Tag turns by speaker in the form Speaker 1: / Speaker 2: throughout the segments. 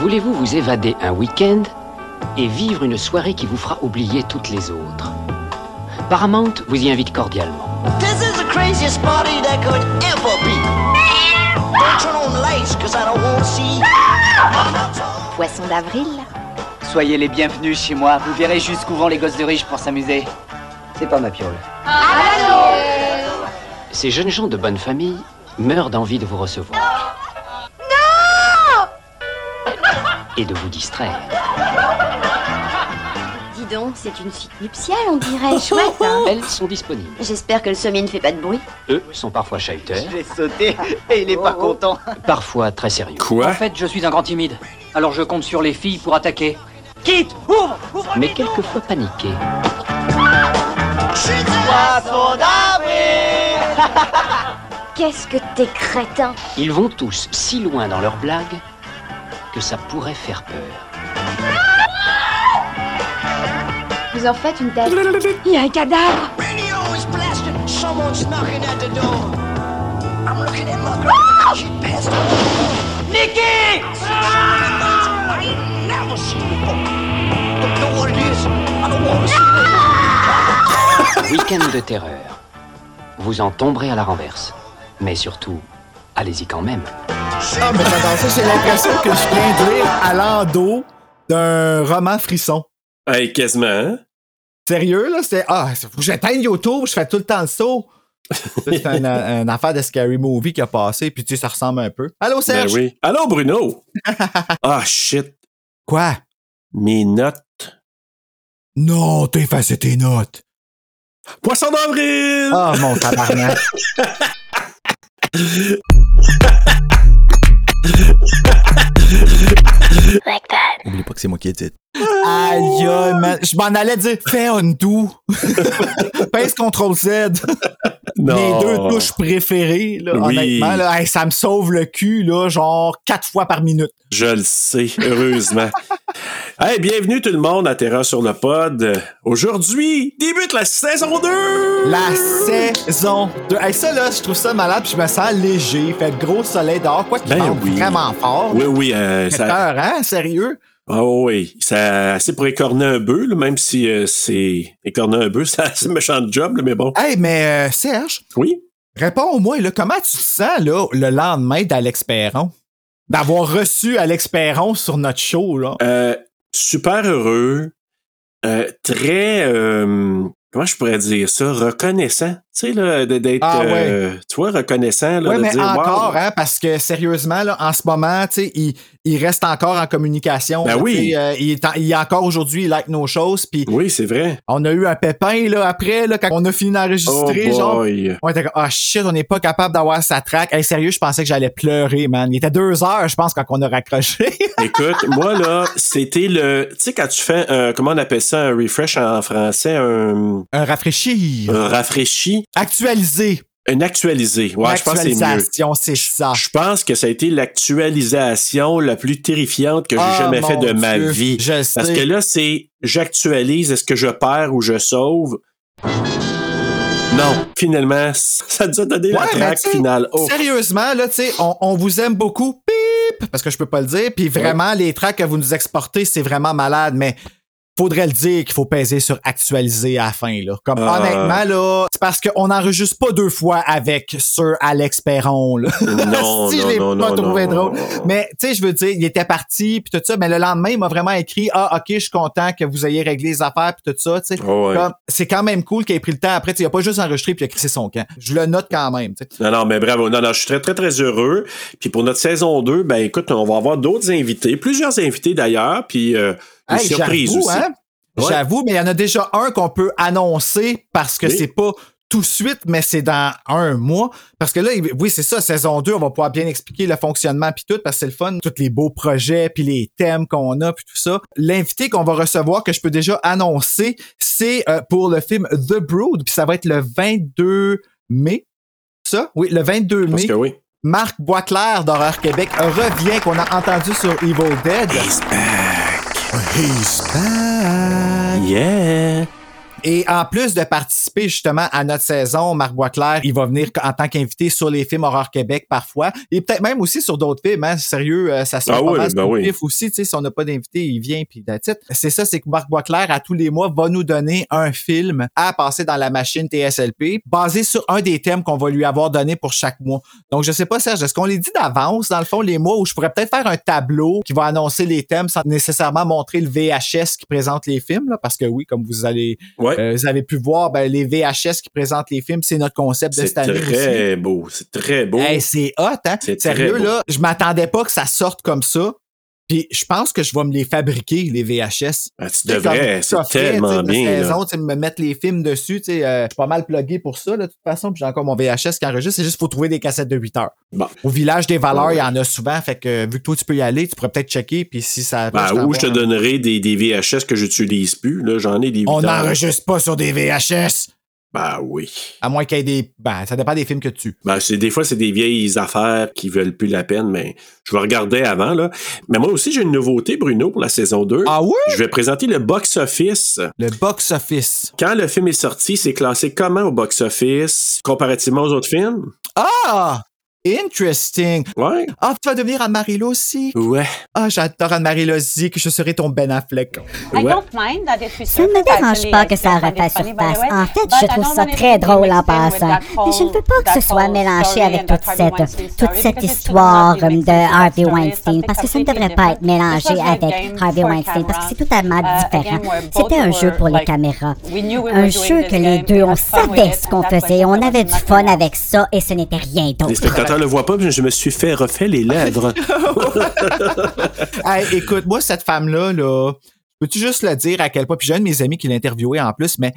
Speaker 1: Voulez-vous vous évader un week-end et vivre une soirée qui vous fera oublier toutes les autres Paramount vous y invite cordialement.
Speaker 2: This is the craziest party that could ever be. Don't turn on the lights, cause I don't wanna see.
Speaker 3: Poisson d'avril,
Speaker 4: Soyez les bienvenus chez moi, vous verrez jusqu'où vont les gosses de riches pour s'amuser. C'est pas ma piole.
Speaker 1: Ces jeunes gens de bonne famille meurent d'envie de vous recevoir. Et de vous distraire.
Speaker 3: dis donc, c'est une suite nuptiale, on dirait. Chouette, hein
Speaker 1: Elles sont disponibles.
Speaker 3: J'espère que le sommier ne fait pas de bruit.
Speaker 1: Eux sont parfois chahuteurs,
Speaker 4: Je l'ai sauté et il est pas content.
Speaker 1: parfois très sérieux.
Speaker 4: En
Speaker 5: Quoi
Speaker 4: fait, je suis un grand timide. Alors je compte sur les filles pour attaquer. Quitte Ouvre Ouvre
Speaker 1: Mais quelquefois paniqués.
Speaker 4: Poisson d'avril
Speaker 3: Qu'est-ce que t'es crétin
Speaker 1: Ils vont tous si loin dans leurs blagues que ça pourrait faire peur.
Speaker 3: Vous en faites une tête. Il y a un cadavre
Speaker 2: Radio is blasting, someone's knocking at the door. I'm looking at my girl, she passed the door.
Speaker 4: Nicky
Speaker 2: I ain't never seen before. Don't know what it is, I don't wanna see it.
Speaker 1: Week-end de terreur. Vous en tomberez à la renverse. Mais surtout, allez-y quand même.
Speaker 5: Ah, mais j'adore ça, j'ai l'impression que je viens de lire à l'endos d'un roman frisson.
Speaker 6: Hey, quasiment. hein?
Speaker 5: Sérieux, là, c'était Ah, faut que j'éteigne YouTube, je fais tout le temps le saut. Ça, C'est un- un- une affaire de Scary Movie qui a passé, puis tu sais, ça ressemble un peu. Allô,
Speaker 6: Ben
Speaker 5: Serge?
Speaker 6: oui. Allô, Bruno! ah, shit.
Speaker 5: Quoi?
Speaker 6: Mes notes.
Speaker 5: Non, t'as effacé tes notes.
Speaker 6: Poisson d'avril!
Speaker 5: Ah, mon tabarnak.
Speaker 7: Oublie pas que c'est moi qui édite.
Speaker 5: Aïe, aïe, man. Je m'en allais dire, fais un do. Pince CTRL Z.
Speaker 6: Non.
Speaker 5: Mes deux touches préférées, là,
Speaker 6: Oui.
Speaker 5: honnêtement. là. Hey, ça me sauve le cul, là, genre quatre fois par minute.
Speaker 6: Je le sais, heureusement. hey, bienvenue tout le monde à Terreur sur le pod. Aujourd'hui, débute la saison 2!
Speaker 5: La saison 2. Hey, ça, là, je trouve ça malade, puis je me sens léger. Fait gros soleil dehors, quoi qu'il
Speaker 6: Ben
Speaker 5: parle
Speaker 6: oui.
Speaker 5: vraiment fort.
Speaker 6: Oui, oui, euh,
Speaker 5: Fait
Speaker 6: ça,
Speaker 5: peur, hein, sérieux?
Speaker 6: Ah oui, ça, c'est pour écorner un bœuf, là, même si euh, c'est écorner un bœuf, ça, c'est un méchant job, là, mais bon.
Speaker 5: Hey, mais euh, Serge,
Speaker 6: Oui,
Speaker 5: réponds-moi, là, comment tu te sens, là, le lendemain d'Alex Perron? D'avoir reçu Alex Perron sur notre show, là.
Speaker 6: euh, super heureux, euh, très, euh, comment je pourrais dire ça, reconnaissant, tu sais, là, d- d'être,
Speaker 5: Ah ouais.
Speaker 6: euh, tu vois, reconnaissant, là,
Speaker 5: Oui,
Speaker 6: de
Speaker 5: mais
Speaker 6: dire,
Speaker 5: encore,
Speaker 6: wow.
Speaker 5: hein, parce que sérieusement, là, en ce moment, tu sais, il, il reste encore en communication.
Speaker 6: Ben
Speaker 5: là,
Speaker 6: oui.
Speaker 5: tu sais, euh, il, est en- il est encore aujourd'hui, il like nos choses. Puis
Speaker 6: Oui, c'est vrai.
Speaker 5: on a eu un pépin là, après, là, quand on a fini
Speaker 6: Oh
Speaker 5: d'enregistrer. genre,
Speaker 6: boy.
Speaker 5: on était comme, ah shit, on n'est pas capable d'avoir sa track. Hey, sérieux, je pensais que j'allais pleurer, man. Il était deux heures, je pense, quand on a raccroché.
Speaker 6: Écoute, moi là, c'était le, tu sais quand tu fais, un, comment on appelle ça, un refresh en français, un,
Speaker 5: un rafraîchi,
Speaker 6: un rafraîchi,
Speaker 5: actualisé.
Speaker 6: un actualisé. Ouais, je pense que c'est mieux.
Speaker 5: Actualisation, Ah. c'est ça.
Speaker 6: Je pense que ça a été l'actualisation la plus terrifiante que j'ai
Speaker 5: Ah,
Speaker 6: jamais fait
Speaker 5: mon
Speaker 6: de ma
Speaker 5: Dieu,
Speaker 6: vie.
Speaker 5: Je
Speaker 6: Parce que
Speaker 5: sais.
Speaker 6: là, c'est j'actualise, est-ce que je perds ou je sauve? Non, finalement, ça nous a donné la
Speaker 5: Ouais, mais
Speaker 6: traque
Speaker 5: tu sais,
Speaker 6: finale. Oh.
Speaker 5: Sérieusement, là, tu sais, on, on vous aime beaucoup. Pip! Parce que je peux pas le dire. Puis vraiment, les tracks que vous nous exportez, c'est vraiment malade, mais faudrait le dire qu'il faut peser sur actualiser à la fin, là. Comme,
Speaker 6: Ah.
Speaker 5: honnêtement, là, c'est parce qu'on n'enregistre pas deux fois avec Sir Alex Perron, là.
Speaker 6: Non,
Speaker 5: si je
Speaker 6: non,
Speaker 5: l'ai
Speaker 6: non,
Speaker 5: pas
Speaker 6: non,
Speaker 5: trouvé
Speaker 6: non.
Speaker 5: drôle. Mais, tu sais, je veux dire, il était parti, puis tout ça, mais le lendemain, il m'a vraiment écrit, ah, OK, je suis content que vous ayez réglé les affaires, puis tout ça, tu sais.
Speaker 6: Oh, ouais.
Speaker 5: Comme, C'est quand même cool qu'il ait pris le temps après. tu sais, Il a pas juste enregistré puis il a crissé son camp. Je le note quand même. tu sais.
Speaker 6: Non, non, mais bravo. Non, non, je suis très, très, très heureux. Puis pour notre saison 2, ben écoute, on va avoir d'autres invités, plusieurs invités d'ailleurs, puis euh, une
Speaker 5: Hey,
Speaker 6: surprise
Speaker 5: j'avoue,
Speaker 6: aussi.
Speaker 5: hein?
Speaker 6: Ouais.
Speaker 5: J'avoue, mais il y en a déjà un qu'on peut annoncer parce que
Speaker 6: Oui.
Speaker 5: c'est pas tout de suite, mais c'est dans un mois. Parce que là, oui, c'est ça, saison 2, on va pouvoir bien expliquer le fonctionnement puis tout, parce que c'est le fun, tous les beaux projets, puis les thèmes qu'on a, puis tout ça. L'invité qu'on va recevoir, que je peux déjà annoncer, c'est euh, pour le film The Brood, puis ça va être le 22 mai. Ça? Oui, le 22
Speaker 6: Parce
Speaker 5: mai.
Speaker 6: que oui.
Speaker 5: Marc Boisclair d'Horreur Québec revient, qu'on a entendu sur Evil Dead.
Speaker 8: He's back.
Speaker 6: Yeah!
Speaker 5: Et en plus de participer justement à notre saison, Marc Boisclair, il va venir en tant qu'invité sur les films Horreur Québec parfois, et peut-être même aussi sur d'autres films. Hein. Sérieux, euh, ça se fait
Speaker 6: Ah
Speaker 5: pas
Speaker 6: oui,
Speaker 5: mal
Speaker 6: ben
Speaker 5: sur
Speaker 6: oui.
Speaker 5: le pif aussi. tu sais, Si on n'a pas d'invité, il vient, puis that's it. C'est ça, c'est que Marc Boisclair, à tous les mois, va nous donner un film à passer dans la machine TSLP, basé sur un des thèmes qu'on va lui avoir donné pour chaque mois. Donc, je sais pas, Serge, est-ce qu'on les dit d'avance, dans le fond, les mois où je pourrais peut-être faire un tableau qui va annoncer les thèmes sans nécessairement montrer le VHS qui présente les films, là, parce que oui, comme vous allez
Speaker 6: Ouais.
Speaker 5: euh, vous avez pu voir ben, les VHS qui présentent les films, c'est notre concept de
Speaker 6: c'est
Speaker 5: cette année aussi.
Speaker 6: très beau. C'est très beau.
Speaker 5: Hey, c'est hot, hein?
Speaker 6: C'est
Speaker 5: Sérieux,
Speaker 6: très beau.
Speaker 5: là, je m'attendais pas que ça sorte comme ça. Puis je pense que je vais me les fabriquer, les VHS.
Speaker 6: Ah, tu
Speaker 5: Tu sais,
Speaker 6: devrais.
Speaker 5: comme
Speaker 6: C'est
Speaker 5: coffret, tu
Speaker 6: tellement
Speaker 5: sais, de
Speaker 6: bien. là.
Speaker 5: saison, tu sais, me mettre les films dessus, tu sais, euh, je suis pas mal plugué pour ça, là, de toute façon, puis j'ai encore mon VHS qui enregistre, c'est juste faut trouver des cassettes de 8 heures.
Speaker 6: Bon.
Speaker 5: Au village des valeurs,
Speaker 6: Ouais,
Speaker 5: il y en a souvent, fait que vu que toi tu peux y aller, tu pourrais peut-être checker, puis si ça...
Speaker 6: Ben,
Speaker 5: marche,
Speaker 6: ou
Speaker 5: t'en
Speaker 6: je te
Speaker 5: vois. hein.
Speaker 6: donnerai des, des VHS que j'utilise plus. Là, j'en ai des
Speaker 5: On
Speaker 6: vidanges.
Speaker 5: n'enregistre pas sur des VHS,
Speaker 6: Ben oui.
Speaker 5: à moins qu'il y ait des... Ben, ça dépend des films que tu...
Speaker 6: Ben, c'est, des fois, c'est des vieilles affaires qui veulent plus la peine, mais je vais regarder avant. Là. Mais moi aussi, j'ai une nouveauté, Bruno, pour la saison 2.
Speaker 5: Ah oui?
Speaker 6: Je vais présenter le box-office.
Speaker 5: Le box-office.
Speaker 6: Quand le film est sorti, c'est classé comment au box-office comparativement aux autres films?
Speaker 5: Ah! Interesting.
Speaker 6: Ouais.
Speaker 5: Ah, tu vas devenir Anne-Marie Lozzi.
Speaker 6: Ouais.
Speaker 5: Ah, j'adore Anne-Marie Lozzi, que je serai ton Ben Affleck.
Speaker 9: I
Speaker 6: Ouais.
Speaker 9: don't mind that if you
Speaker 3: Ça ne me
Speaker 9: sacrifice
Speaker 3: dérange
Speaker 9: me
Speaker 3: pas que ça
Speaker 9: like
Speaker 3: refait
Speaker 9: that,
Speaker 3: surface.
Speaker 9: but
Speaker 3: En fait, je
Speaker 9: I don't
Speaker 3: trouve ça
Speaker 9: want
Speaker 3: très
Speaker 9: anything to
Speaker 3: drôle en
Speaker 9: mix in with
Speaker 3: passant.
Speaker 9: that
Speaker 3: Mais je ne veux pas
Speaker 9: whole-
Speaker 3: que ce soit
Speaker 9: that whole
Speaker 3: mélangé
Speaker 9: story
Speaker 3: avec
Speaker 9: and that
Speaker 3: toute
Speaker 9: Harvey Weinstein
Speaker 3: cette, toute
Speaker 9: story,
Speaker 3: cette
Speaker 9: because it's
Speaker 3: histoire
Speaker 9: not really
Speaker 3: euh,
Speaker 9: mixed in
Speaker 3: de Harvey
Speaker 9: with that
Speaker 3: Weinstein,
Speaker 9: story,
Speaker 3: parce que ça ne
Speaker 9: something
Speaker 3: devrait pas être
Speaker 9: completely
Speaker 3: mélangé
Speaker 9: different. This was a
Speaker 3: avec
Speaker 9: game
Speaker 3: Harvey
Speaker 9: for
Speaker 3: Weinstein, parce que
Speaker 9: camera,
Speaker 3: c'est totalement
Speaker 9: uh, a
Speaker 3: différent.
Speaker 9: game where
Speaker 3: C'était
Speaker 9: both
Speaker 3: un jeu
Speaker 9: were,
Speaker 3: pour les
Speaker 9: like,
Speaker 3: caméras.
Speaker 9: we knew we were
Speaker 3: Un
Speaker 9: doing
Speaker 3: jeu
Speaker 9: this
Speaker 3: que les
Speaker 9: game,
Speaker 3: deux,
Speaker 9: we
Speaker 3: on
Speaker 9: had fun with
Speaker 3: savait
Speaker 9: it,
Speaker 3: ce
Speaker 9: and
Speaker 3: qu'on
Speaker 9: that's when
Speaker 3: faisait,
Speaker 9: it
Speaker 3: on
Speaker 9: was
Speaker 3: avait du
Speaker 9: nothing
Speaker 3: fun
Speaker 9: else.
Speaker 3: avec ça et ce n'était rien
Speaker 6: Les
Speaker 3: d'autre.
Speaker 6: spectateurs le voient pas, mais je me suis fait refaire les lèvres.
Speaker 5: Hey, écoute, moi, cette femme-là, là, peux-tu juste le dire à quel point? Puis j'ai un de mes amis qui l'a interviewé en plus, mais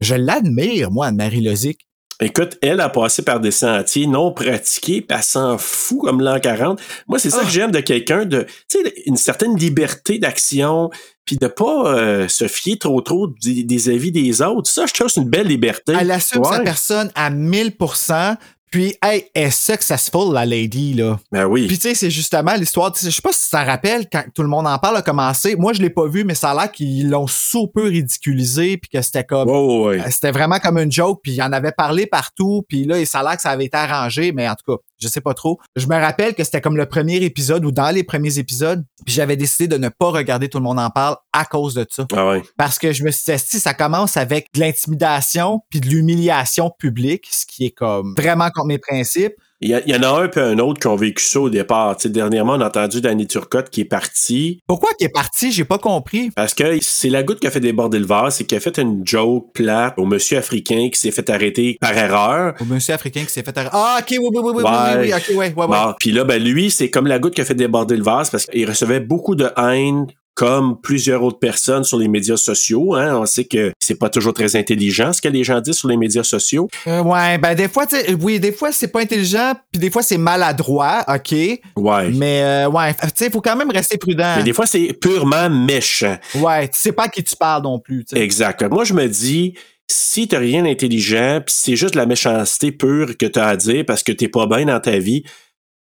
Speaker 5: je l'admire, moi, Anne-Marie Lozzi.
Speaker 6: Écoute, elle a passé par des sentiers non pratiqués, puis elle s'en fout comme l'an 40. Moi, c'est ça
Speaker 5: Ah.
Speaker 6: que j'aime de quelqu'un, de tu sais, une certaine liberté d'action, puis de pas euh, se fier trop trop des, des avis des autres. Ça, je trouve que c'est une belle liberté.
Speaker 5: Elle assume
Speaker 6: Ouais.
Speaker 5: sa personne à 1000%. Puis, hey, elle est successful, la lady, là.
Speaker 6: Ben
Speaker 5: Puis
Speaker 6: oui.
Speaker 5: tu sais, c'est justement l'histoire. tu sais, Je sais pas si tu t'en rappelles quand tout le monde en parle a commencé. Moi, je l'ai pas vu, mais ça a l'air qu'ils l'ont sous peu ridiculisé puis que c'était comme.
Speaker 6: Ouais, ouais, ouais.
Speaker 5: Euh, C'était vraiment comme une joke, puis il en avait parlé partout, puis là, ça a l'air que ça avait été arrangé, mais en tout cas, je sais pas trop. Je me rappelle que c'était comme le premier épisode ou dans les premiers épisodes, puis j'avais décidé de ne pas regarder Tout le monde en parle à cause de ça.
Speaker 6: Ah ouais.
Speaker 5: Parce que je me suis dit, si ça commence avec de l'intimidation puis de l'humiliation publique, ce qui est comme vraiment contre mes principes.
Speaker 6: Il y, a- il y en a un puis un autre qui ont vécu ça au départ. Tu sais, dernièrement, on a entendu Danny Turcotte qui est parti
Speaker 5: Pourquoi qui est parti, j'ai pas compris.
Speaker 6: parce que c'est la goutte qui a fait déborder le vase, c'est qu'il a fait une joke plate au monsieur africain qui s'est fait arrêter par erreur.
Speaker 5: Au monsieur africain qui s'est fait arrêter. Ah, ok, oui, oui, oui, oui, oui, oui,
Speaker 6: Ouais.
Speaker 5: ok, ouais, ouais, Ah ouais.
Speaker 6: Bon, puis là, ben lui, c'est comme la goutte qui a fait déborder le vase parce qu'il recevait beaucoup de haine comme plusieurs autres personnes sur les médias sociaux. Hein. On sait que c'est pas toujours très intelligent ce que les gens disent sur les médias sociaux.
Speaker 5: Euh, ouais, ben, des fois, tu sais, oui, des fois, c'est pas intelligent, puis des fois, c'est maladroit, ok.
Speaker 6: Ouais. Mais,
Speaker 5: Mais, euh, ouais, tu sais, faut quand même rester prudent.
Speaker 6: des fois, c'est purement méchant.
Speaker 5: Ouais, tu sais pas à qui tu parles non plus, tu sais.
Speaker 6: Exact. Moi, je me dis, si t'as rien d'intelligent, puis c'est juste de la méchanceté pure que t'as à dire parce que t'es pas bien dans ta vie,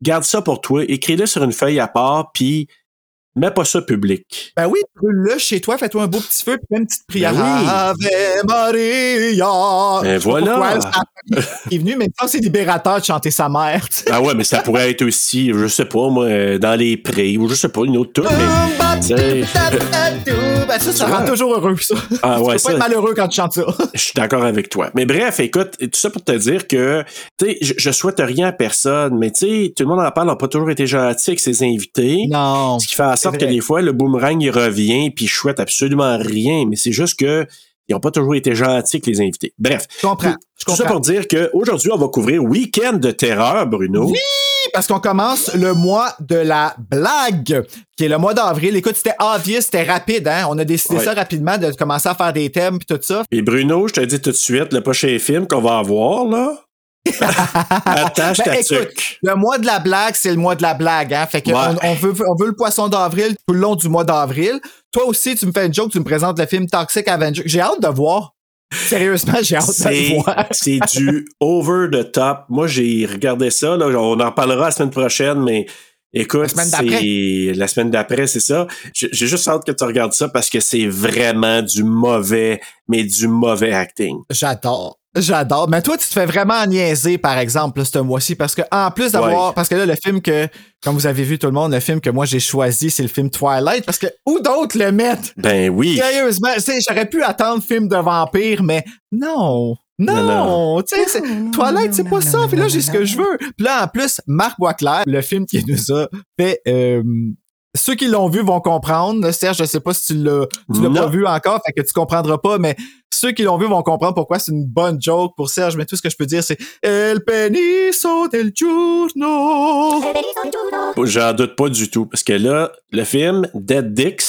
Speaker 6: garde ça pour toi, écris-le sur une feuille à part, puis mets pas ça public.
Speaker 5: Ben oui, brûle-le chez toi, fais-toi un beau petit feu, puis fais une petite prière.
Speaker 6: Ben oui.
Speaker 5: Ave Maria!
Speaker 6: Ben
Speaker 5: Ah, Je sais pas
Speaker 6: voilà.
Speaker 5: pourquoi, elle, ça- qui est venu, mais ça, c'est libérateur de chanter sa mère, tu sais.
Speaker 6: Ah ouais, mais ça pourrait être aussi, je sais pas, moi, euh, dans les prés, ou je sais pas, une autre tour, mais. c'est-
Speaker 5: Ben ça, ça rend
Speaker 6: Ouais.
Speaker 5: toujours heureux, ça.
Speaker 6: Ah
Speaker 5: tu
Speaker 6: ouais,
Speaker 5: peux
Speaker 6: ça-
Speaker 5: pas être malheureux quand tu chantes ça.
Speaker 6: Je suis d'accord avec toi. Mais bref, écoute, tout ça pour te dire que, tu sais, je, je souhaite rien à personne, mais tu sais, tout le monde en parle, on n'a pas toujours été gentil avec ses invités.
Speaker 5: non.
Speaker 6: Ce qui fait en sorte que
Speaker 5: vrai.
Speaker 6: des fois, le boomerang, il revient, puis je souhaite absolument rien, mais c'est juste que, ils n'ont pas toujours été gentils avec les invités. Bref,
Speaker 5: Je comprends. Je
Speaker 6: tout ça
Speaker 5: comprends.
Speaker 6: pour dire qu'aujourd'hui, on va couvrir Week-end de terreur, Bruno.
Speaker 5: Oui, parce qu'on commence le mois de la blague, qui est le mois d'avril. Écoute, c'était obvious, c'était rapide, hein? On a décidé
Speaker 6: Ouais.
Speaker 5: ça rapidement de commencer à faire des thèmes puis tout ça.
Speaker 6: Et Bruno, je te dis tout de suite, le prochain film qu'on va avoir, là, attache
Speaker 5: Ben,
Speaker 6: ta
Speaker 5: écoute,
Speaker 6: tuque.
Speaker 5: Le mois de la blague, c'est le mois de la blague, hein? Fait que
Speaker 6: Ouais.
Speaker 5: on, on veut, on veut le poisson d'avril tout le long du mois d'avril. Toi aussi, tu me fais une joke, tu me présentes le film Toxic Avenger. J'ai hâte de voir. Sérieusement, j'ai hâte de
Speaker 6: C'est
Speaker 5: le voir.
Speaker 6: c'est du over the top. Moi, j'ai regardé ça. Là, on en parlera la semaine prochaine, mais écoute,
Speaker 5: La semaine d'après.
Speaker 6: c'est la semaine d'après, c'est ça. J'ai j'ai juste hâte que tu regardes ça parce que c'est vraiment du mauvais, mais du mauvais acting.
Speaker 5: J'adore. J'adore. Mais toi, tu te fais vraiment niaiser, par exemple, là, ce mois-ci, parce que, en plus d'avoir,
Speaker 6: Ouais.
Speaker 5: parce que là, le film que, comme vous avez vu tout le monde, le film que moi j'ai choisi, c'est le film Twilight, parce que, où d'autres le mettent?
Speaker 6: Ben oui.
Speaker 5: Sérieusement, tu sais, j'aurais pu attendre film de vampire, mais non. Non,
Speaker 6: Non,
Speaker 5: tu sais, c'est-
Speaker 10: non,
Speaker 5: Twilight,
Speaker 10: non,
Speaker 5: c'est
Speaker 10: non,
Speaker 5: pas
Speaker 10: non,
Speaker 5: ça.
Speaker 10: non,
Speaker 5: Puis là,
Speaker 10: non,
Speaker 5: j'ai ce que
Speaker 10: non.
Speaker 5: je veux. Puis là, en plus, Marc Boisclair, le film qui nous a fait, euh, ceux qui l'ont vu vont comprendre. Là, Serge, je sais pas si tu l'as, tu l'as
Speaker 6: Non.
Speaker 5: pas vu encore, fait que tu comprendras pas, mais ceux qui l'ont vu vont comprendre pourquoi c'est une bonne joke pour Serge. Mais tout ce que je peux dire, c'est El peniso del giorno.
Speaker 6: J'en doute pas du tout. Parce que là, le film Dead Dicks.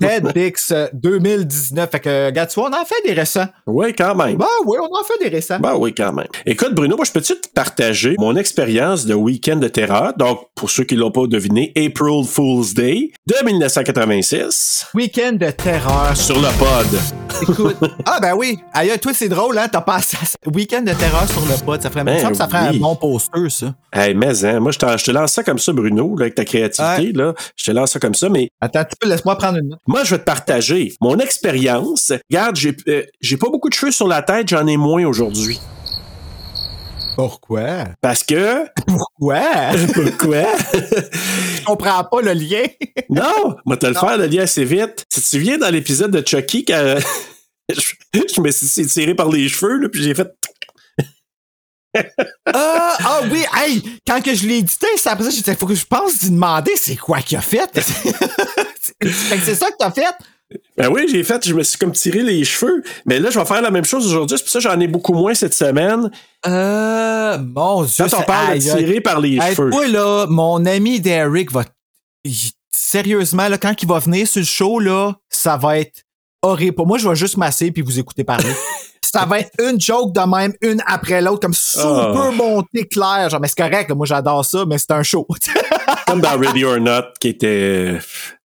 Speaker 5: TEDx 2019. Fait que, regarde, tu vois, on en fait des récents.
Speaker 6: oui, quand même.
Speaker 5: Ben oui, on en fait des récents.
Speaker 6: Ben oui, quand même. Écoute, Bruno, moi, je peux-tu te partager mon expérience de week-end de terreur? Donc, pour ceux qui l'ont pas deviné, April Fool's Day de 1986
Speaker 5: Week-end de terreur.
Speaker 6: sur le pod.
Speaker 5: Écoute. ah ben oui. Aïe, toi c'est drôle, hein? T'as passé à ça. Week-end de terreur sur le pod. Ça ferait,
Speaker 6: Ben
Speaker 5: il me semble que ça ferait
Speaker 6: oui.
Speaker 5: un bon poster, ça.
Speaker 6: Hey, mais hein, moi, je, t'en- je te lance ça comme ça, Bruno, là, avec ta créativité. Là, je te lance ça comme ça, mais
Speaker 5: Attends, un petit peu, laisse-moi prendre une note.
Speaker 6: moi, je vais te partager mon expérience. Regarde, j'ai euh, j'ai pas beaucoup de cheveux sur la tête, j'en ai moins aujourd'hui.
Speaker 5: Pourquoi?
Speaker 6: Parce que...
Speaker 5: Pourquoi?
Speaker 6: Pourquoi?
Speaker 5: Je comprends pas le lien.
Speaker 6: Non, moi te le faire le lien assez vite. Si tu te souviens dans l'épisode de Chucky quand je, je me suis tiré par les cheveux là, puis j'ai fait
Speaker 5: Ah, ah oui, hey, quand que je l'ai édité, c'est après ça, j'ai dit, faut que je pense d'y demander c'est quoi qu'il a fait. Fait que c'est ça que t'as fait.
Speaker 6: ben oui, j'ai fait, je me suis comme tiré les cheveux. Mais là je vais faire la même chose aujourd'hui, c'est pour ça que j'en ai beaucoup moins cette semaine.
Speaker 5: Euh, mon dieu.
Speaker 6: Quand on parle de tirer par les
Speaker 5: Hey,
Speaker 6: cheveux.
Speaker 5: toi, là, mon ami Derek va. il- Sérieusement, là, quand il va venir sur le show, là, ça va être horrible. Pour moi, je vais juste masser puis vous écouter parler. ça va être une joke de même, une après l'autre, comme super
Speaker 6: Oh.
Speaker 5: montée claire. Genre, mais c'est correct, là, moi j'adore ça, mais c'est un show.
Speaker 6: Comme dans Ready or Not qui était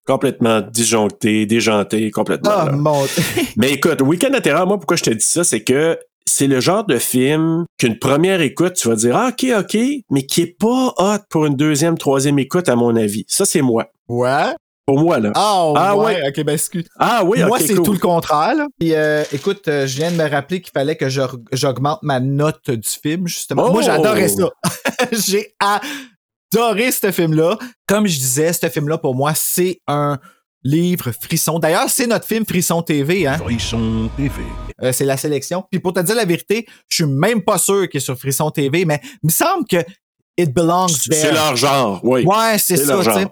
Speaker 6: complètement disjoncté, déjanté, complètement.
Speaker 5: oh
Speaker 6: là.
Speaker 5: mon
Speaker 6: Mais écoute, Weekend à Terreur, moi, pourquoi je te dis ça, c'est que c'est le genre de film qu'une première écoute, tu vas dire, ah, OK, OK, mais qui est pas hot pour une deuxième, troisième écoute, à mon avis. Ça, c'est moi.
Speaker 5: Ouais.
Speaker 6: Pour moi, là.
Speaker 5: Oh,
Speaker 6: Ah,
Speaker 5: ouais. Ok, ben excuse.
Speaker 6: Ah oui,
Speaker 5: Moi,
Speaker 6: OK,
Speaker 5: c'est
Speaker 6: cool.
Speaker 5: tout le contraire. là. Puis, euh, écoute, euh, je viens de me rappeler qu'il fallait que je- j'augmente ma note du film, justement.
Speaker 6: Oh!
Speaker 5: Moi, j'adorais ça. J'ai adoré ce film-là. Comme je disais, ce film-là, pour moi, c'est un livre frisson. D'ailleurs, c'est notre film Frisson TV. Hein?
Speaker 8: Frisson TV.
Speaker 5: Euh, c'est la sélection. Puis, pour te dire la vérité, je suis même pas sûr qu'il est sur Frisson TV, mais il me semble que It Belongs
Speaker 6: C'est
Speaker 5: There.
Speaker 6: leur genre, oui.
Speaker 5: Ouais, c'est
Speaker 6: c'est
Speaker 5: ça,
Speaker 6: leur
Speaker 5: tu sais.
Speaker 6: genre.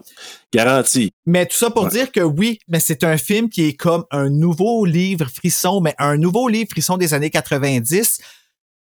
Speaker 6: Garanti.
Speaker 5: Mais tout ça pour
Speaker 6: Ouais.
Speaker 5: dire que oui, mais c'est un film qui est comme un nouveau livre frisson, mais un nouveau livre frisson des années 90,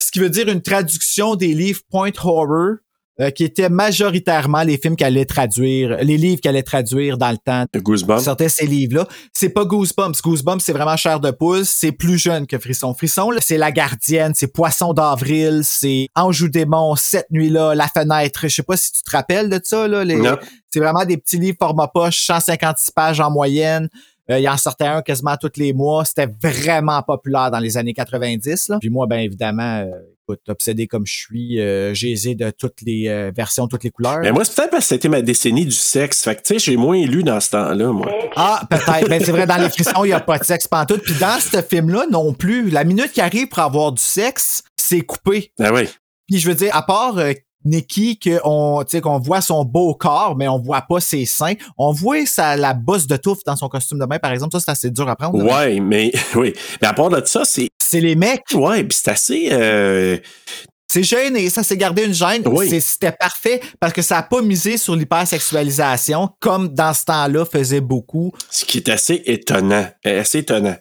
Speaker 5: ce qui veut dire une traduction des livres point horror, euh, qui étaient majoritairement les films qu'allait traduire, les livres qu'allait traduire dans le temps.
Speaker 6: Le Goosebumps.
Speaker 5: Sortaient ces livres-là. C'est pas Goosebumps. Goosebumps, c'est vraiment chair de poule. C'est plus jeune que Frisson. Frisson, là, c'est La Gardienne, c'est Poisson d'avril, c'est Anjou démon, Cette nuit-là, La fenêtre. Je sais pas si tu te rappelles de ça, là, les,
Speaker 6: Non.
Speaker 5: c'est vraiment des petits livres format poche, 156 pages en moyenne. Euh, il en sortait un quasiment tous les mois. C'était vraiment populaire dans les années 90. Là. Puis moi, ben évidemment, euh, écoute, obsédé comme je suis, euh, j'ai essayé de toutes les euh, versions, toutes les couleurs.
Speaker 6: Mais Ben, moi, c'est peut-être parce que c'était ma décennie du sexe. Fait que, tu sais, j'ai moins lu dans ce temps-là, moi.
Speaker 5: Ah, peut-être. Ben, c'est vrai, dans les frissons, il n'y a pas de sexe pantoute. Puis dans ce film-là non plus, la minute qui arrive pour avoir du sexe, c'est coupé.
Speaker 6: Ah oui.
Speaker 5: Puis je veux dire, à part euh, Nikki, qu'on tu sais, qu'on voit son beau corps, mais on voit pas ses seins, on voit sa, la bosse de touffe dans son costume de bain, par exemple. Ça, c'est assez dur à prendre. là.
Speaker 6: Ouais, mais, oui. Mais à part de ça, c'est,
Speaker 5: C'est les mecs.
Speaker 6: ouais, puis c'est assez, euh,
Speaker 5: C'est gêné, ça s'est gardé une gêne.
Speaker 6: Oui.
Speaker 5: C'est- C'était parfait parce que ça n'a pas misé sur l'hypersexualisation comme dans ce temps-là faisait beaucoup.
Speaker 6: Ce qui est assez étonnant. Euh, Assez étonnant.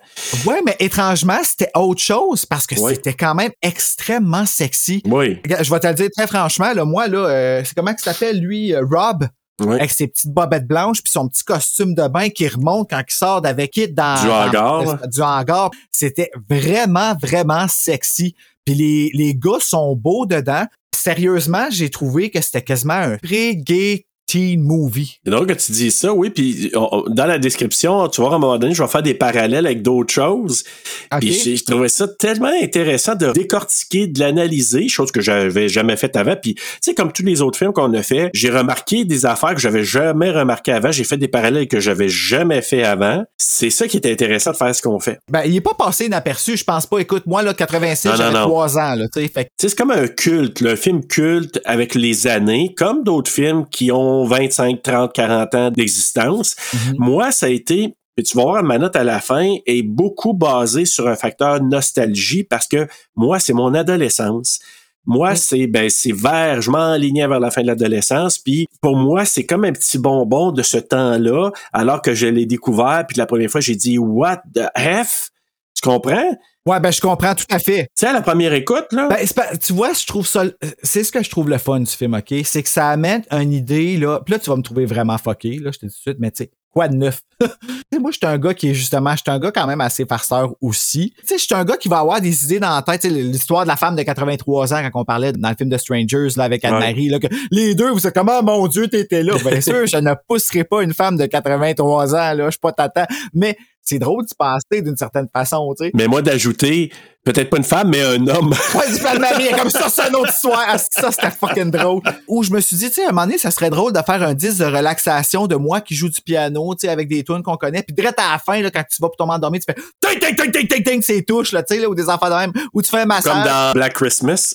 Speaker 5: Ouais, mais étrangement, c'était autre chose parce que
Speaker 6: Oui.
Speaker 5: c'était quand même extrêmement sexy.
Speaker 6: Oui.
Speaker 5: Regarde, Je vais te le dire très franchement, là, moi, là, euh, c'est comment qu'il s'appelle, lui, euh, Rob,
Speaker 6: oui.
Speaker 5: avec ses petites bobettes blanches puis son petit costume de bain qui remonte quand il sort d'avec It dans
Speaker 6: Du
Speaker 5: dans-
Speaker 6: hangar,
Speaker 5: dans-
Speaker 6: là.
Speaker 5: du hangar. C'était vraiment vraiment sexy. Puis les les gars sont beaux dedans. Sérieusement, j'ai trouvé que c'était quasiment un très gay teen movie.
Speaker 6: C'est drôle que tu dis ça, oui. Puis on- on- dans la description, tu vois, à un moment donné, je vais faire des parallèles avec d'autres choses.
Speaker 5: Ok.
Speaker 6: Puis j'ai- je trouvais ça tellement intéressant de décortiquer, de l'analyser, chose que j'avais jamais faite avant. Puis, tu sais, comme tous les autres films qu'on a fait, j'ai remarqué des affaires que j'avais jamais remarquées avant. J'ai fait des parallèles que j'avais jamais fait avant. C'est ça qui est intéressant de faire ce qu'on fait.
Speaker 5: Ben, il est pas passé inaperçu, je pense pas. Écoute, moi là 86,
Speaker 6: Non, non,
Speaker 5: j'avais
Speaker 6: non.
Speaker 5: 3 ans là, tu sais, fait que
Speaker 6: Tu sais, c'est comme un culte, le film culte avec les années, comme d'autres films qui ont 25, 30, 40 ans d'existence. Moi, ça a été, et tu vas voir, ma note à la fin est beaucoup basée sur un facteur nostalgie parce que moi, c'est mon adolescence. Moi, c'est ben c'est vert, je m'enlignais vers la fin de l'adolescence, puis pour moi, c'est comme un petit bonbon de ce temps-là, alors que je l'ai découvert, puis la première fois, j'ai dit what the f, tu comprends
Speaker 5: ouais, ben je comprends tout à fait.
Speaker 6: Tu sais, à la première écoute là,
Speaker 5: Ben, c'est pas- tu vois, je trouve ça. C'est ce que je trouve le fun du film, OK? C'est que ça amène une idée, là. Puis là, tu vas me trouver vraiment fucké, là, je te dis tout de suite, mais tu sais, quoi de neuf? Tu sais, moi, je suis un gars qui est justement, je suis un gars quand même assez farceur aussi. Tu sais, je suis un gars qui va avoir des idées dans la tête. Tu sais, l'histoire de la femme de 83 ans, quand on parlait dans le film de Strangers, là, avec Anne-Marie, là, que les deux, vous êtes comme, Ah, mon Dieu, t'étais là. Bien sûr, je ne pousserai pas une femme de 83 ans, là, je suis pas tata. Mais c'est drôle d'y penser d'une certaine façon, tu sais.
Speaker 6: Mais moi, d'ajouter, peut-être pas une femme, mais un homme.
Speaker 5: Ouais, du Palmarie, elle est comme ça, c'est une autre histoire. Ah, Ça, c'était fucking drôle. Où je me suis dit, tu sais, à un moment donné, ça serait drôle de faire un disque de relaxation de moi qui joue du piano, tu sais, avec des tunes qu'on connaît. Puis direct à la fin, là, quand tu vas pour tomber endormi, tu fais ting, ting, ting, ting, ting, ting, ces touches, là, tu sais, là, ou des enfants de même. Ou tu fais un massage.
Speaker 6: Comme dans Black Christmas.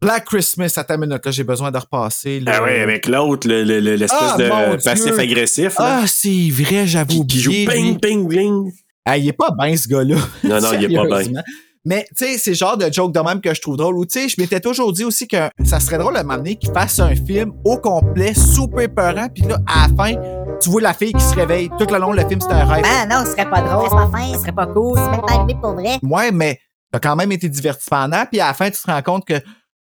Speaker 5: Black Christmas, à ta minute, là, j'ai besoin de repasser. là.
Speaker 6: Ah oui, avec l'autre, le- le- le- l'espèce
Speaker 5: Ah, mon
Speaker 6: de
Speaker 5: Dieu.
Speaker 6: passif-agressif. là,
Speaker 5: Ah, c'est vrai, j'avais
Speaker 6: qui, qui joue
Speaker 5: oublié. lui.
Speaker 6: ping, ping, ping.
Speaker 5: Ah, il est pas bien, ce gars-là.
Speaker 6: Non, non, il est pas bien.
Speaker 5: Sérieusement. Mais, tu sais, c'est le genre de joke de même que je trouve drôle. Ou, tu sais, je m'étais toujours dit aussi que ça serait drôle de m'amener qu'il fasse un film au complet, super peurant, puis là, à la fin, tu vois la fille qui se réveille. Tout le long, le film, c'est un rêve.
Speaker 3: Ah non, ce serait pas drôle, c'est pas fin, ce serait pas cool, c'est même pas arrivé pour vrai.
Speaker 5: Ouais, mais t'as quand même été diverti pendant, puis à la fin, tu te rends compte que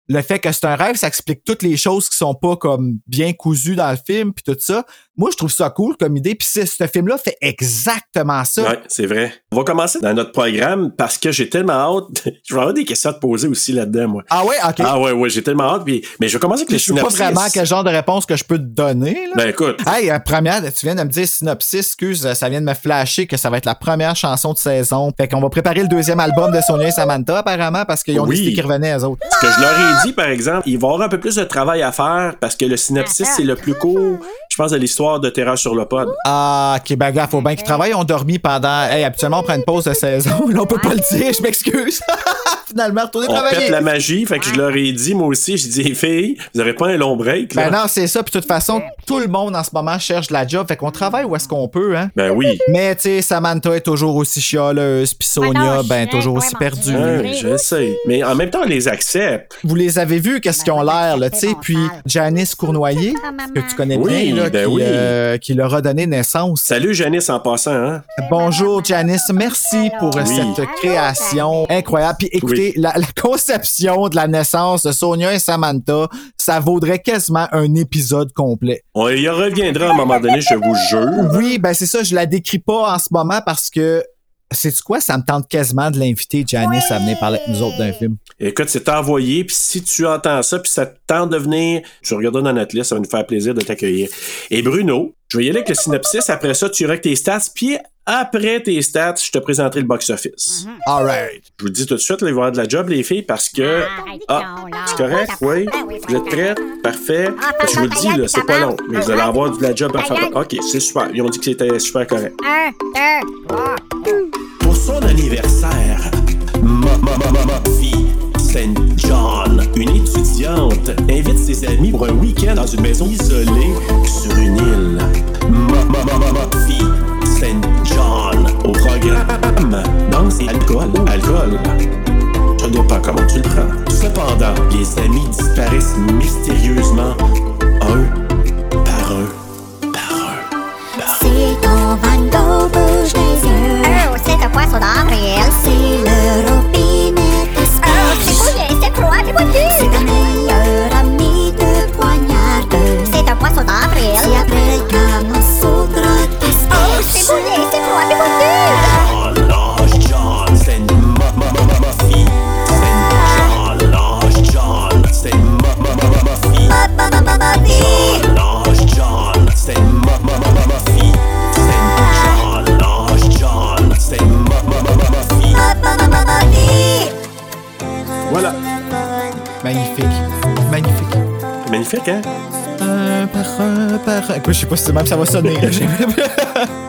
Speaker 5: le fait que c'est un rêve, ça explique toutes les choses qui sont pas comme bien cousues dans le film, puis tout ça. Moi, je trouve ça cool comme idée, puis c'est- ce film-là fait exactement ça.
Speaker 6: Ouais, c'est vrai. On va commencer dans notre programme parce que j'ai tellement hâte. je vais avoir des questions à te poser aussi là-dedans, moi.
Speaker 5: Ah ouais, ok.
Speaker 6: Ah ouais, ouais, j'ai tellement hâte. Puis... Mais je vais commencer avec
Speaker 5: je
Speaker 6: le
Speaker 5: sais pas
Speaker 6: synopsis.
Speaker 5: vraiment quel genre de réponse que je peux te donner. Là.
Speaker 6: Ben écoute,
Speaker 5: Hey, euh, première, tu viens de me dire synopsis, excuse, euh, ça vient de me flasher que ça va être la première chanson de saison. Fait qu'on va préparer le deuxième album de Sonia et Samantha, apparemment, parce qu'ils ont
Speaker 6: Oui.
Speaker 5: décidé qu'ils revenaient, eux autres.
Speaker 6: ce que je leur ai dit, par exemple, il va y avoir un peu plus de travail à faire parce que le synopsis, c'est le plus court, je pense, de l'histoire de Terreur sur le pod.
Speaker 5: Ah, ok, ben, gars, faut bien qu'ils travaillent. On dormi pendant. Hey, habituellement, on prend une pause de saison. Là, on peut pas le dire, je m'excuse. Finalement, retournez
Speaker 6: On pète
Speaker 5: travailler.
Speaker 6: la magie, fait que je leur ai dit, moi aussi, j'ai dit, filles, vous aurez pas un long break, là?
Speaker 5: Ben non, c'est ça. Puis de toute façon, tout le monde en ce moment cherche de la job. Fait qu'on travaille où est-ce qu'on peut, hein.
Speaker 6: Ben oui.
Speaker 5: Mais, tu sais, Samantha est toujours aussi chialeuse. Puis Sonia, ben, toujours aussi perdue.
Speaker 6: Hein, je sais. Mais en même temps, on les accepte.
Speaker 5: Vous les avez vus, qu'est-ce qu'ils ont l'air, là, tu sais. Puis Janice Cournoyer, que tu connais
Speaker 6: Oui,
Speaker 5: bien, là,
Speaker 6: ben
Speaker 5: qui,
Speaker 6: oui.
Speaker 5: euh, qui leur a donné naissance.
Speaker 6: Salut Janice en passant, hein?
Speaker 5: Bonjour Janice, merci pour euh,
Speaker 6: Oui.
Speaker 5: cette création incroyable. Puis écoutez, la, la conception de la naissance de Sonia et Samantha, ça vaudrait quasiment un épisode complet.
Speaker 6: On y reviendra à un moment donné, je vous jure.
Speaker 5: Oui, ben c'est ça, je la décris pas en ce moment parce que c'est quoi, ça me tente quasiment de l'inviter Janice à venir parler avec nous autres d'un film.
Speaker 6: Écoute, c'est envoyé, puis si tu entends ça, puis ça te tente de venir, tu regarderas dans notre liste, ça va nous faire plaisir de t'accueillir. Et Bruno, je vais y aller avec le synopsis, après ça, tu iras avec tes stats, puis après tes stats, je te présenterai le box-office.
Speaker 5: All right.
Speaker 6: Je vous le dis tout de suite, là, il va y avoir de la job, les filles, parce que... Ah, c'est correct, oui. Vous êtes prêtes? Parfait. Je vous le dis, là, c'est pas long, mais vous allez avoir de la job à faire. OK, c'est super. Ils ont dit que c'était super correct.
Speaker 3: Un, deux,
Speaker 6: Pour son anniversaire, Muffy St. John, une étudiante, invite ses amis pour un week-end dans une maison isolée sur une île. Muffy St. John, au programme danse et alcool. Alcool. Je dépend comment tu le prends. Cependant, les amis disparaissent mystérieusement, un par un, par un.
Speaker 9: C'est ton Van Gogh bouge les yeux.
Speaker 3: Oh, c'est un poisson d'avril.
Speaker 9: C'est le robinet qui se
Speaker 3: Oh, c'est
Speaker 9: cache.
Speaker 3: mouillé, c'est froid, c'est pointu.
Speaker 9: C'est ta meilleure amie de poignardeuse.
Speaker 3: C'est un poisson
Speaker 9: Si
Speaker 3: d'avril.
Speaker 9: après le canon sautera, qui se
Speaker 3: Oh,
Speaker 9: cache.
Speaker 3: c'est mouillé, c'est froid, c'est pointu.
Speaker 5: Voilà. Magnifique. Magnifique.
Speaker 6: Magnifique, hein?
Speaker 5: Un par un par un. Écoute, je sais pas si même ça va sonner. là. J'ai-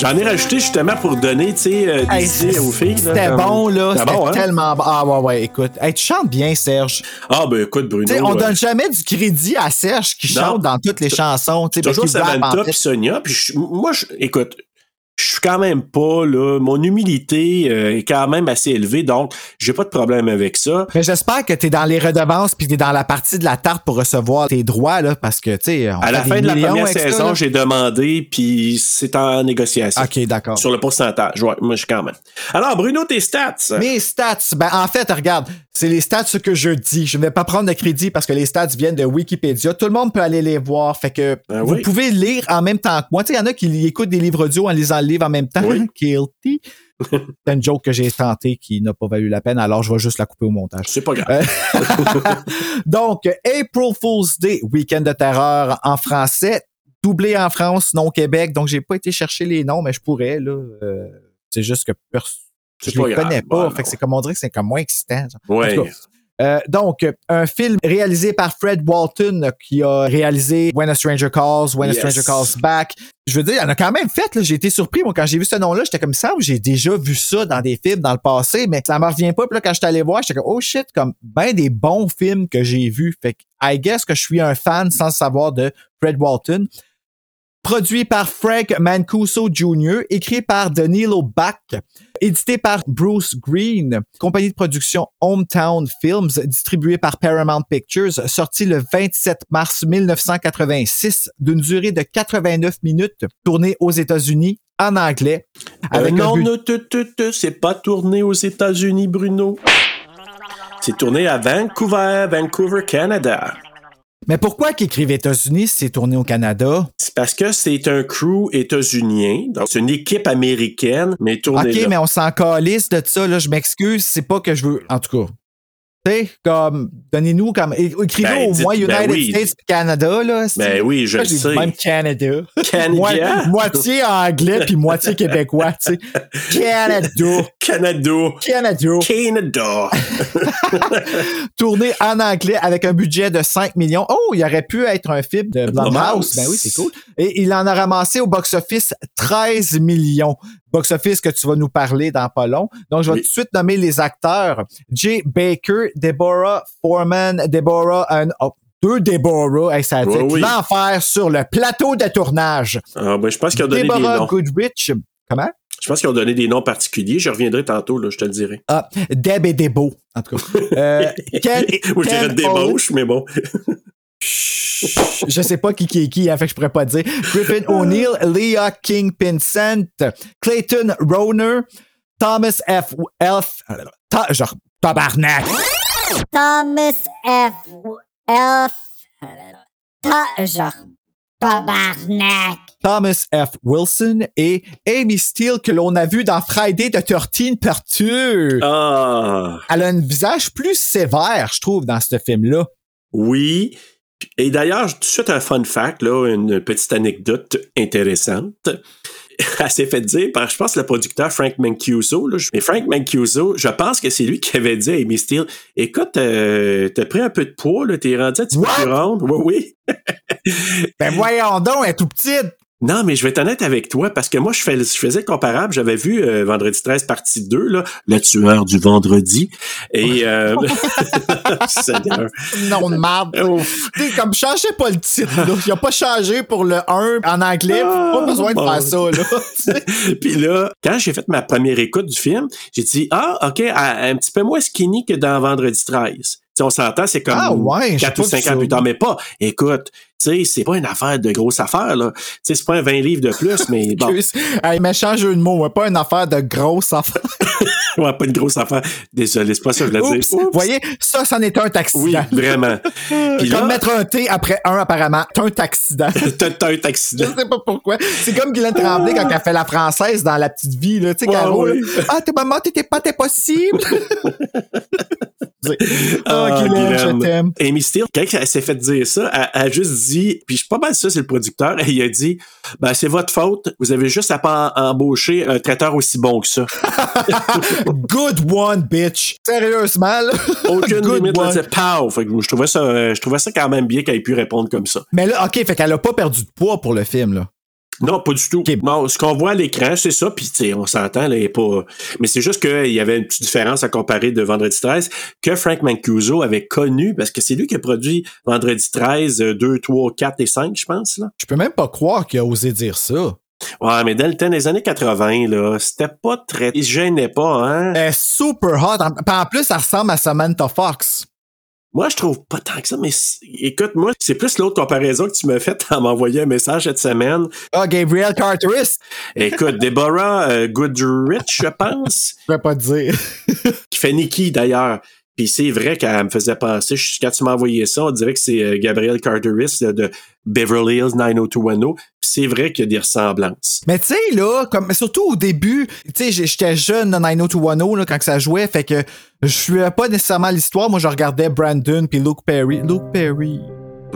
Speaker 6: J'en ai rajouté justement pour donner, tu sais, euh, des
Speaker 5: Hey,
Speaker 6: idées aux filles. là,
Speaker 5: C'était
Speaker 6: comme-
Speaker 5: bon, là.
Speaker 6: C'était
Speaker 5: C'était
Speaker 6: bon, hein?
Speaker 5: tellement bon. Ah, ouais, ouais, écoute. Hey, tu chantes bien, Serge.
Speaker 6: Ah, ben écoute, Bruno.
Speaker 5: Tu sais, on
Speaker 6: euh,
Speaker 5: donne jamais du crédit à Serge qui
Speaker 6: Non.
Speaker 5: chante dans toutes les chansons. Tu sais,
Speaker 6: Toujours
Speaker 5: Becky Black, en
Speaker 6: Samantha
Speaker 5: fait.
Speaker 6: puis Sonia. Puis je- moi, je- écoute, je suis quand même pas là. Mon humilité euh, est quand même assez élevée, donc j'ai pas de problème avec ça.
Speaker 5: Mais j'espère que t'es dans les redevances puis t'es dans la partie de la tarte pour recevoir tes droits, là, parce que, tu sais, on
Speaker 6: À la
Speaker 5: fait
Speaker 6: fin
Speaker 5: des
Speaker 6: de la
Speaker 5: millions
Speaker 6: première
Speaker 5: avec ça,
Speaker 6: saison,
Speaker 5: là.
Speaker 6: j'ai demandé, puis c'est en négociation.
Speaker 5: OK, d'accord.
Speaker 6: Sur le pourcentage, ouais, moi je suis quand même. Alors, Bruno, tes stats.
Speaker 5: Mes stats, ben en fait, regarde, c'est les stats ce que je dis. Je ne vais pas prendre de crédit parce que les stats viennent de Wikipédia. Tout le monde peut aller les voir. Fait que
Speaker 6: Ben
Speaker 5: vous
Speaker 6: oui.
Speaker 5: pouvez lire en même temps que moi. Tu sais, il y en a qui écoutent des livres audio en lisant le livre en même temps.
Speaker 6: Oui.
Speaker 5: Guilty. C'est une joke que j'ai tentée qui n'a pas valu la peine, alors je vais juste la couper au montage. Euh,
Speaker 6: C'est pas grave.
Speaker 5: Donc, April Fool's Day, Week-end de terreur en français, doublé en France, non au Québec. Donc, j'ai pas été chercher les noms, mais je pourrais. là. Euh, c'est juste que personne.
Speaker 6: C'est
Speaker 5: je
Speaker 6: pas
Speaker 5: les
Speaker 6: grave.
Speaker 5: connais pas.
Speaker 6: Ouais,
Speaker 5: fait que
Speaker 6: non.
Speaker 5: c'est comme on dirait que c'est comme moins excitant. genre.
Speaker 6: Ouais.
Speaker 5: En tout cas, euh, donc, euh, un film réalisé par Fred Walton euh, qui a réalisé When a Stranger Calls, When
Speaker 6: Yes.
Speaker 5: a Stranger Calls Back. Je veux dire, il en a quand même fait. là. J'ai été surpris. Moi, quand j'ai vu ce nom-là, j'étais comme ça. J'ai déjà vu ça dans des films dans le passé, mais ça me revient pas. Puis là, quand je suis allé voir, j'étais comme, oh shit, comme ben des bons films que j'ai vus. Fait que, I guess que je suis un fan sans le savoir de Fred Walton. Produit par Frank Mancuso Jr., écrit par Danilo Bach, édité par Bruce Green, compagnie de production Hometown Films, distribué par Paramount Pictures, sorti le 27 mars 1986, d'une durée de 89 minutes, tourné aux États-Unis en anglais.
Speaker 6: Euh,
Speaker 5: Avec un
Speaker 6: non,
Speaker 5: but-
Speaker 6: non, tu, tu, tu, c'est pas tourné aux États-Unis, Bruno. C'est tourné à Vancouver, Vancouver, Canada.
Speaker 5: Mais pourquoi qu'écrivent États-Unis si c'est tourné au Canada?
Speaker 6: C'est parce que c'est un crew états-unien, donc c'est une équipe américaine, mais tournée
Speaker 5: OK,
Speaker 6: là.
Speaker 5: mais on s'en calisse de ça, là, je m'excuse, c'est pas que je veux. En tout cas. Tu sais, comme, donnez-nous comme. é- Écrivez
Speaker 6: Ben,
Speaker 5: au
Speaker 6: dites-
Speaker 5: moins
Speaker 6: ben
Speaker 5: United
Speaker 6: oui.
Speaker 5: States et Canada, là. si-
Speaker 6: Ben oui, je
Speaker 5: Moi,
Speaker 6: le
Speaker 5: j'ai dit
Speaker 6: sais.
Speaker 5: Même Canada.
Speaker 6: Canada.
Speaker 5: Moi- moitié anglais puis moitié québécois, tu sais. Canada.
Speaker 6: Canada.
Speaker 5: Canada.
Speaker 6: Canada.
Speaker 5: Tourné en anglais avec un budget de 5 millions. Oh, il aurait pu être un film de Blumhouse. Ben oui, c'est cool. Et il en a ramassé au box-office 13 millions. Box-office que tu vas nous parler dans pas long. Donc, je vais
Speaker 6: Oui.
Speaker 5: tout de suite nommer les acteurs. Jay Baker, Deborah Foreman, Deborah... euh, oh, deux Deborah, hey, ça a
Speaker 6: Oui,
Speaker 5: dit
Speaker 6: oui.
Speaker 5: l'enfer sur le plateau de tournage.
Speaker 6: Ah, ben, je pense qu'ils ont donné des
Speaker 5: Deborah
Speaker 6: noms.
Speaker 5: Goodrich, comment?
Speaker 6: Je pense qu'ils ont donné des noms particuliers. Je reviendrai tantôt, là, je te le dirai.
Speaker 5: Ah, Deb et Debo, en tout cas. Euh, Ken,
Speaker 6: Ou je dirais
Speaker 5: Ken Owen-
Speaker 6: débauche, mais bon.
Speaker 5: Je sais pas qui, qui est qui, hein, fait que je pourrais pas dire. Griffin O'Neill, Leah King Pinsent, Clayton Roner, Thomas F. Elf. Ta- genre, tabarnak!
Speaker 3: Thomas F. Elf. Ta- genre, tabarnak.
Speaker 5: Thomas F. Wilson et Amy Steele que l'on a vu dans Friday de 13 par Two.
Speaker 6: Ah,
Speaker 5: Elle a un visage plus sévère, je trouve, dans ce film-là.
Speaker 6: oui. Et d'ailleurs, tout de suite, un fun fact, là, une petite anecdote intéressante. Elle s'est fait dire par, je pense, le producteur Frank Mancuso. Là, Je- mais Frank Mancuso, je pense que c'est lui qui avait dit à Amy Steele, écoute, euh, t'as pris un peu de poids, là, t'es rendu un petit peu
Speaker 5: What?
Speaker 6: plus ronde. Oui, oui.
Speaker 5: Ben voyons donc, elle est tout petite!
Speaker 6: Non, mais je vais être honnête avec toi parce que moi, je, fais- je faisais le comparable. J'avais vu euh, Vendredi 13 partie 2, là, Le tueur du vendredi. Et. euh, Seigneur. Oh,
Speaker 5: Non, de marde.
Speaker 6: Ouf.
Speaker 5: T'sais, comme, changez pas le titre, là. Il a pas changé pour le 1 en anglais. Pas besoin de
Speaker 6: bon.
Speaker 5: faire ça, là. T'sais.
Speaker 6: Puis là, quand j'ai fait ma première écoute du film, j'ai dit Ah, OK, à- un petit peu moins skinny que dans Vendredi 13. Tu sais, on s'entend, c'est comme
Speaker 5: Ah ouais, j'ai
Speaker 6: 4
Speaker 5: pas
Speaker 6: ou
Speaker 5: vu
Speaker 6: 5
Speaker 5: ça.
Speaker 6: ans plus tard, mais pas. Écoute, tu sais, c'est pas une affaire de grosse affaire, là. Tu sais, c'est pas un 20 livres de plus, mais bon.
Speaker 5: Hey, méchant jeu de mots, hein. pas une affaire de grosse affaire.
Speaker 6: Ouais, pas une grosse affaire. Désolé, c'est pas ça que je voulais
Speaker 5: Oups.
Speaker 6: dire. Oups.
Speaker 5: Voyez, ça, ça n'est un accident.
Speaker 6: Oui, vraiment. Puis
Speaker 5: Comme
Speaker 6: là,
Speaker 5: mettre un T après un, apparemment, c'est un accident.
Speaker 6: t'as t'as un
Speaker 5: Je
Speaker 6: accident.
Speaker 5: sais pas pourquoi. C'est comme Guylaine Tremblay quand elle fait la française dans La Petite Vie, là. Tu sais,
Speaker 6: Ouais,
Speaker 5: Caro, là,
Speaker 6: ouais.
Speaker 5: Ah, t'es maman, t'étais pas, t'es possible. Ah,
Speaker 6: Ah,
Speaker 5: Guylaine,
Speaker 6: Guylaine.
Speaker 5: je t'aime.
Speaker 6: Amy Steele, quand elle s'est fait dire ça, elle elle a juste dit, puis je suis pas mal sûr, c'est le producteur, et il a dit, ben, c'est votre faute, vous avez juste à pas en- embaucher un traiteur aussi bon que ça.
Speaker 5: Good one, bitch. Sérieusement, là.
Speaker 6: Aucune
Speaker 5: Good
Speaker 6: limite, là,
Speaker 5: one.
Speaker 6: c'est pow! Fait que je trouvais ça, euh, je trouvais ça quand même bien qu'elle ait pu répondre comme ça.
Speaker 5: Mais là, OK, fait qu'elle a pas perdu de poids pour le film, là.
Speaker 6: Non, pas du tout.
Speaker 5: Ok.
Speaker 6: Non, ce qu'on voit à l'écran, c'est ça, puis tu sais, on s'entend, là, il est pas. Mais c'est juste qu'il y avait une petite différence à comparer de Vendredi 13 que Frank Mancuso avait connu, parce que c'est lui qui a produit Vendredi 13, euh, 2, 3, 4 et 5, je pense, là.
Speaker 5: Je peux même pas croire qu'il a osé dire ça.
Speaker 6: Ouais, mais dans le temps des années 80, là, c'était pas très. Il se gênait pas, hein?
Speaker 5: Elle est super hot. En, puis en plus, elle ressemble à Samantha Fox.
Speaker 6: Moi, je trouve pas tant que ça, mais c- écoute, moi, c'est plus l'autre comparaison que tu m'as faite en m'envoyant un message cette semaine.
Speaker 5: Ah, Gabriel Carteris,
Speaker 6: Écoute, Deborah euh, Goodrich, je pense,
Speaker 5: je vais pas te dire.
Speaker 6: qui fait Nikki d'ailleurs. Puis c'est vrai qu'elle me faisait penser, je- quand tu m'as envoyé ça, on dirait que c'est euh, Gabriel Carteris là, de Beverly Hills 90210. Puis c'est vrai qu'il y a des ressemblances.
Speaker 5: Mais tu sais, là, comme, surtout au début, tu sais, j'ai- j'étais jeune dans 90210, là, quand que ça jouait, fait que je suivais pas nécessairement l'histoire. Moi, je regardais Brandon puis Luke Perry. Luke Perry,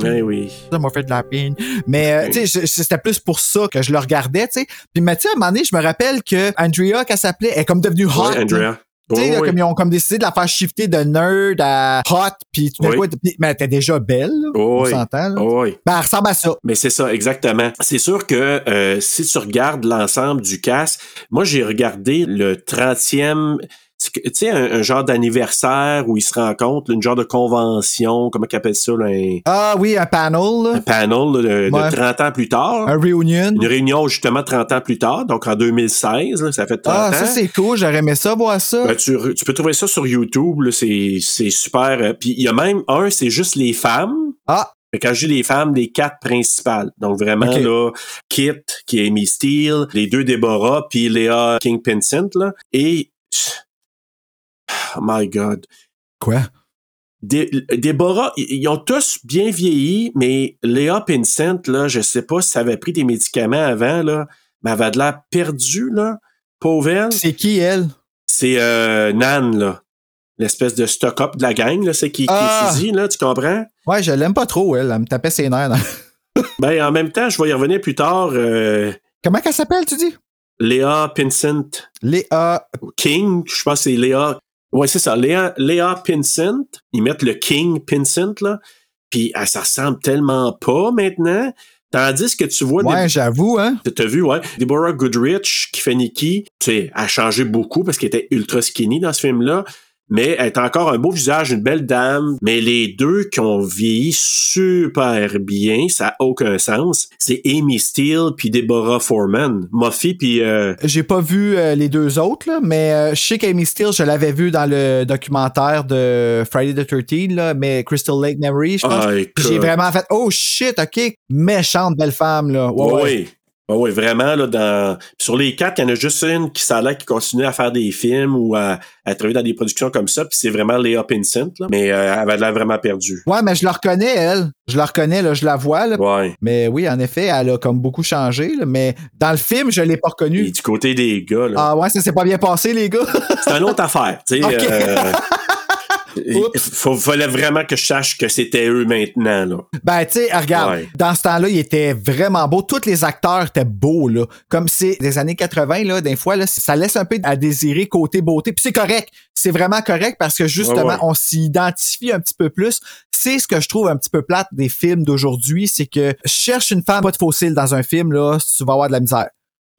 Speaker 6: Eh oui.
Speaker 5: ça m'a fait de la peine. Mais, euh, tu sais, je- c'était plus pour ça que je le regardais, tu sais. Puis, mais tu sais, à un moment donné, je me rappelle que Andrea, qu'elle s'appelait, elle est comme devenue hot.
Speaker 6: Ouais,
Speaker 5: là.
Speaker 6: Andrea.
Speaker 5: Tu sais,
Speaker 6: Ouais,
Speaker 5: là,
Speaker 6: ouais.
Speaker 5: comme ils ont comme décidé de la faire shifter de nerd à hot, puis tout d'un
Speaker 6: Oui.
Speaker 5: coup, elle était- mais elle était déjà belle, là, on
Speaker 6: Oui.
Speaker 5: s'entend. là.
Speaker 6: Ouais.
Speaker 5: Ben, elle ressemble à ça.
Speaker 6: Mais c'est ça, exactement. C'est sûr que euh, si tu regardes l'ensemble du cast, moi j'ai regardé le 30e, tu sais, un, un genre d'anniversaire où ils se rencontrent, une genre de convention, comment qu'ils appellent ça, là, un,
Speaker 5: Ah oui, un panel, là,
Speaker 6: un panel là, de, de
Speaker 5: Ouais.
Speaker 6: 30 ans plus tard.
Speaker 5: un reunion.
Speaker 6: Une réunion justement 30 ans plus tard, donc en 2016, là, ça fait 30
Speaker 5: Ah,
Speaker 6: ans.
Speaker 5: ça c'est cool, j'aurais aimé ça, voir ça.
Speaker 6: Ben, tu, tu peux trouver ça sur YouTube, là, c'est c'est super. euh, Puis il y a même un, c'est juste les femmes.
Speaker 5: Ah.
Speaker 6: Fait que Quand je dis les femmes, les quatre principales. Donc vraiment,
Speaker 5: Ok.
Speaker 6: là, Kit, qui est Amy Steele, les deux Deborah, puis Léa King Vincent, là. Et. Oh my God.
Speaker 5: Quoi?
Speaker 6: Dé- Déborah, i- ils ont tous bien vieilli, mais Léa Pincent, là, je sais pas si ça avait pris des médicaments avant, là, mais elle avait de l'air perdue, là. Pauvre elle
Speaker 5: C'est qui, elle?
Speaker 6: c'est euh, Nan, là. L'espèce de stock-up de la gang, là, c'est qui, qui
Speaker 5: Ah!
Speaker 6: fusille, là, tu comprends?
Speaker 5: Ouais, je l'aime pas trop, elle. Elle me tapait ses nerfs. dans-
Speaker 6: Ben, en même temps, je vais y revenir plus tard. euh,
Speaker 5: Comment qu'elle s'appelle, tu dis?
Speaker 6: Léa Pincent
Speaker 5: Léa.
Speaker 6: King, je pense que c'est Léa. Ouais, c'est ça, Léa, Léa Pincent. Ils mettent le King Pincent, là. Puis, elle, ça ressemble tellement pas maintenant. Tandis que tu vois des
Speaker 5: Ouais, j'avoue, hein.
Speaker 6: T'as vu, ouais. Deborah Goodrich, qui fait Nikki, tu sais, a changé beaucoup parce qu'elle était ultra skinny dans ce film-là. Mais elle est encore un beau visage, une belle dame. Mais les deux qui ont vieilli super bien, ça n'a aucun sens. C'est Amy Steele puis Deborah Foreman. Muffy puis... euh,
Speaker 5: J'ai pas vu euh, les deux autres, là, mais euh, je sais qu'Amy Steele, je l'avais vu dans le documentaire de Friday the 13 là, mais Crystal Lake Memory, je pense.
Speaker 6: ah,
Speaker 5: Puis J'ai
Speaker 6: écoute.
Speaker 5: vraiment fait Oh shit, ok, méchante belle femme là. Ouais, ouais.
Speaker 6: Oui. Oui, oui, vraiment, là, dans... sur les quatre, il y en a juste une qui s'allait, qui continue à faire des films ou à, à travailler dans des productions comme ça, puis c'est vraiment Léa Pincent, là. Mais euh, elle avait l'air vraiment perdue.
Speaker 5: Ouais, mais je la reconnais, elle. Je la reconnais, là, je la vois. Là.
Speaker 6: Ouais.
Speaker 5: Mais oui, en effet, elle a comme beaucoup changé. là, mais dans le film, je l'ai pas
Speaker 6: Et
Speaker 5: reconnue.
Speaker 6: du côté des gars, là,
Speaker 5: Ah ouais, ça s'est pas bien passé, les gars.
Speaker 6: c'est une autre affaire. tu sais,
Speaker 5: Ok.
Speaker 6: euh, Il faut- fallait vraiment que je sache que c'était eux maintenant. Là.
Speaker 5: Ben, tu sais, regarde,
Speaker 6: Ouais.
Speaker 5: dans ce temps-là, il était vraiment beau. Tous les acteurs étaient beaux, là. Comme c'est des années 80, là, des fois, là, ça laisse un peu à désirer côté beauté. Puis c'est correct. C'est vraiment correct parce que justement,
Speaker 6: Ouais, ouais.
Speaker 5: on s'identifie un petit peu plus. C'est ce que je trouve un petit peu plate des films d'aujourd'hui, c'est que cherche une femme pas de fossile dans un film, là, tu vas avoir de la misère.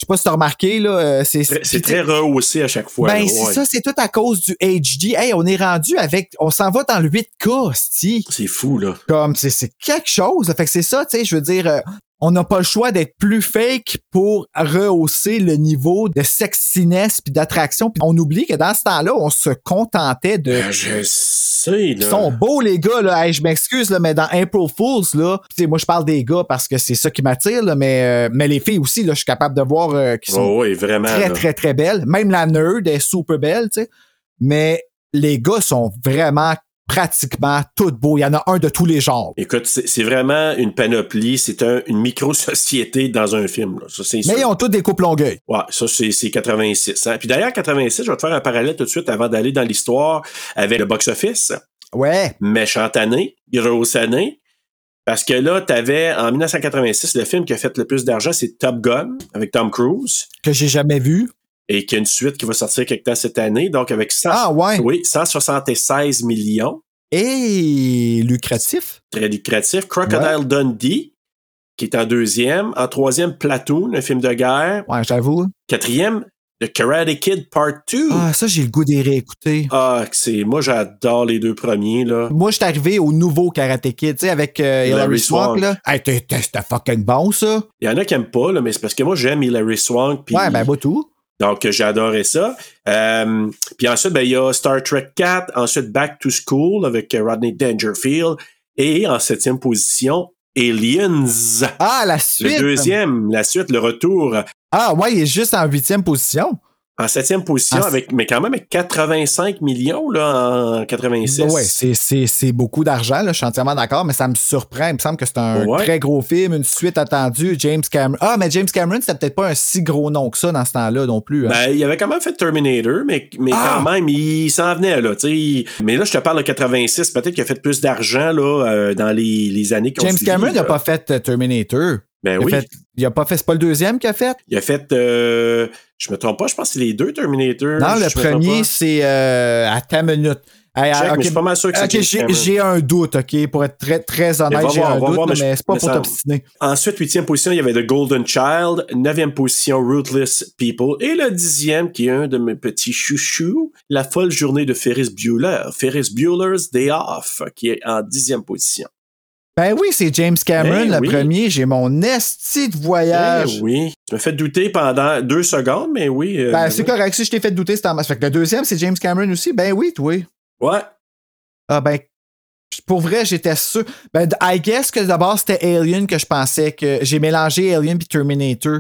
Speaker 5: Je sais pas si t'as remarqué, là, euh, c'est...
Speaker 6: Très- C'est
Speaker 5: puis, tu
Speaker 6: très
Speaker 5: sais,
Speaker 6: rehaussé à chaque fois.
Speaker 5: ben,
Speaker 6: là,
Speaker 5: c'est
Speaker 6: ouais.
Speaker 5: ça, c'est tout à cause du HD. Hey, on est rendu avec... On s'en va dans le 8K, si.
Speaker 6: C'est fou, là.
Speaker 5: Comme c'est c'est quelque chose. Fait que c'est ça, tu sais, je veux dire, euh, on n'a pas le choix d'être plus fake pour rehausser le niveau de sexiness puis d'attraction. Puis on oublie que dans ce temps-là, on se contentait de.
Speaker 6: Ben, je sais,
Speaker 5: Ils
Speaker 6: là.
Speaker 5: sont beaux les gars là, Hey, je m'excuse là, mais dans April Fools là, tu sais, moi je parle des gars parce que c'est ça qui m'attire là, mais euh, mais les filles aussi là, je suis capable de voir euh, qu'ils sont
Speaker 6: Oh, oui, vraiment.
Speaker 5: très
Speaker 6: là.
Speaker 5: très très belles. Même la nerd est super belle, tu sais. Mais les gars sont vraiment pratiquement tous beaux. Il y en a un de tous les genres.
Speaker 6: Écoute, c'est c'est vraiment une panoplie. C'est un- une micro-société dans un film. Là. Ça, c'est
Speaker 5: Mais
Speaker 6: sûr.
Speaker 5: ils ont tous des coupes longueuil.
Speaker 6: Ouais, ça, c'est c'est 86. hein. Puis d'ailleurs, 86, je vais te faire un parallèle tout de suite avant d'aller dans l'histoire avec le box-office.
Speaker 5: Ouais.
Speaker 6: Méchante année, grosse année. Parce que là, t'avais, en 1986, le film qui a fait le plus d'argent, c'est Top Gun avec Tom Cruise.
Speaker 5: Que j'ai jamais vu.
Speaker 6: Et qui a une suite qui va sortir quelque temps cette année. Donc, avec 100,
Speaker 5: Ah ouais.
Speaker 6: oui, 176 millions.
Speaker 5: Et lucratif.
Speaker 6: très lucratif. Crocodile Dundee, qui est en deuxième. En troisième, Platoon, un film de guerre.
Speaker 5: Ouais, j'avoue.
Speaker 6: Quatrième, The Karate Kid Part 2. Ah,
Speaker 5: Ah, ça, j'ai le goût d'y réécouter.
Speaker 6: c'est, moi, j'adore les deux premiers, là.
Speaker 5: Moi, je suis arrivé au nouveau Karate Kid, tu sais, avec euh,
Speaker 6: Hilary
Speaker 5: Hilary Swank,
Speaker 6: Swank.
Speaker 5: là. Hey, t'es- t'es- c'était fucking bon, ça.
Speaker 6: Il y en a qui aiment pas, là, mais c'est parce que moi, j'aime Hilary Swank. puis
Speaker 5: Ouais, ben, pas tout.
Speaker 6: Donc, euh, j'ai adoré ça. Euh, puis ensuite, ben, il y a Star Trek 4, ensuite Back to School avec euh, Rodney Dangerfield. Et en septième position, Aliens.
Speaker 5: Ah, la
Speaker 6: Le
Speaker 5: suite.
Speaker 6: deuxième, la suite, le retour.
Speaker 5: Ah, ouais, il est juste en huitième position.
Speaker 6: En septième position,
Speaker 5: En-
Speaker 6: avec, mais quand même avec 85 millions là, en 86.
Speaker 5: Ouais, c'est- c'est c'est beaucoup d'argent, là. Je suis entièrement d'accord, mais ça me surprend. Il me semble que c'est un
Speaker 6: Ouais.
Speaker 5: très gros film, une suite attendue. James Cameron. Ah, mais James Cameron, c'était peut-être pas un si gros nom que ça dans ce temps-là non plus. hein.
Speaker 6: Ben, il avait quand même fait Terminator, mais, mais
Speaker 5: Ah!
Speaker 6: quand même, il s'en venait. Là, tu sais. Il- mais là, je te parle de 86, peut-être qu'il a fait plus d'argent là, euh, dans les, les années qu'on
Speaker 5: James Cameron n'a pas fait euh, Terminator.
Speaker 6: Ben
Speaker 5: Il a
Speaker 6: oui,
Speaker 5: fait- il a pas fait, c'est pas le deuxième qu'il a fait?
Speaker 6: il a fait... euh, je me trompe pas, je pense que c'est les deux Terminator.
Speaker 5: non,
Speaker 6: Euh, je
Speaker 5: le
Speaker 6: me trompe
Speaker 5: premier,
Speaker 6: pas.
Speaker 5: c'est euh, à ta minute. Hey,
Speaker 6: Check,
Speaker 5: ah,
Speaker 6: mais
Speaker 5: ok,
Speaker 6: je suis pas mal sûr que
Speaker 5: ok,
Speaker 6: c'est James
Speaker 5: j'ai,
Speaker 6: Cameron.
Speaker 5: j'ai un doute, OK? Pour être très, très
Speaker 6: Mais
Speaker 5: honnête,
Speaker 6: va
Speaker 5: j'ai
Speaker 6: voir,
Speaker 5: un
Speaker 6: va
Speaker 5: doute,
Speaker 6: voir,
Speaker 5: là,
Speaker 6: mais je-
Speaker 5: mais c'est pas
Speaker 6: mais
Speaker 5: pour
Speaker 6: ça-
Speaker 5: t'obstiner.
Speaker 6: Ensuite, huitième position, il y avait The Golden Child. Neuvième position, Ruthless People. Et le dixième, qui est un de mes petits chouchous, La folle journée de Ferris Bueller. Ferris Bueller's Day Off, qui est en dixième position.
Speaker 5: Ben oui, c'est James Cameron,
Speaker 6: Ben
Speaker 5: le
Speaker 6: oui.
Speaker 5: premier. J'ai mon esti de
Speaker 6: Eh
Speaker 5: voyage.
Speaker 6: oui. Tu m'as fait douter pendant deux secondes, mais oui. euh,
Speaker 5: Ben, c'est correct. Si je t'ai fait douter, c'est en masse. Fait que le deuxième, c'est James Cameron aussi. Ben oui, toi.
Speaker 6: Ouais.
Speaker 5: Ah ben, pour vrai, j'étais sûr. Ben, I guess que d'abord, c'était Alien que je pensais que... J'ai mélangé Alien puis Terminator.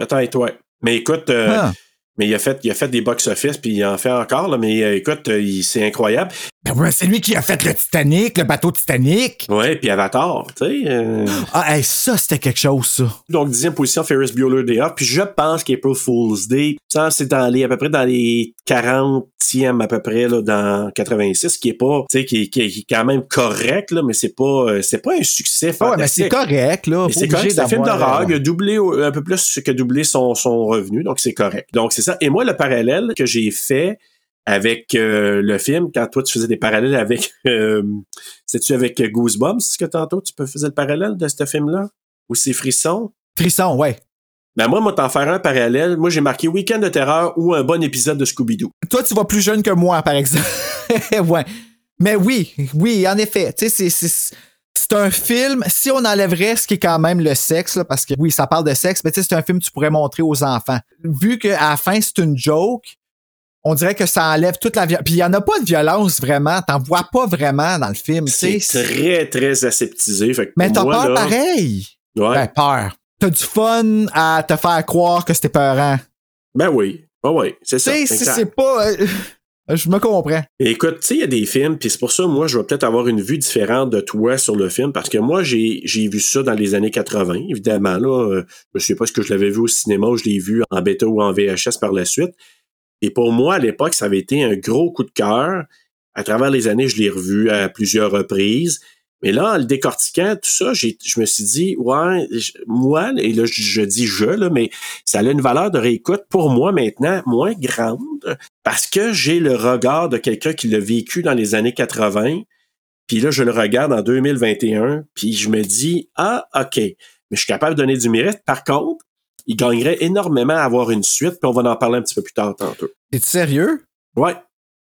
Speaker 6: Attends, et toi. Mais écoute, euh,
Speaker 5: Ah.
Speaker 6: mais il a fait, il a fait des box-office, puis il en fait encore, là, mais euh, écoute, euh, il- c'est incroyable.
Speaker 5: Ben ouais, c'est lui qui a fait le Titanic, le bateau Titanic.
Speaker 6: Ouais, puis Avatar, tu sais. euh,
Speaker 5: Ah, hey, ça, c'était quelque chose, ça.
Speaker 6: Donc, dixième position, Ferris Bueller Day Off. Puis je pense qu'April Fool's Day, ça, c'est dans les, à peu près dans les 40e à peu près, là, dans 86, qui est pas, tu sais, qui, qui, qui est quand même correct, là, mais c'est pas, euh, c'est pas un succès
Speaker 5: Ah ouais, mais c'est
Speaker 6: fantastique.
Speaker 5: correct, là.
Speaker 6: Mais
Speaker 5: Faut
Speaker 6: c'est correct,
Speaker 5: obligé
Speaker 6: c'est un film
Speaker 5: d'avoir,
Speaker 6: d'horreur.
Speaker 5: euh,
Speaker 6: Il a doublé au- un peu plus que doublé son, son revenu, donc c'est correct. Donc c'est ça. Et moi, le parallèle que j'ai fait avec euh, le film, quand toi tu faisais des parallèles avec, euh, c'est-tu avec Goosebumps que tantôt tu peux faisais le parallèle de ce film-là? Ou c'est Frisson?
Speaker 5: Frisson, ouais.
Speaker 6: Ben moi, moi, t'en faire un parallèle. Moi, j'ai marqué Week-end de terreur ou un bon épisode de Scooby-Doo.
Speaker 5: Toi, tu vas plus jeune que moi, par exemple. ouais. Mais oui, oui, en effet. Tu sais, c'est- c'est. C'est un film, si on enlèverait ce qui est quand même le sexe, là, parce que oui, ça parle de sexe, mais tu sais, c'est un film que tu pourrais montrer aux enfants. Vu qu'à la fin, c'est une joke, on dirait que ça enlève toute la violence. Puis il n'y en a pas de violence vraiment, t'en vois pas vraiment dans le film. tu
Speaker 6: C'est
Speaker 5: sais.
Speaker 6: très, très aseptisé. Fait que
Speaker 5: Mais t'as
Speaker 6: pour moi,
Speaker 5: peur
Speaker 6: là,
Speaker 5: pareil.
Speaker 6: ouais.
Speaker 5: Ben,
Speaker 6: ben,
Speaker 5: peur. T'as du fun à te faire croire que c'était peurant.
Speaker 6: oui. Ben oui, c'est
Speaker 5: Tu
Speaker 6: ça.
Speaker 5: sais, c'est
Speaker 6: exact.
Speaker 5: c'est pas. euh, je me comprends.
Speaker 6: Et Écoute, tu sais, il y a des films, puis c'est pour ça, moi, je vais peut-être avoir une vue différente de toi sur le film, parce que moi, j'ai j'ai vu ça dans les années 80, évidemment. Là, euh, je sais pas ce que je l'avais vu au cinéma ou je l'ai vu en bêta ou en VHS par la suite. Et pour moi, à l'époque, ça avait été un gros coup de cœur
Speaker 8: à travers les années, je l'ai revu à plusieurs reprises. Mais là, en le décortiquant, tout ça, j'ai, je me suis dit, ouais, je- moi, et là, je, je dis je, là, mais ça a une valeur de réécoute pour moi maintenant moins grande parce que j'ai le regard de quelqu'un qui l'a vécu dans les années 80. Puis là, je le regarde en 2021, puis je me dis, ah, OK, mais je suis capable de donner du mérite. Par contre, il gagnerait énormément à avoir une suite, puis on va en parler un petit peu plus tard tantôt.
Speaker 5: T'es-tu sérieux?
Speaker 8: Ouais.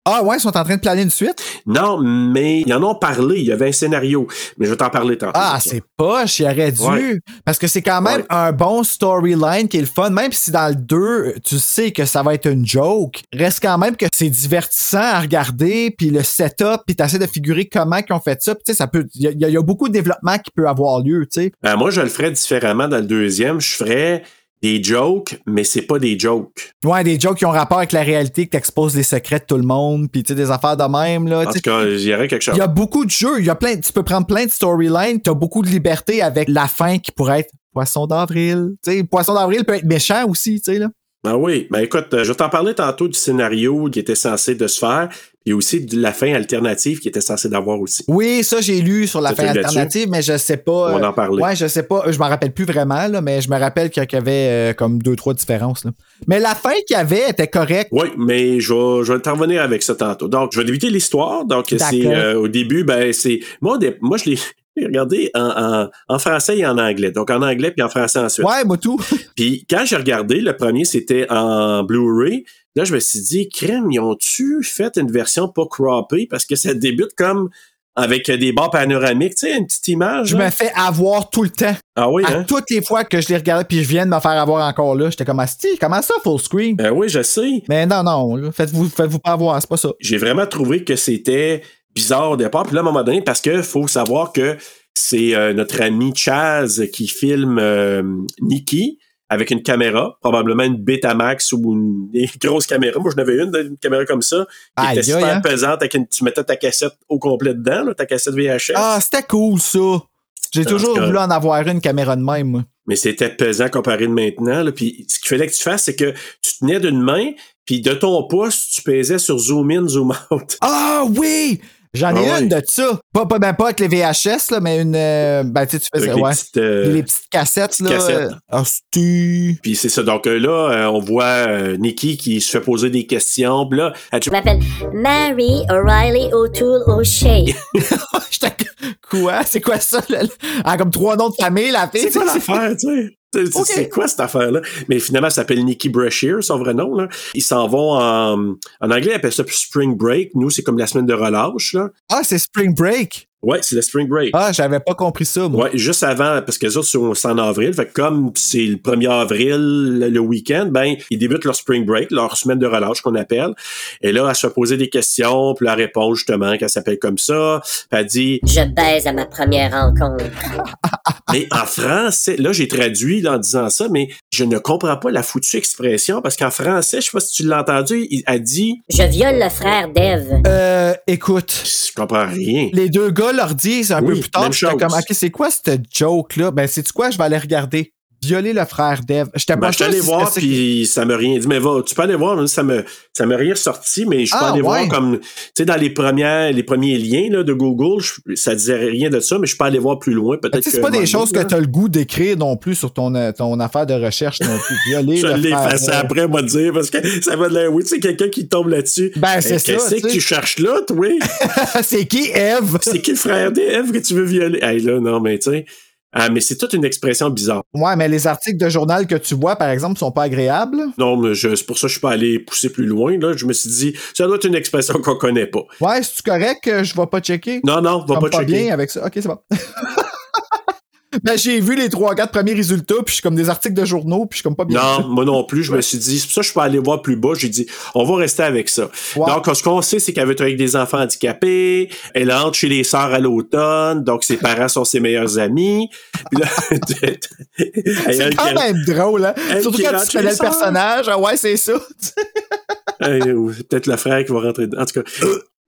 Speaker 5: Ah ouais, ils sont en train de planer une suite?
Speaker 8: Non, mais ils en ont parlé. Il y avait un scénario, mais je vais t'en parler tantôt.
Speaker 5: Ah, c'est poche, il aurait dû.
Speaker 8: Ouais.
Speaker 5: Parce que c'est quand même
Speaker 8: Ouais.
Speaker 5: un bon storyline qui est le fun, même si dans le 2, tu sais que ça va être une joke, reste quand même que c'est divertissant à regarder, puis le setup, puis t'essaies de figurer comment ils ont fait ça, puis tu sais, ça peut, il y a- il y, a- il y a beaucoup de développement qui peut avoir lieu, tu sais.
Speaker 8: Ben, moi, je le ferais différemment dans le deuxième. Je ferais des jokes, mais c'est pas des jokes.
Speaker 5: Ouais, des jokes qui ont rapport avec la réalité, que t'exposes les secrets de tout le monde, puis tu sais, des affaires de même, là,
Speaker 8: En
Speaker 5: Ah, tu
Speaker 8: tout
Speaker 5: sais.
Speaker 8: cas, il y aurait quelque
Speaker 5: Il
Speaker 8: chose.
Speaker 5: y a beaucoup de jeux, il y a plein, tu peux prendre plein de storylines, tu as beaucoup de liberté avec la fin qui pourrait être Poisson d'avril. Tu sais, Poisson d'avril peut être méchant aussi, tu sais, là.
Speaker 8: Ben oui. Ben écoute, euh, je vais t'en parler tantôt du scénario qui était censé de se faire, puis aussi de la fin alternative qui était censée d'avoir aussi.
Speaker 5: Oui, ça, j'ai lu sur la
Speaker 8: T'as
Speaker 5: fin
Speaker 8: fait là-dessus?
Speaker 5: alternative, mais je sais pas.
Speaker 8: On va
Speaker 5: euh,
Speaker 8: en parler.
Speaker 5: Ouais, je sais pas. euh, Je m'en rappelle plus vraiment, là, mais je me rappelle qu'il y avait euh, comme deux, trois différences. là. Mais la fin qu'il y avait était correcte.
Speaker 8: Oui, mais je vais, je vais t'en revenir avec ça tantôt. Donc, je vais débuter l'histoire. Donc, c'est
Speaker 5: D'accord.
Speaker 8: euh, au début, ben c'est. Moi, au dé- moi je l'ai je l'ai regardé en, en, en français et en anglais. Donc, en anglais puis en français ensuite.
Speaker 5: Ouais, moi tout.
Speaker 8: Puis quand j'ai regardé, le premier, c'était en Blu-ray. Là, je me suis dit, crème, ils ont-tu fait une version pas croppée? Parce que ça débute comme avec des barres panoramiques, tu sais, une petite image.
Speaker 5: Je
Speaker 8: là.
Speaker 5: me fais avoir tout le temps.
Speaker 8: Ah oui,
Speaker 5: À
Speaker 8: hein?
Speaker 5: toutes les fois que je les regardais, puis je viens de me faire avoir encore là, j'étais comme Asti, comment ça, full screen?
Speaker 8: Ben oui, je sais.
Speaker 5: Mais non, non, là, faites-vous faites-vous pas avoir, c'est pas ça.
Speaker 8: J'ai vraiment trouvé que c'était bizarre au départ. Puis là, à un moment donné, parce que faut savoir que c'est euh, notre ami Chaz qui filme euh, Nikki avec une caméra, probablement une Betamax ou une, une grosse caméra. Moi, j'en avais une, une caméra comme ça. qui
Speaker 5: Aïe,
Speaker 8: était super
Speaker 5: aïe, hein.
Speaker 8: pesante. Avec une, tu mettais ta cassette au complet dedans, là, ta cassette VHS.
Speaker 5: Ah, c'était cool ça. J'ai
Speaker 8: Ah,
Speaker 5: toujours
Speaker 8: c'est
Speaker 5: voulu en avoir une caméra de même. moi.
Speaker 8: Mais c'était pesant comparé de maintenant. Là. Puis ce qu'il fallait que tu fasses, c'est que tu tenais d'une main, puis de ton pouce, tu pesais sur zoom in, zoom out.
Speaker 5: Ah oui! J'en ai
Speaker 8: Ah ouais.
Speaker 5: une de ça. Pas, pas, ben, pas avec les VHS, là, mais une. euh, ben, tu sais, tu
Speaker 8: Avec
Speaker 5: faisais.
Speaker 8: les
Speaker 5: ouais.
Speaker 8: petites, euh,
Speaker 5: les petites cassettes,
Speaker 8: petites
Speaker 5: là.
Speaker 8: cassettes.
Speaker 5: Ah, c'était-
Speaker 8: Puis c'est ça. Donc euh, là, euh, on voit euh, Nikki qui se fait poser des questions. Puis là, elle-
Speaker 9: Je m'appelle Mary O'Reilly O'Toole O'Shea.
Speaker 5: J'étais comme, Quoi? C'est quoi ça? là? Elle a comme trois noms de famille, la fille.
Speaker 8: c'est quoi l'affaire, tu sais? C'est- c'est-
Speaker 5: Ok.
Speaker 8: C'est quoi cette affaire-là? Mais finalement, elle s'appelle Nikki Brashear, son vrai nom. Là. Ils s'en vont en... En anglais, ils appellent ça Spring Break. Nous, c'est comme la semaine de relâche. Là.
Speaker 5: Ah, c'est Spring Break.
Speaker 8: Ouais, c'est le Spring Break.
Speaker 5: Ah, j'avais pas compris ça, moi.
Speaker 8: Ouais, juste avant, parce que les autres sont c'est en avril. Fait que comme c'est le 1er avril, le le week-end, ben, ils débutent leur spring break, leur semaine de relâche qu'on appelle. Et là, elle se fait poser des questions, puis la réponse, justement, qu'elle s'appelle comme ça. Puis elle dit,
Speaker 9: Je baise à ma première rencontre.
Speaker 8: mais en français, là, j'ai traduit là, en disant ça, mais je ne comprends pas la foutue expression, parce qu'en français, je sais pas si tu l'as entendu, il- elle dit,
Speaker 9: Je viole le frère d'Ève.
Speaker 5: Euh, écoute.
Speaker 8: je comprends rien.
Speaker 5: Les deux gars leur disent un
Speaker 8: Oui,
Speaker 5: peu plus tard.
Speaker 8: même
Speaker 5: J'étais
Speaker 8: chose.
Speaker 5: comme, OK, c'est quoi cette joke-là? Ben, c'est quoi? Je vais aller regarder. Violer le frère d'Eve. J'étais
Speaker 8: Ben,
Speaker 5: pas
Speaker 8: je suis
Speaker 5: sûr
Speaker 8: allé
Speaker 5: si
Speaker 8: voir,
Speaker 5: c'était-
Speaker 8: puis ça m'a rien dit. Mais va, tu peux aller voir, là, ça me, ça m'a rien sorti, mais je peux
Speaker 5: Ah,
Speaker 8: aller voir
Speaker 5: ouais.
Speaker 8: comme, tu sais, dans les premières, les premiers liens, là, de Google, je- ça disait rien de ça, mais je peux aller voir plus loin,
Speaker 5: Ben,
Speaker 8: peut-être
Speaker 5: tu sais,
Speaker 8: que.
Speaker 5: C'est pas
Speaker 8: un
Speaker 5: des
Speaker 8: moment
Speaker 5: choses que
Speaker 8: donné,
Speaker 5: tu as le goût d'écrire non plus sur ton, euh, ton affaire de recherche non plus. Violer
Speaker 8: Je
Speaker 5: le euh,
Speaker 8: l'ai
Speaker 5: frère
Speaker 8: effacé
Speaker 5: d'Ève.
Speaker 8: Ben, après, moi, dire, parce que ça va de l'air. Oui, tu sais, quelqu'un qui tombe là-dessus.
Speaker 5: Ben, c'est
Speaker 8: Hey,
Speaker 5: ça,
Speaker 8: Qu'est-ce
Speaker 5: tu
Speaker 8: que
Speaker 5: sais.
Speaker 8: tu cherches là, toi?
Speaker 5: c'est qui, Eve?
Speaker 8: c'est qui le frère d'Ève que tu veux violer? Hey, là, non, mais tu sais. Ah, mais c'est toute une expression bizarre.
Speaker 5: Ouais, mais les articles de journal que tu vois, par exemple, sont pas agréables.
Speaker 8: Non, mais je- c'est pour ça que je suis pas allé pousser plus loin, là. Je me suis dit, ça doit être une expression qu'on connaît pas.
Speaker 5: Ouais, c'est correct que je vais pas checker.
Speaker 8: Non, non, va
Speaker 5: Comme
Speaker 8: pas, checker.
Speaker 5: bien avec ça. OK, c'est bon. ben, j'ai vu les trois, quatre premiers résultats, puis je suis comme des articles de journaux, puis je suis comme pas bien.
Speaker 8: Non, moi non plus, je me suis dit, c'est pour ça que je peux aller voir plus bas, j'ai dit, on va rester avec ça.
Speaker 5: Ouais.
Speaker 8: Donc, ce qu'on sait, c'est qu'elle veut être avec des enfants handicapés, elle entre chez les sœurs à l'automne, donc ses parents sont ses meilleurs amis. Puis là, Elle a un
Speaker 5: C'est quand
Speaker 8: car-
Speaker 5: même drôle, hein?
Speaker 8: Elle
Speaker 5: Surtout
Speaker 8: qui
Speaker 5: quand
Speaker 8: rentre
Speaker 5: tu
Speaker 8: chez
Speaker 5: connais
Speaker 8: les
Speaker 5: le
Speaker 8: sœurs.
Speaker 5: personnage. Ah ouais, c'est ça.
Speaker 8: Euh, ou c'est peut-être le frère qui va rentrer dedans. En tout cas,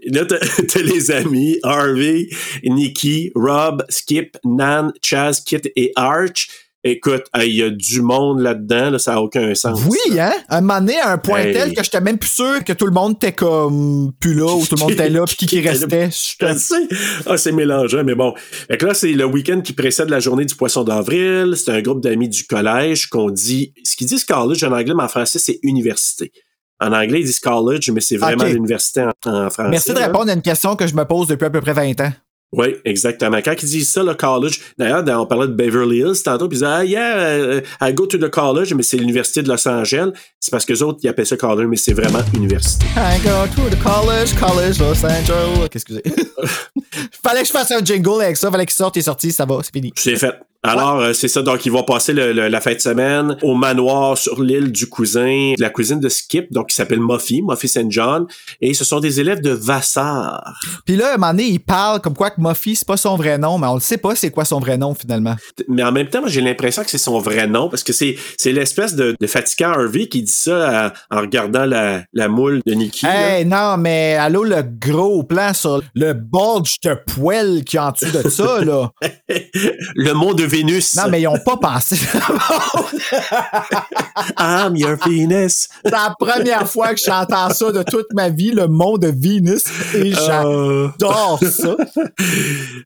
Speaker 8: là, t'as t'as les amis, Harvey, Nikki, Rob, Skip, Nan, Chaz, Kit et Arch. Écoute, hey, il y a du monde là-dedans, là, ça n'a aucun sens.
Speaker 5: Oui, hein? Un moment donné, à un point
Speaker 8: Hey.
Speaker 5: tel que j'étais même plus sûr que tout le monde était comme plus là ou tout le monde était là puis qui, qui
Speaker 8: était là?
Speaker 5: restait.
Speaker 8: Je le sais. Ah, c'est mélangeant, mais bon. Fait que là, c'est le week-end qui précède la journée du poisson d'avril. C'est un groupe d'amis du collège qu'on dit. Ce qu'ils disent college en anglais, mais en français, c'est université. En anglais, ils disent college, mais c'est vraiment
Speaker 5: Ok.
Speaker 8: l'université en, en français.
Speaker 5: Merci de
Speaker 8: là.
Speaker 5: répondre à une question que je me pose depuis à peu près 20 ans.
Speaker 8: Oui, exactement. Quand ils disent ça, le college, d'ailleurs, dans- on parlait de Beverly Hills tantôt, puis ils disaient, ah, yeah, euh, I go to the college, mais c'est l'université de Los Angeles. C'est parce qu'eux autres, ils appellent ça college, mais c'est vraiment université.
Speaker 5: I go to the college, college Los Angeles. Excusez. fallait que je fasse un jingle avec ça, fallait qu'il sorte, il est sorti, ça va, c'est fini.
Speaker 8: C'est fait. Alors, euh, c'est ça. Donc, ils vont passer le- le- la fin de semaine au manoir sur l'île du cousin, de la cousine de Skip, donc qui s'appelle Muffy, Muffy St. John. Et ce sont des élèves de Vassar.
Speaker 5: Puis là, à un moment donné, il parle comme quoi que Muffy, c'est pas son vrai nom, mais on le sait pas c'est quoi son vrai nom finalement.
Speaker 8: Mais en même temps, moi, j'ai l'impression que c'est son vrai nom parce que c'est c'est l'espèce de, de fatigant Harvey qui dit ça à- en regardant la, la moule de Nikki. là.
Speaker 5: Hey, non, mais allô, le gros plan sur le bulge de poêle qui est en dessous de ça, là.
Speaker 8: le mont de Vénus.
Speaker 5: Non, mais ils ont pas pensé.
Speaker 8: I'm your Venus.
Speaker 5: C'est la première fois que j'entends ça de toute ma vie, le monde de Venus, et
Speaker 8: Euh.
Speaker 5: j'adore ça.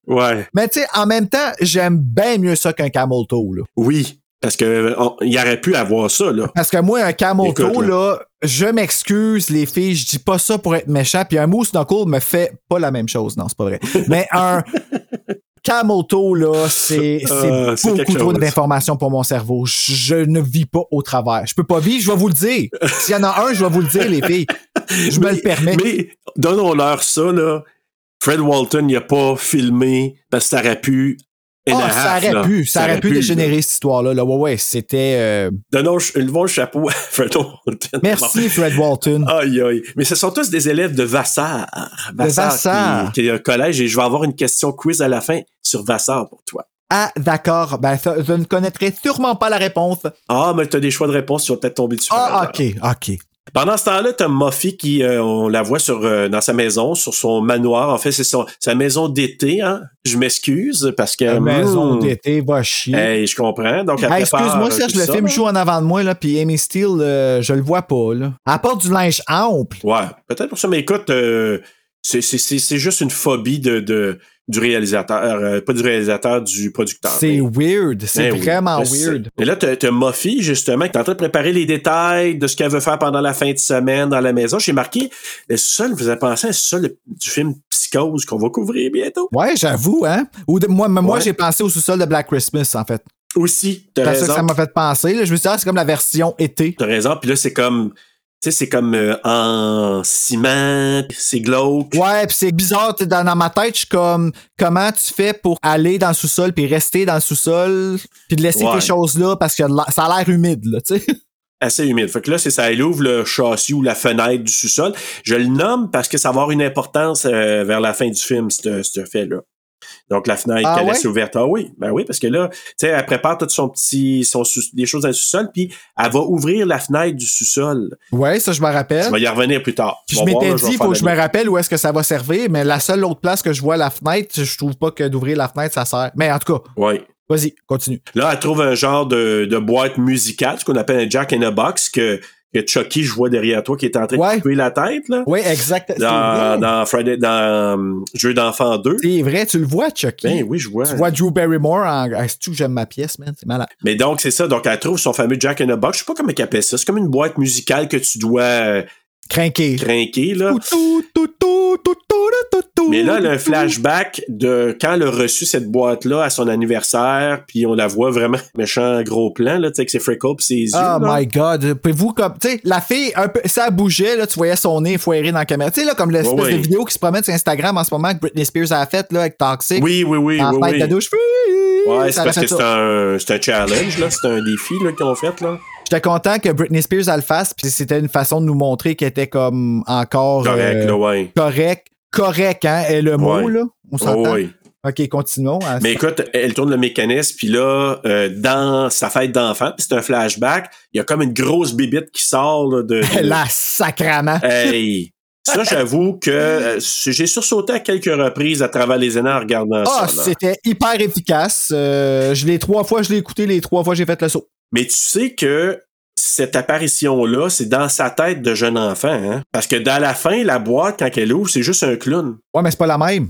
Speaker 8: Ouais.
Speaker 5: Mais tu sais, en même temps, j'aime bien mieux ça qu'un camel toe, là.
Speaker 8: Oui. Parce que euh, on- il aurait pu avoir ça, là.
Speaker 5: Parce que moi, un camel
Speaker 8: Écoute,
Speaker 5: toe,
Speaker 8: là.
Speaker 5: là, je m'excuse, les filles, je dis pas ça pour être méchant, puis un moose knuckle me fait pas la même chose, non, c'est pas vrai. Mais un camel toe, là, c'est c'est
Speaker 8: Euh, c'est
Speaker 5: beaucoup
Speaker 8: quelque
Speaker 5: trop
Speaker 8: chose.
Speaker 5: d'informations pour mon cerveau. Je je ne vis pas au travers. Je peux pas vivre, je vais vous le dire. S'il y en a un, je vais vous le dire, les filles. Je me
Speaker 8: Mais-
Speaker 5: le permets.
Speaker 8: Mais donnons-leur ça, là. Fred Walton, il a pas filmé parce que ça aurait pu. and
Speaker 5: Ah,
Speaker 8: a
Speaker 5: ça
Speaker 8: half,
Speaker 5: aurait
Speaker 8: là.
Speaker 5: pu, ça, aurait pu
Speaker 8: là.
Speaker 5: dégénérer cette histoire-là. Là. Ouais, ouais, c'était. euh,
Speaker 8: Donnons ch- levons le chapeau à Fred Walton.
Speaker 5: Merci,
Speaker 8: Bon.
Speaker 5: Fred Walton.
Speaker 8: Aïe, aïe. Mais ce sont tous des élèves de Vassar.
Speaker 5: Vassar.
Speaker 8: Qui, qui est un collège et je vais avoir une question quiz à la fin sur Vassar pour toi.
Speaker 5: Ah, d'accord. Ben, ça, je ne connaîtrai sûrement pas la réponse.
Speaker 8: Ah, mais t'as des choix de réponse, tu vas peut-être tomber dessus. par
Speaker 5: Ah,
Speaker 8: hasard.
Speaker 5: ok,
Speaker 8: Eh,
Speaker 5: ok.
Speaker 8: Pendant ce temps-là, t'as Muffy qui, euh, on la voit sur euh, dans sa maison, sur son manoir. En fait, c'est son- sa maison d'été. Hein? Je m'excuse parce que...
Speaker 5: La maison
Speaker 8: hmm,
Speaker 5: d'été va chier.
Speaker 8: Hey, je comprends. Donc, elle
Speaker 5: Ah,
Speaker 8: prépare,
Speaker 5: Excuse-moi,
Speaker 8: euh,
Speaker 5: Serge,
Speaker 8: tout
Speaker 5: le
Speaker 8: ça,
Speaker 5: film
Speaker 8: là.
Speaker 5: joue en avant de moi, là, puis Amy Steele, euh, je le vois pas, là. À part du linge ample.
Speaker 8: Ouais, peut-être pour ça. Mais écoute, euh, c'est c'est- c'est- c'est juste une phobie de, de- du réalisateur. euh, pas du réalisateur, du producteur.
Speaker 5: C'est weird. C'est
Speaker 8: Ben oui,
Speaker 5: vraiment
Speaker 8: je sais.
Speaker 5: weird.
Speaker 8: Et là, t'as t'as Muffy, justement, qui est en train de préparer les détails de ce qu'elle veut faire pendant la fin de semaine dans la maison. J'ai marqué, le seul, vous avez pensé, c'est ça le- du film Psychose qu'on va couvrir bientôt.
Speaker 5: Ouais, j'avoue, hein. Ou de- moi, moi
Speaker 8: Ouais.
Speaker 5: j'ai pensé au sous-sol de Black Christmas, en fait.
Speaker 8: Aussi, t'as
Speaker 5: C'est ça que ça
Speaker 8: raison.
Speaker 5: m'a fait penser. là. Je me suis dit, ah, c'est comme la version été.
Speaker 8: T'as raison. Puis là, c'est comme, tu sais, c'est comme euh, en ciment, c'est glauque.
Speaker 5: Ouais, puis c'est bizarre. t'es Dans, dans ma tête, je suis comme, comment tu fais pour aller dans le sous-sol puis rester dans le sous-sol puis de laisser
Speaker 8: Ouais.
Speaker 5: tes choses là parce que la- ça a l'air humide, là, tu sais.
Speaker 8: assez humide. Fait que là, c'est ça, elle ouvre le châssis ou la fenêtre du sous-sol. Je le nomme parce que ça va avoir une importance euh, vers la fin du film, ce ce fait-là. Donc, la fenêtre
Speaker 5: Ah
Speaker 8: qu'elle
Speaker 5: ouais?
Speaker 8: laisse ouverte. Ah oui, ben oui, parce que là, tu sais, elle prépare tout son petit, son sous- des choses dans le sous-sol, puis elle va ouvrir la fenêtre du sous-sol.
Speaker 5: Ouais, ça, je me rappelle.
Speaker 8: Je vais y revenir plus tard.
Speaker 5: Puis
Speaker 8: Tu
Speaker 5: je
Speaker 8: vas voir,
Speaker 5: m'étais
Speaker 8: là, vais
Speaker 5: dit,
Speaker 8: faire
Speaker 5: faut
Speaker 8: la
Speaker 5: que je me
Speaker 8: liste.
Speaker 5: rappelle où est-ce que ça va servir, mais la seule autre place que je vois à la fenêtre, je trouve pas que d'ouvrir la fenêtre, ça sert. Mais en tout cas,
Speaker 8: Ouais.
Speaker 5: vas-y, continue.
Speaker 8: Là, elle trouve un genre de, de boîte musicale, ce qu'on appelle un Jack in a Box, que, que Chucky, je vois derrière toi, qui est en train
Speaker 5: Ouais.
Speaker 8: de couper la tête, là.
Speaker 5: Oui, exact. C'est
Speaker 8: Dans,
Speaker 5: vrai.
Speaker 8: dans Friday, dans euh, Jeu d'enfant 2.
Speaker 5: C'est vrai, tu le vois, Chucky.
Speaker 8: Ben oui, je vois.
Speaker 5: Tu vois Drew Barrymore en. Ah, C'est tout que j'aime ma pièce, man. C'est malade.
Speaker 8: Mais donc, c'est ça. Donc, elle trouve son fameux Jack in a Box. Je sais pas comment elle appelle ça. C'est comme une boîte musicale que tu dois euh,
Speaker 5: Crinqué.
Speaker 8: crinquer, là.
Speaker 5: Tout, tout, tout, tout, tout, tout, tout, tout,
Speaker 8: Mais là, le
Speaker 5: tout.
Speaker 8: flashback de quand elle a reçu cette boîte-là à son anniversaire, puis on la voit vraiment méchant gros plan, là, tu sais, que c'est Freckle pis ses yeux.
Speaker 5: Oh
Speaker 8: là.
Speaker 5: my god. Pouvez-vous comme. Tu sais, la fille, un peu, ça bougeait, là, tu voyais son nez foiré dans la caméra. Tu sais, là, comme l'espèce
Speaker 8: Ouais, ouais.
Speaker 5: de vidéo qui se promène sur Instagram en ce moment que Britney Spears a faite, là, avec Toxic.
Speaker 8: Oui, oui, oui,
Speaker 5: en
Speaker 8: oui.
Speaker 5: fête de
Speaker 8: oui.
Speaker 5: douche.
Speaker 8: Ouais,
Speaker 5: Ça
Speaker 8: c'est parce
Speaker 5: aurait
Speaker 8: que
Speaker 5: fait
Speaker 8: c'est
Speaker 5: ça.
Speaker 8: un, c'est un challenge, là. C'est un défi, là, qu'ils ont fait, là.
Speaker 5: J'étais content que Britney Spears elle le fasse, puis c'était une façon de nous montrer qu'elle était comme encore
Speaker 8: Correct,
Speaker 5: euh,
Speaker 8: là, ouais.
Speaker 5: correct, correct, hein, est le mot
Speaker 8: Ouais.
Speaker 5: là. On
Speaker 8: Oh,
Speaker 5: s'entend.
Speaker 8: oui.
Speaker 5: Ok, continuons. Ah,
Speaker 8: Mais Ben, écoute, elle tourne le mécanisme, puis là, euh, dans sa fête d'enfant, puis c'est un flashback, il y a comme une grosse bibite qui sort là, de, de-
Speaker 5: La sacrament.
Speaker 8: Hey! Ça, j'avoue que euh, j'ai sursauté à quelques reprises à travers les années en regardant
Speaker 5: Ah,
Speaker 8: ça. là.
Speaker 5: c'était hyper efficace. Euh, je l'ai trois fois, je l'ai écouté, les trois fois, j'ai fait le saut.
Speaker 8: Mais tu sais que cette apparition-là, c'est dans sa tête de jeune enfant. hein? Parce que dans la fin, la boîte, quand elle ouvre, c'est juste un clown.
Speaker 5: Ouais, mais c'est pas la même.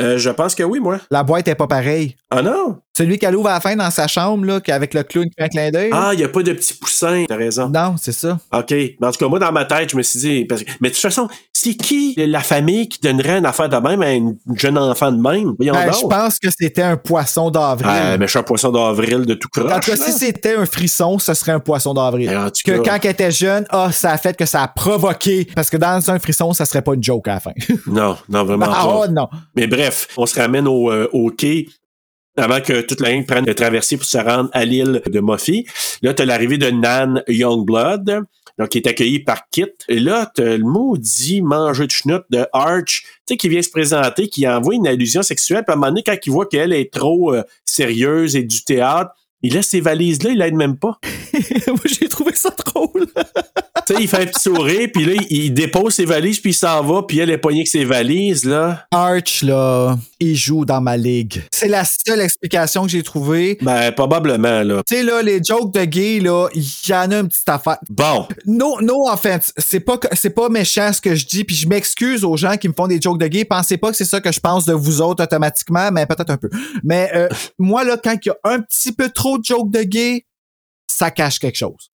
Speaker 8: Euh, je pense que oui, moi.
Speaker 5: La boîte est pas pareille.
Speaker 8: Ah non?
Speaker 5: Celui qu'elle ouvre à la fin dans sa chambre, là, avec le clown qui fait un clin d'œil. là.
Speaker 8: Ah, il n'y a pas de petit poussin. T'as raison.
Speaker 5: Non, c'est ça.
Speaker 8: OK. Mais en tout cas, moi, dans ma tête, je me suis dit. parce que- Mais de toute façon, c'est qui la famille qui donnerait une affaire de même à une jeune enfant de même? Voyons
Speaker 5: Ben,
Speaker 8: donc.
Speaker 5: je pense que c'était un poisson d'avril.
Speaker 8: Ah, mais je suis un poisson d'avril de tout croche.
Speaker 5: Ben, en tout cas, si
Speaker 8: là. Ben,
Speaker 5: c'était un frisson, ce serait un poisson d'avril.
Speaker 8: En tout
Speaker 5: Que
Speaker 8: cas,
Speaker 5: quand elle était jeune, ah, ça a fait que ça a provoqué. Parce que dans un frisson, ça serait pas une joke à la fin.
Speaker 8: Non, non, vraiment
Speaker 5: ah,
Speaker 8: pas.
Speaker 5: oh, non.
Speaker 8: Mais bref, on se ramène au, euh, au quai avant que toute la gang prenne le traversier pour se rendre à l'île de Mophie. Là, t'as l'arrivée de Nan Youngblood, donc qui est accueillie par Kit. Et là, t'as le maudit mangeur de schnout de Arch, tu sais, qui vient se présenter, qui envoie une allusion sexuelle. Puis à un moment donné, quand il voit qu'elle est trop euh, sérieuse et du théâtre, il laisse ses valises là, il l'aide même pas.
Speaker 5: Moi, j'ai trouvé ça drôle.
Speaker 8: Tu sais, il fait un petit sourire, puis là, il, il dépose ses valises, puis il s'en va, puis elle est poignée avec ses valises, là.
Speaker 5: Arch, là, il joue dans ma ligue. C'est la seule explication que j'ai trouvée.
Speaker 8: Ben, probablement, là.
Speaker 5: Tu sais, là, les jokes de gay, là, il y en a une petite affaire.
Speaker 8: Bon,
Speaker 5: No, no offense. C'est pas, que- c'est pas méchant ce que je dis, puis je m'excuse aux gens qui me font des jokes de gay. Pensez pas que c'est ça que je pense de vous autres automatiquement, mais peut-être un peu. Mais euh, moi, là, quand il y a un petit peu trop de jokes de gay, ça cache quelque chose.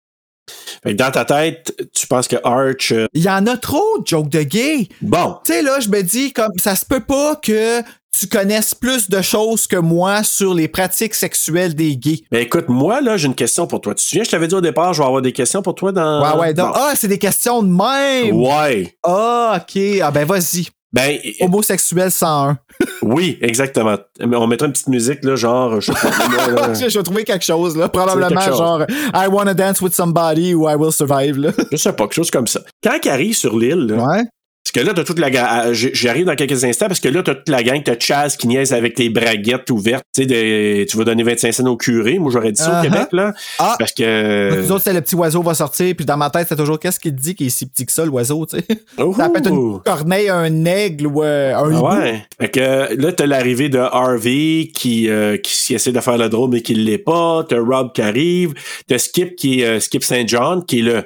Speaker 8: Fait que dans ta tête, tu penses que Arch. euh,
Speaker 5: Il y en a trop de jokes de gay.
Speaker 8: bon.
Speaker 5: Tu sais, là, je me dis, comme, ça se peut pas que tu connaisses plus de choses que moi sur les pratiques sexuelles des gays.
Speaker 8: Ben écoute, moi, là, j'ai une question pour toi. Tu te souviens, je t'avais dit au départ, je vais avoir des questions pour toi dans.
Speaker 5: Ouais, ouais, donc,
Speaker 8: Bon.
Speaker 5: ah, c'est des questions de même.
Speaker 8: Ouais.
Speaker 5: Ah, ok. Ah, ben, vas-y.
Speaker 8: Ben, euh,
Speaker 5: Homosexuel 101.
Speaker 8: oui, exactement. Mais on mettra une petite musique, là, genre, je sais pas, moi, là,
Speaker 5: je, je vais trouver quelque chose, là. Probablement,
Speaker 8: quelque chose.
Speaker 5: genre, I wanna dance with somebody ou I will survive, là.
Speaker 8: je sais pas, quelque chose comme ça. Quand il arrive sur l'île, là,
Speaker 5: Ouais.
Speaker 8: parce que là, t'as toute la gang, ah, j- j'arrive dans quelques instants, parce que là, t'as toute la gang, t'as Chaz qui niaise avec tes braguettes ouvertes, tu sais, des- tu vas donner 25 cents au curé, moi, j'aurais dit ça
Speaker 5: Uh-huh.
Speaker 8: au Québec, là,
Speaker 5: Ah.
Speaker 8: parce que...
Speaker 5: Nous autres, c'est le petit oiseau va sortir, puis dans ma tête, c'est toujours qu'est-ce qu'il dit qui est si petit que ça, l'oiseau, tu sais. Ça peut être une
Speaker 8: Ouhou.
Speaker 5: corneille, un aigle ou euh, un hibou.
Speaker 8: Oh! Ah ouais. Fait que là, t'as l'arrivée de Harvey qui, euh, qui, s- essaie de faire le drôle mais qui l'est pas. T'as Rob qui arrive. T'as Skip qui est euh, Skip St. John qui est le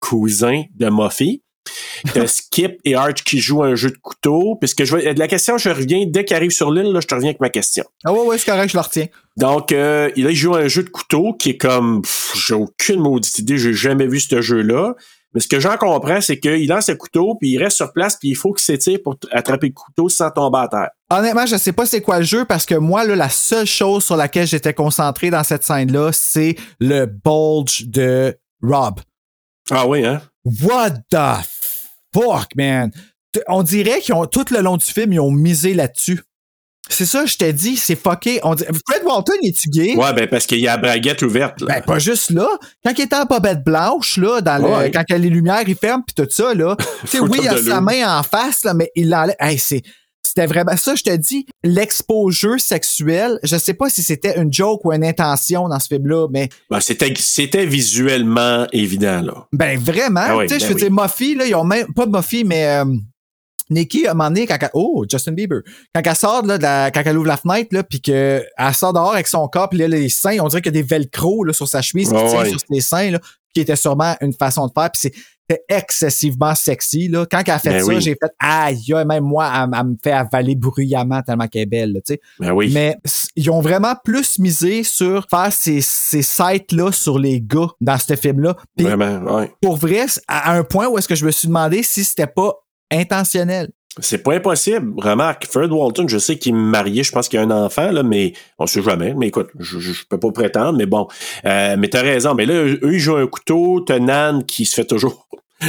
Speaker 8: cousin de Muffy. T'as Skip et Arch qui jouent à un jeu de couteau. Puisque je vais, la question, je reviens dès qu'il arrive sur l'île, là, je te reviens avec ma question.
Speaker 5: Ah ouais, ouais, c'est correct, je le retiens.
Speaker 8: Donc, euh, là, il joue à un jeu de couteau qui est comme, pff, j'ai aucune maudite idée, j'ai jamais vu ce jeu-là. Mais ce que j'en comprends, c'est qu'il lance le couteau, puis il reste sur place, puis il faut qu'il s'étire pour t- attraper le couteau sans tomber à terre.
Speaker 5: Honnêtement, je sais pas c'est quoi le jeu parce que moi, là, la seule chose sur laquelle j'étais concentré dans cette scène-là, c'est le bulge de Rob.
Speaker 8: Ah oui, hein?
Speaker 5: What the fuck, man? T- On dirait qu'ils ont, tout le long du film, ils ont misé là-dessus. C'est ça, je t'ai dit, c'est fucké. On dit- Fred Walton, est-tu gay?
Speaker 8: Ouais, ben parce qu'il y a la braguette ouverte. là.
Speaker 5: Ben, pas juste là. Quand il était en bobette blanche, là, dans le,
Speaker 8: Ouais.
Speaker 5: quand que les lumières, ils ferment pis tout ça, là. tu sais,
Speaker 8: Faut
Speaker 5: oui, il a
Speaker 8: top de
Speaker 5: sa
Speaker 8: l'eau.
Speaker 5: main en face, là, mais il l'enlève. Hey, c'est, c'était vraiment ça, je te dis. L'exposure sexuelle, je sais pas si c'était une joke ou une intention dans ce film-là, mais,
Speaker 8: Ben, c'était, c'était visuellement évident, là.
Speaker 5: ben, vraiment,
Speaker 8: Ah oui,
Speaker 5: tu sais,
Speaker 8: ben
Speaker 5: je veux
Speaker 8: oui.
Speaker 5: dire, Muffy, là, ils ont même, pas Muffy, mais, euh, Nikki, à un moment donné, quand elle- oh, Justin Bieber, quand elle sort, là, de la- quand elle ouvre la fenêtre, là, pis que, elle sort dehors avec son corps, pis là, les seins, on dirait qu'il y a des velcro, là, sur sa chemise, qui
Speaker 8: Ouais,
Speaker 5: tient
Speaker 8: ouais.
Speaker 5: sur ses seins, là, qui était sûrement une façon de faire, pis c'était excessivement sexy, là. Quand elle a fait
Speaker 8: Ben
Speaker 5: ça,
Speaker 8: oui.
Speaker 5: j'ai fait, aïe, aïe, même moi, elle, m- elle me fait avaler bruyamment tellement qu'elle est belle, là, tu sais.
Speaker 8: Ben oui.
Speaker 5: Mais s- ils ont vraiment plus misé sur faire ces, ces sites-là sur les gars dans ce film-là. Puis
Speaker 8: Vraiment, ouais.
Speaker 5: pour vrai, c- à un point où est-ce que je me suis demandé si c'était pas intentionnel.
Speaker 8: C'est pas impossible. Remarque, Fred Walton, je sais qu'il est marié, je pense qu'il a un enfant, là, mais on sait jamais. Mais écoute, je, je, je peux pas prétendre, mais bon. Euh, mais t'as raison. Mais là, eux, ils jouent un couteau, t'as Nan qui se fait toujours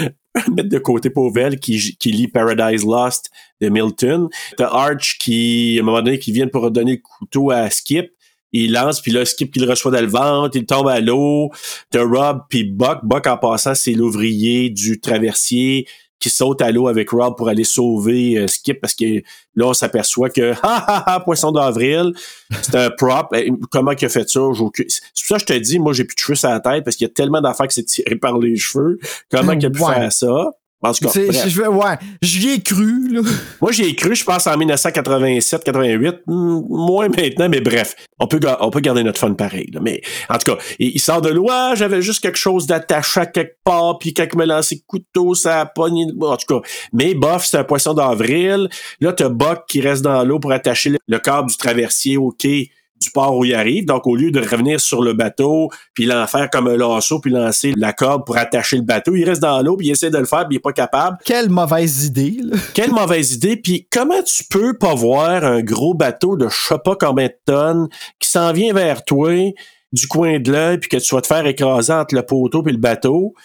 Speaker 8: mettre de côté Pauvel, qui, qui lit Paradise Lost de Milton. T'as Arch qui, à un moment donné, qui vient pour donner le couteau à Skip. Il lance, puis là, Skip, il le reçoit dans le ventre, il tombe à l'eau. T'as Rob, puis Buck. Buck, en passant, c'est l'ouvrier du traversier qui saute à l'eau avec Rob pour aller sauver euh, Skip parce que là, on s'aperçoit que ha ha ha, poisson d'avril, c'est un prop. Eh, Comment qu'il a fait ça? J'ai aucune- C'est pour ça que je te dis, moi, j'ai plus de cheveux sur la tête parce qu'il y a tellement d'affaires que c'est tiré par les cheveux. Comment qu'il a pu
Speaker 5: Ouais.
Speaker 8: faire ça? En tout cas,
Speaker 5: C'est-
Speaker 8: bref.
Speaker 5: je vais- ouais, j'y ai cru, là.
Speaker 8: Moi, j'y ai cru, je pense, en 1987-88. Hmm, Moins maintenant, mais bref. On peut, ga- on peut garder notre fun pareil. là. Mais en tout cas, il, il sort de loi, j'avais juste quelque chose d'attaché à quelque part, puis quand il m'a lancé le couteau, ça a pogné. le- En tout cas, mais bof, c'est un poisson d'avril. Là, t'as Buck qui reste dans l'eau pour attacher le, le câble du traversier au quai du port où il arrive. Donc, au lieu de revenir sur le bateau, puis l'en faire comme un lasso, puis lancer la corde pour attacher le bateau, il reste dans l'eau, puis il essaie de le faire, puis il est pas capable.
Speaker 5: Quelle mauvaise idée, là.
Speaker 8: Quelle mauvaise idée. Puis comment tu peux pas voir un gros bateau de je sais pas combien de tonnes qui s'en vient vers toi du coin de l'œil puis que tu vas te faire écraser entre le poteau puis le bateau?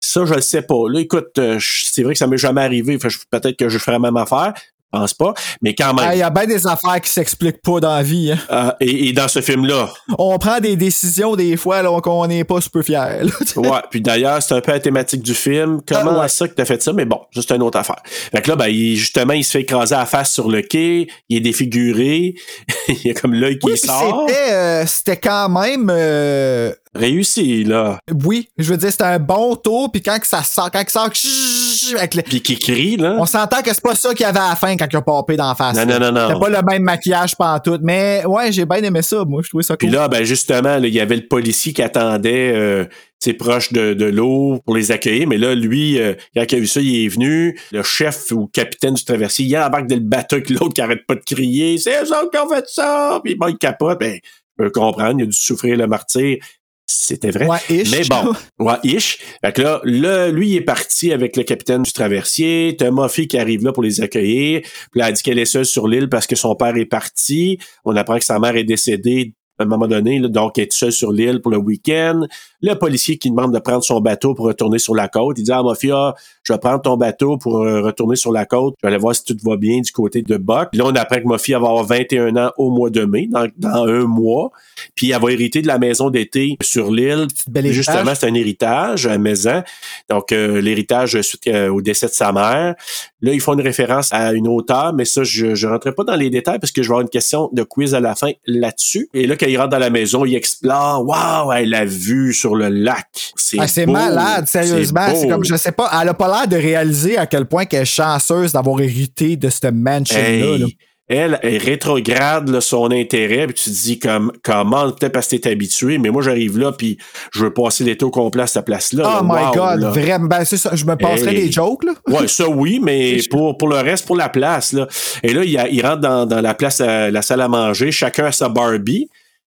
Speaker 8: Ça, je le sais pas. Là, écoute, euh, je- c'est vrai que ça m'est jamais arrivé. Fait que je- Peut-être que je ferai la même affaire. Je pense pas. Mais quand
Speaker 5: Ah, Il
Speaker 8: même.
Speaker 5: y a bien des affaires qui s'expliquent pas dans la vie. hein.
Speaker 8: Euh, et, et dans ce film-là.
Speaker 5: On prend des décisions des fois là, qu'on n'est pas super fiers. là.
Speaker 8: Ouais. Puis d'ailleurs, Ah, c'est un peu la thématique du film. Comment
Speaker 5: Ah ouais.
Speaker 8: ça que t'as fait ça? Mais bon, ça, c'est une autre affaire. Fait que là, ben, il- justement, il se fait écraser à la face sur le quai. Il est défiguré. il y a comme l'œil qui
Speaker 5: Oui, puis
Speaker 8: sort.
Speaker 5: c'était, euh, c'était quand même euh,
Speaker 8: réussi, là.
Speaker 5: oui, je veux dire c'était un bon tour puis quand que ça sort quand que ça sort chut, avec le-
Speaker 8: Puis qui crie, là.
Speaker 5: on s'entend que c'est pas ça qu'il y avait à la fin quand il a popé dans la face.
Speaker 8: Non,
Speaker 5: là.
Speaker 8: non, non, non.
Speaker 5: C'était pas le même maquillage pantoute, mais ouais, j'ai bien aimé ça, moi, je trouvais ça
Speaker 8: Puis
Speaker 5: cool.
Speaker 8: là, ben justement, là, il y avait le policier qui attendait, euh, tu sais, proche de, de l'eau pour les accueillir. Mais là, lui, euh, quand il a vu ça, il est venu. Le chef ou capitaine du traversier, il embarque de le bateau avec l'autre qui arrête pas de crier. C'est eux autres qui ont fait ça! Puis bon, il capote. Ben, je peux comprendre, il a dû souffrir le martyr. C'était vrai.
Speaker 5: Ouais, ish.
Speaker 8: Mais bon, ouais, ish. Fait que là, le- lui, il est parti avec le capitaine du traversier. T'as Murphy qui arrive là pour les accueillir. Puis là, elle dit qu'elle est seule sur l'île parce que son père est parti. On apprend que sa mère est décédée à un moment donné, là, donc elle est seule sur l'île pour le week-end. Le policier qui demande de prendre son bateau pour retourner sur la côte, il dit à Murphy, ah, je vais prendre ton bateau pour euh, retourner sur la côte. Je vais aller voir si tout va bien du côté de Buck. Puis là, on apprend que Murphy va avoir 21 ans au mois de mai, dans, dans un mois. Puis elle va hériter de la maison d'été sur l'île.
Speaker 5: Petite belle héritage.
Speaker 8: Justement, c'est un héritage, un maison. Donc, euh, l'héritage suite euh, au décès de sa mère. Là, ils font une référence à une auteure, mais ça, je ne rentrerai pas dans les détails parce que je vais avoir une question de quiz à la fin là-dessus. Et là, quand il rentre dans la maison, il explore. Waouh, elle a vue sur le lac. C'est
Speaker 5: Ah, c'est
Speaker 8: beau.
Speaker 5: malade, sérieusement. C'est
Speaker 8: beau.
Speaker 5: comme, je sais pas, elle a pas l'air de réaliser à quel point qu'elle est chanceuse d'avoir hérité de cette mansion-là.
Speaker 8: Hey,
Speaker 5: là.
Speaker 8: Elle, elle rétrograde là, son intérêt, puis tu te dis comme comment, peut-être parce que t'es habitué, mais moi j'arrive là, puis je veux passer l'été au complet à cette place-là.
Speaker 5: Oh
Speaker 8: là.
Speaker 5: my
Speaker 8: Wow,
Speaker 5: god,
Speaker 8: là.
Speaker 5: vraiment. Ben, c'est ça, je me passerais
Speaker 8: Hey.
Speaker 5: des jokes, là.
Speaker 8: Ouais, ça oui, mais
Speaker 5: C'est
Speaker 8: pour, pour le reste, pour la place. Là. Et là, il, y a- il rentre dans, dans la place, euh, la salle à manger, chacun a sa Barbie.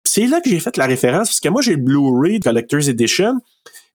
Speaker 8: C'est là que j'ai fait la référence, parce que moi, j'ai le Blu-ray Collector's Edition,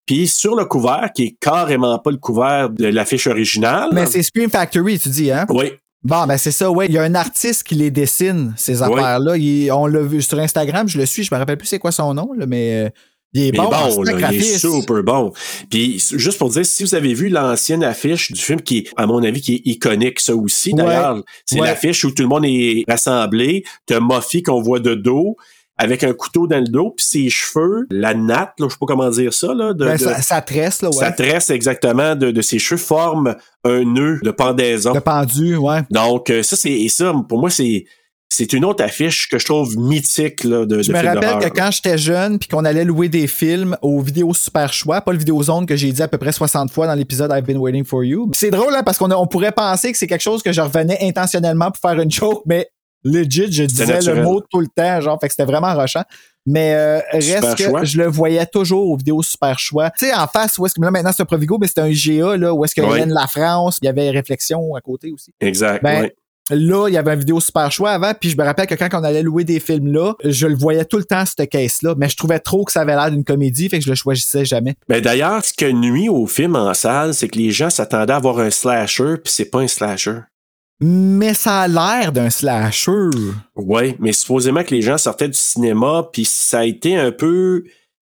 Speaker 8: puis sur le couvert, qui est carrément pas le couvert de l'affiche originale.
Speaker 5: Mais c'est Scream Factory, tu dis, hein?
Speaker 8: Oui,
Speaker 5: Bon, ben c'est ça, ouais. Il y a un artiste qui les dessine, ces
Speaker 8: Ouais.
Speaker 5: affaires-là. Il- On l'a vu sur Instagram, je le suis, je me rappelle plus c'est quoi son nom, là, mais euh, il est
Speaker 8: Mais
Speaker 5: bon.
Speaker 8: bon,
Speaker 5: c'est un
Speaker 8: là, il est
Speaker 5: graphiste.
Speaker 8: super bon. Puis s- juste pour dire, si vous avez vu l'ancienne affiche du film, qui est, à mon avis, qui est iconique, ça aussi,
Speaker 5: Ouais.
Speaker 8: d'ailleurs, c'est
Speaker 5: Ouais.
Speaker 8: l'affiche où tout le monde est rassemblé, t'as Moffy qu'on voit de dos, avec un couteau dans le dos, puis ses cheveux, la natte, là, je sais pas comment dire ça, là, de,
Speaker 5: Ben,
Speaker 8: de-
Speaker 5: ça, ça tresse, là, ouais.
Speaker 8: sa tresse exactement de, de ses cheveux forme un nœud de pendaison.
Speaker 5: De pendu, ouais.
Speaker 8: Donc, euh, ça, c'est, et ça, pour moi, c'est, c'est une autre affiche que je trouve mythique, là, de,
Speaker 5: Je me rappelle que quand j'étais jeune, puis qu'on allait louer des films aux vidéos super choix, pas le vidéo zone que j'ai dit à peu près 60 fois dans l'épisode I've been waiting for you. C'est drôle hein, parce qu'on a- on pourrait penser que c'est quelque chose que je revenais intentionnellement pour faire une joke, mais legit, je disais le
Speaker 8: naturel.
Speaker 5: mot tout le temps, genre, fait que c'était vraiment rochant. Mais euh,
Speaker 8: Super
Speaker 5: reste que
Speaker 8: choix.
Speaker 5: je le voyais toujours aux vidéos super choix. Tu sais, en face, où est-ce que là maintenant c'est un Provigo, mais c'était un IGA, là, où est-ce qu'il
Speaker 8: Oui.
Speaker 5: y avait la France, il y avait Réflexion à côté aussi.
Speaker 8: Exact,
Speaker 5: Ben,
Speaker 8: ouais.
Speaker 5: Là, il y avait une vidéo super choix avant, puis je me rappelle que quand on allait louer des films là, je le voyais tout le temps, cette caisse-là, mais je trouvais trop que ça avait l'air d'une comédie, fait que je le choisissais jamais.
Speaker 8: Ben d'ailleurs, ce que nuit au film en salle, c'est que les gens s'attendaient à voir un slasher, puis c'est pas un slasher.
Speaker 5: Mais ça a l'air d'un slasher.
Speaker 8: Ouais, mais supposément que les gens sortaient du cinéma, puis ça a été un peu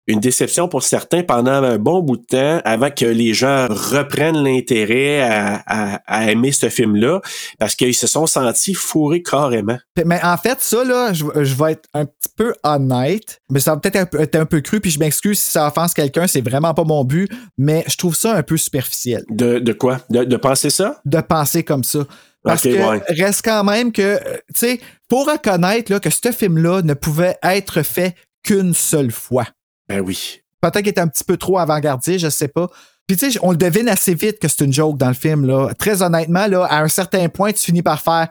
Speaker 8: une déception pour certains pendant un bon bout de temps avant que les gens reprennent l'intérêt à, à- à aimer ce film-là, parce qu'ils se sont sentis fourrés carrément.
Speaker 5: Mais en fait, ça, là, je, je vais être un petit peu honnête, mais ça va peut-être un peu- être un peu cru, puis je m'excuse si ça offense quelqu'un, c'est vraiment pas mon but, mais je trouve ça un peu superficiel.
Speaker 8: De, de quoi? De, de penser ça?
Speaker 5: de penser comme ça. Parce
Speaker 8: Ok,
Speaker 5: que
Speaker 8: ouais.
Speaker 5: reste quand même que, euh, tu sais, pour reconnaître là, que ce film-là ne pouvait être fait qu'une seule fois.
Speaker 8: Ben oui.
Speaker 5: Peut-être qu'il était un petit peu trop avant-gardiste, je sais pas. Puis tu sais, on le devine assez vite que c'est une joke dans le film. Là. Très honnêtement, là, à un certain point, tu finis par faire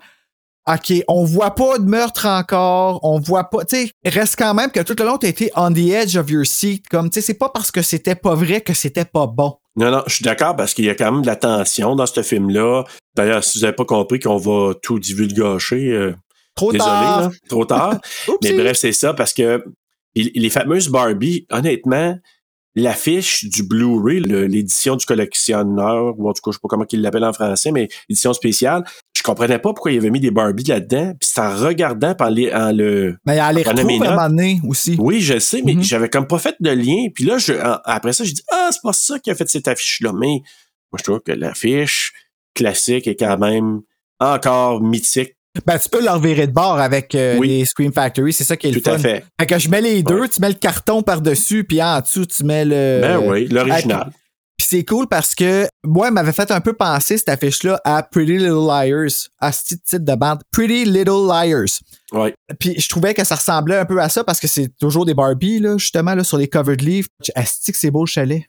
Speaker 5: OK, on voit pas de meurtre encore, on voit pas, tu sais, reste quand même que tout le long, t'as été on the edge of your seat, comme, tu sais, c'est pas parce que c'était pas vrai que c'était pas bon.
Speaker 8: Non, non, je suis d'accord parce qu'il y a quand même de la tension dans ce film-là. D'ailleurs, si vous n'avez pas compris qu'on va tout divulgacher, euh,
Speaker 5: Trop
Speaker 8: désolé,
Speaker 5: tard.
Speaker 8: là, trop tard. Mais
Speaker 5: Oupsie.
Speaker 8: bref, c'est ça parce que il- les fameuses Barbie, honnêtement, l'affiche du Blu-ray, le- l'édition du collectionneur, ou en tout cas, je sais pas comment il l'appelle en français, mais édition spéciale, je comprenais pas pourquoi il avait mis des Barbie là-dedans. Puis c'est en regardant par les- en le
Speaker 5: Mais elle les
Speaker 8: Prenez mes
Speaker 5: retrouve à un moment
Speaker 8: notes.
Speaker 5: donné aussi.
Speaker 8: oui, je sais, mais
Speaker 5: Mhm.
Speaker 8: j'avais comme pas fait de lien. Puis là, je, en- après ça, j'ai dit Ah, c'est pas ça qui a fait cette affiche-là. Mais moi, je trouve que l'affiche classique est quand même encore mythique.
Speaker 5: Ben, tu peux leur virer de bord avec euh,
Speaker 8: Oui.
Speaker 5: les Scream Factory, c'est ça qui est
Speaker 8: Tout
Speaker 5: le fun.
Speaker 8: à fait.
Speaker 5: Fait que je mets les deux,
Speaker 8: Ouais.
Speaker 5: tu mets le carton par-dessus, puis en dessous, tu mets le.
Speaker 8: ben oui, l'original.
Speaker 5: Puis c'est cool parce que moi, elle m'avait fait un peu penser cette affiche-là à Pretty Little Liars, à ce titre titre de bande. Pretty Little Liars.
Speaker 8: Ouais.
Speaker 5: Puis je trouvais que ça ressemblait un peu à ça parce que c'est toujours des Barbie, là, justement, là, sur les covered leaves. Asti que c'est beau le chalet.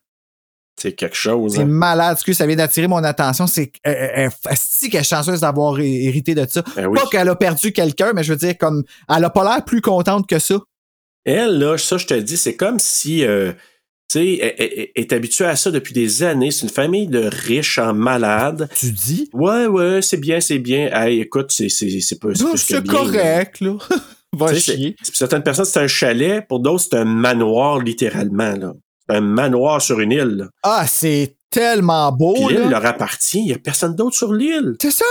Speaker 8: C'est quelque chose.
Speaker 5: C'est
Speaker 8: hein.
Speaker 5: malade. Ce que ça vient d'attirer mon attention, c'est euh, euh, Asti qu'elle est chanceuse d'avoir hé- hérité de ça.
Speaker 8: Ben oui.
Speaker 5: Pas qu'elle a perdu quelqu'un, mais je veux dire, comme elle a pas l'air plus contente que ça.
Speaker 8: Elle, là, ça, je te dis, c'est comme si, euh, tu sais, elle, elle- elle est habituée à ça depuis des années. C'est une famille de riches en malades.
Speaker 5: Tu dis?
Speaker 8: Ouais, ouais, c'est bien, c'est bien. Hey, écoute, c'est c'est- c'est pas. plus que
Speaker 5: C'est
Speaker 8: bien, là.
Speaker 5: correct, là. Va
Speaker 8: Tu sais,
Speaker 5: chier.
Speaker 8: c'est- Pour certaines personnes, c'est un chalet. Pour d'autres, c'est un manoir, littéralement. là. C'est un manoir sur une île. là.
Speaker 5: Ah, c'est tellement beau,
Speaker 8: Puis l'île
Speaker 5: Oh, là.
Speaker 8: leur appartient. Il n'y a personne d'autre sur l'île.
Speaker 5: C'est ça!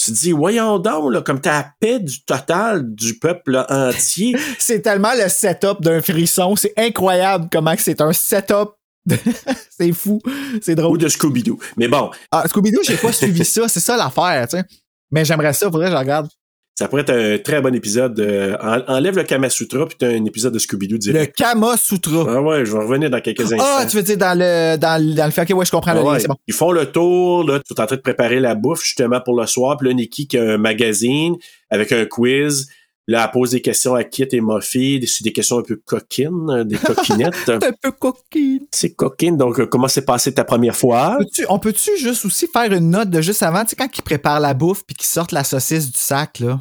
Speaker 8: Tu te dis, voyons donc, là, comme t'as la paix du total du peuple entier.
Speaker 5: C'est tellement le setup d'un frisson. C'est incroyable comment que c'est un setup. c'est fou. C'est
Speaker 8: ou
Speaker 5: drôle.
Speaker 8: de Scooby-Doo. Mais bon,
Speaker 5: Ah, Scooby-Doo, j'ai pas suivi ça. C'est ça l'affaire, tu sais. Mais j'aimerais ça, faudrait que je regarde.
Speaker 8: ça pourrait être un très bon épisode. euh, en- enlève le Kama Sutra, puis t'as un épisode de Scooby-Doo
Speaker 5: Le
Speaker 8: direct.
Speaker 5: Kama Sutra.
Speaker 8: Ah ouais, je vais revenir dans quelques instants.
Speaker 5: Ah, tu veux dire dans le, dans le, dans le fait, ok, ouais, je comprends
Speaker 8: Ah
Speaker 5: le lien,
Speaker 8: ouais.
Speaker 5: c'est bon.
Speaker 8: Ils font le tour, là, tout en train de préparer la bouffe justement pour le soir. Puis là, Nikki qui a un magazine avec un quiz. Là, elle pose des questions à Kit et Muffy, des, c'est des questions un peu coquines, euh, des coquinettes.
Speaker 5: C'est un peu coquine.
Speaker 8: c'est coquine, donc euh, comment s'est passée ta première fois?
Speaker 5: Peux-tu- on peut-tu juste aussi faire une note de juste avant, tu sais, quand ils préparent la bouffe puis qu'ils sortent la saucisse du sac, là?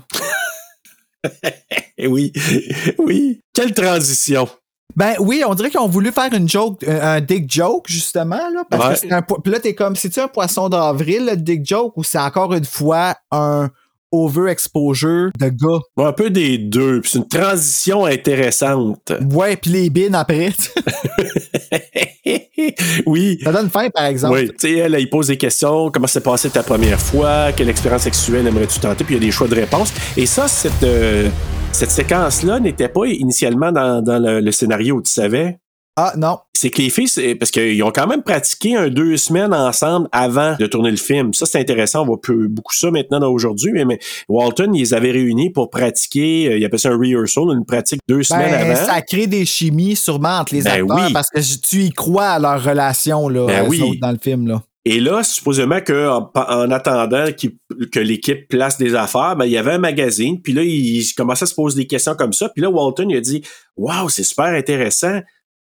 Speaker 8: Eh oui, oui. Quelle transition!
Speaker 5: Ben oui, on dirait qu'ils ont voulu faire une joke, euh, un dick joke, justement, là. Parce
Speaker 8: Ouais.
Speaker 5: que c'est un po- Puis là, t'es comme, c'est-tu un poisson d'avril, le dick joke, ou c'est encore une fois un over-exposure de gars?
Speaker 8: Bon, un peu des deux, puis c'est une transition intéressante.
Speaker 5: Ouais, puis les bines après.
Speaker 8: oui.
Speaker 5: ça donne faim, par exemple.
Speaker 8: Oui, tu sais, elle, il pose des questions. Comment s'est passée ta première fois? Quelle expérience sexuelle aimerais-tu tenter? Puis il y a des choix de réponses. Et ça, cette, euh, cette séquence-là n'était pas initialement dans, dans le, le scénario, tu savais?
Speaker 5: Ah, non.
Speaker 8: C'est que les filles, c'est- parce qu'ils ont quand même pratiqué un deux semaines ensemble avant de tourner le film. Ça, c'est intéressant. On voit peu, beaucoup ça maintenant dans aujourd'hui. Mais, mais Walton, ils les avaient réunis pour pratiquer, euh, il appelle ça un rehearsal, une pratique deux semaines
Speaker 5: Ben,
Speaker 8: avant.
Speaker 5: ça crée des chimies, sûrement, entre les
Speaker 8: Ben
Speaker 5: acteurs,
Speaker 8: oui.
Speaker 5: parce que j- tu y crois à leur relation, là,
Speaker 8: Ben
Speaker 5: eux
Speaker 8: oui.
Speaker 5: autres, dans le film, là.
Speaker 8: Et là, supposément que en, en attendant qu'il- que l'équipe place des affaires, ben, il y avait un magazine, puis là, il, il commençait à se poser des questions comme ça. Puis là, Walton, il a dit Waouh, c'est super intéressant.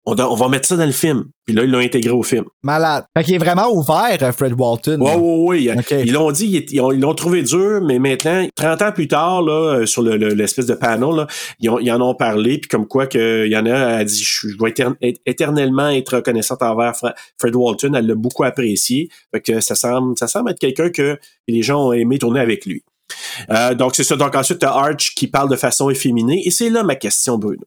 Speaker 8: On, doit- on va mettre ça dans le film. Puis là, ils l'ont intégré au film.
Speaker 5: Malade. Fait qu'il est vraiment ouvert, euh, Fred Walton.
Speaker 8: Ouais, ouais, ouais. il-
Speaker 5: OK.
Speaker 8: Ils l'ont dit, ils étaient- ils ont- ils l'ont trouvé dur, mais maintenant, 30 ans plus tard, là, euh, sur le- le- l'espèce de panel, là, ils, ont- ils en ont parlé, puis comme quoi que, il y en a, elle a dit, je, je vais éterne- é- éternellement être reconnaissante envers Fra- Fred Walton, elle l'a beaucoup apprécié, fait que ça semble, ça semble être quelqu'un que les gens ont aimé tourner avec lui. Euh, donc c'est ça. Donc ensuite t'as Arch qui parle de façon efféminée et c'est là ma question Bruno.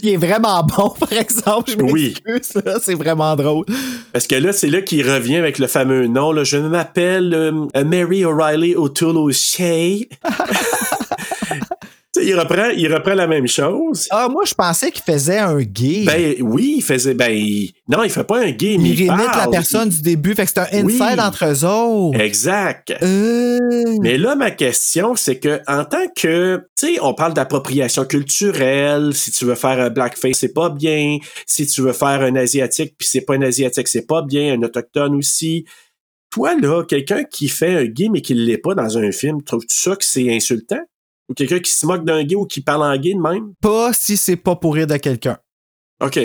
Speaker 5: Il est vraiment bon, par exemple. Je
Speaker 8: Oui.
Speaker 5: m'excuse, là, c'est vraiment drôle.
Speaker 8: Parce que là c'est là qu'il revient avec le fameux nom. Là, je m'appelle euh, Mary O'Reilly O'Toole O'Shea. Tu sais, il reprend il reprend la même chose.
Speaker 5: Ah, moi, je pensais qu'il faisait un gay.
Speaker 8: Ben oui il faisait ben il- non il fait pas un game
Speaker 5: il
Speaker 8: il,
Speaker 5: réimite la
Speaker 8: parle.
Speaker 5: personne du début. Fait que c'est un
Speaker 8: Oui.
Speaker 5: inside entre eux autres.
Speaker 8: Exact.
Speaker 5: Euh,
Speaker 8: Mais là, ma question, c'est que en tant que, tu sais, on parle d'appropriation culturelle. Si tu veux faire un blackface, c'est pas bien. Si tu veux faire un asiatique, puis c'est pas un asiatique, c'est pas bien. Un autochtone aussi. Toi là, quelqu'un qui fait un gay mais qui l'est pas dans un film, trouves-tu ça que c'est insultant Ou quelqu'un qui se moque d'un gay ou qui parle en gay de même
Speaker 5: pas si c'est pas pour rire de quelqu'un.
Speaker 8: Ok.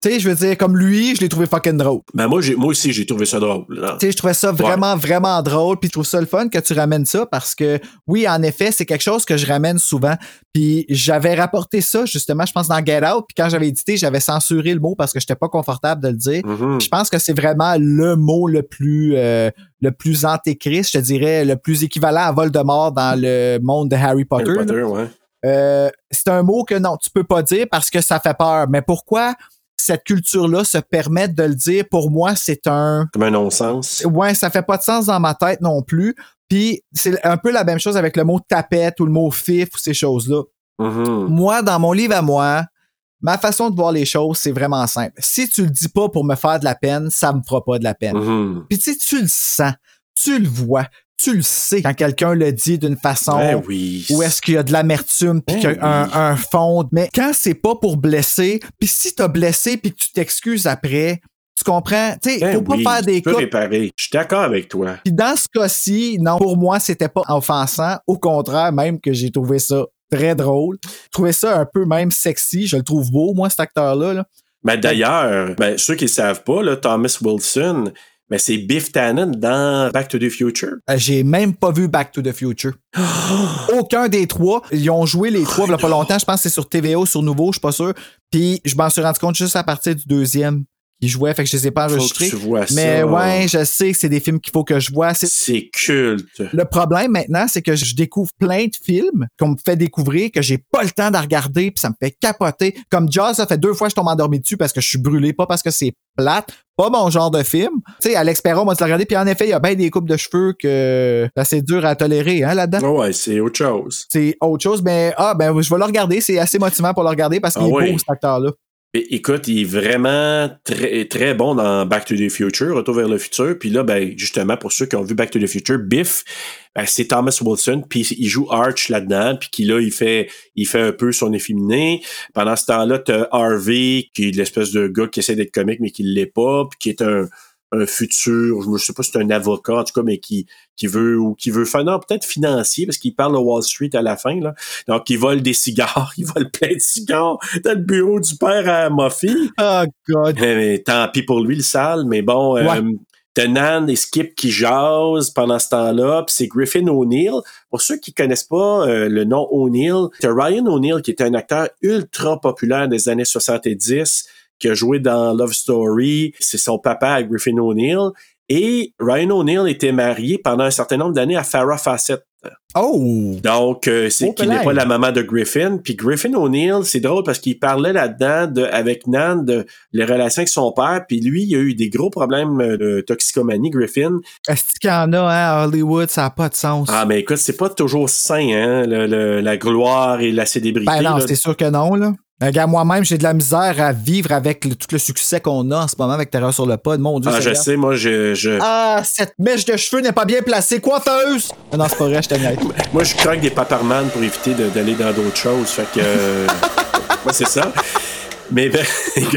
Speaker 5: Tu sais, je veux dire, comme lui, je l'ai trouvé fucking drôle.
Speaker 6: Ben moi, j'ai- moi aussi, j'ai trouvé ça drôle. là.
Speaker 5: Tu sais, je trouvais ça vraiment, vraiment drôle. Puis je trouve ça le fun que tu ramènes ça parce que, oui, en effet, c'est quelque chose que je ramène souvent. Puis j'avais rapporté ça, justement, je pense, dans Get Out. Puis quand j'avais édité, j'avais censuré le mot parce que j'étais pas confortable de le dire.
Speaker 8: Mm-hmm.
Speaker 6: Mhm.
Speaker 5: Je pense que c'est vraiment le mot le plus euh, le plus antéchrist, je te dirais, le plus équivalent à Voldemort dans le monde de Harry Potter.
Speaker 6: Harry
Speaker 5: là.
Speaker 6: Potter, ouais.
Speaker 5: Euh, c'est un mot que non, tu peux pas dire parce que ça fait peur. Mais pourquoi cette culture-là se permet de le dire? Pour moi, c'est un
Speaker 6: Comme un non-sens.
Speaker 5: ouais, ça fait pas de sens dans ma tête non plus. Puis c'est un peu la même chose avec le mot tapette ou le mot fif ou ces choses-là.
Speaker 8: Mm-hmm.
Speaker 6: Mhm.
Speaker 5: Moi, dans mon livre à moi, ma façon de voir les choses, c'est vraiment simple. Si tu le dis pas pour me faire de la peine, ça me fera pas de la peine.
Speaker 8: Mm-hmm.
Speaker 6: Mhm.
Speaker 5: Puis tu sais, tu le sens, tu le vois, tu le sais quand quelqu'un le dit d'une façon
Speaker 6: Ben oui.
Speaker 5: où est-ce qu'il y a de l'amertume puis
Speaker 6: Ben
Speaker 5: qu'il y a un,
Speaker 6: oui.
Speaker 5: un fond. Mais quand c'est pas pour blesser, puis si t'as blessé puis que tu t'excuses après, tu comprends? Tu sais,
Speaker 6: Ben
Speaker 5: faut pas
Speaker 6: oui,
Speaker 5: faire des
Speaker 6: tu peux
Speaker 5: coupes.
Speaker 6: réparer. Je suis d'accord avec toi.
Speaker 5: Puis dans ce cas-ci, non, pour moi, c'était pas offensant. Au contraire, même que j'ai trouvé ça très drôle. Je trouvais ça un peu même sexy. Je le trouve beau, moi, cet acteur-là. là.
Speaker 6: Ben d'ailleurs, ben, ceux qui ne savent pas, là, Thomas Wilson, ben, c'est Biff Tannen dans Back to the Future.
Speaker 5: Euh, J'ai même pas vu Back to the Future. Aucun des trois. Ils ont joué les trois il y a pas longtemps. Je pense que c'est sur TVO, sur Nouveau, je suis pas sûr. Puis je m'en suis rendu compte juste à partir du deuxième qui jouait, fait que je les ai pas
Speaker 6: Faut que
Speaker 5: enregistrés.
Speaker 6: tu vois ça.
Speaker 5: Mais ouais, je sais que c'est des films qu'il faut que je vois. C'est-
Speaker 6: C'est culte.
Speaker 5: Le problème maintenant, c'est que je découvre plein de films qu'on me fait découvrir, que j'ai pas le temps de regarder, puis ça me fait capoter. Comme Jaws, ça fait deux fois que je tombe endormi dessus parce que je suis brûlé, pas parce que c'est plate, pas mon genre de film. Tu sais, Alex Perron, moi, tu l'as regardé, puis en effet, il y a bien des coupes de cheveux que ben, c'est assez dur à tolérer, hein, là-dedans.
Speaker 6: Ah ouais, c'est autre chose.
Speaker 5: C'est autre chose, mais ah, ben, je vais le regarder, c'est assez motivant pour le regarder parce qu'il
Speaker 6: Ah
Speaker 5: est
Speaker 6: ouais.
Speaker 5: beau, cet acteur-là.
Speaker 6: É- Écoute, il est vraiment très, très bon dans Back to the Future, Retour vers le futur. Puis là, ben, justement, pour ceux qui ont vu Back to the Future, Biff, ben, c'est Thomas Wilson, puis il joue Arch là-dedans, puis qui là, il fait, il fait un peu son efféminé. Pendant ce temps-là, t'as Harvey, qui est l'espèce de gars qui essaie d'être comique, mais qui l'est pas, puis qui est un, un futur, je ne sais pas si c'est un avocat, en tout cas, mais qui, qui veut, ou qui veut faire, non, peut-être financier, parce qu'il parle à Wall Street à la fin, là. Donc, il vole des cigares, il vole plein de cigares dans le bureau du père à Muffy.
Speaker 5: Oh, God.
Speaker 6: Mais, mais tant pis pour lui, le sale, mais bon, euh,
Speaker 5: Ouais.
Speaker 6: t'as Nan et Skip qui jasent pendant ce temps-là, puis c'est Griffin O'Neill. Pour ceux qui connaissent pas euh, le nom O'Neill, t'as Ryan O'Neill qui était un acteur ultra populaire des années 70, qui a joué dans Love Story, c'est son papa à Griffin O'Neill, et Ryan O'Neill était marié pendant un certain nombre d'années à Farrah Fawcett.
Speaker 5: Oh!
Speaker 6: Donc, euh, c'est
Speaker 5: Oh,
Speaker 6: qu'il n'est
Speaker 5: pelage.
Speaker 6: pas la maman de Griffin. Puis Griffin O'Neill, c'est drôle parce qu'il parlait là-dedans de, avec Nan de les relations avec son père. Puis lui, il a eu des gros problèmes euh, de toxicomanie, Griffin.
Speaker 5: Est-ce qu'il y en a, hein, à Hollywood, ça n'a pas de sens.
Speaker 6: Ah, mais écoute, c'est pas toujours sain, hein, le- le- la gloire et la célébrité.
Speaker 5: Ben non,
Speaker 6: là.
Speaker 5: c'est sûr que non, là. Regarde, moi-même, j'ai de la misère à vivre avec le- tout le succès qu'on a en ce moment avec Terreur sur le pod. Mon Dieu,
Speaker 6: Ah, je
Speaker 5: Seigneur.
Speaker 6: sais, moi, je, je-
Speaker 5: Ah, cette mèche de cheveux n'est pas bien placée. Coiffeuse! Ah Non, c'est pas vrai, je te niaise.
Speaker 6: moi, je croque des paparmanes pour éviter de- d'aller dans d'autres choses. Fait que, euh, moi, c'est ça. Mais ben,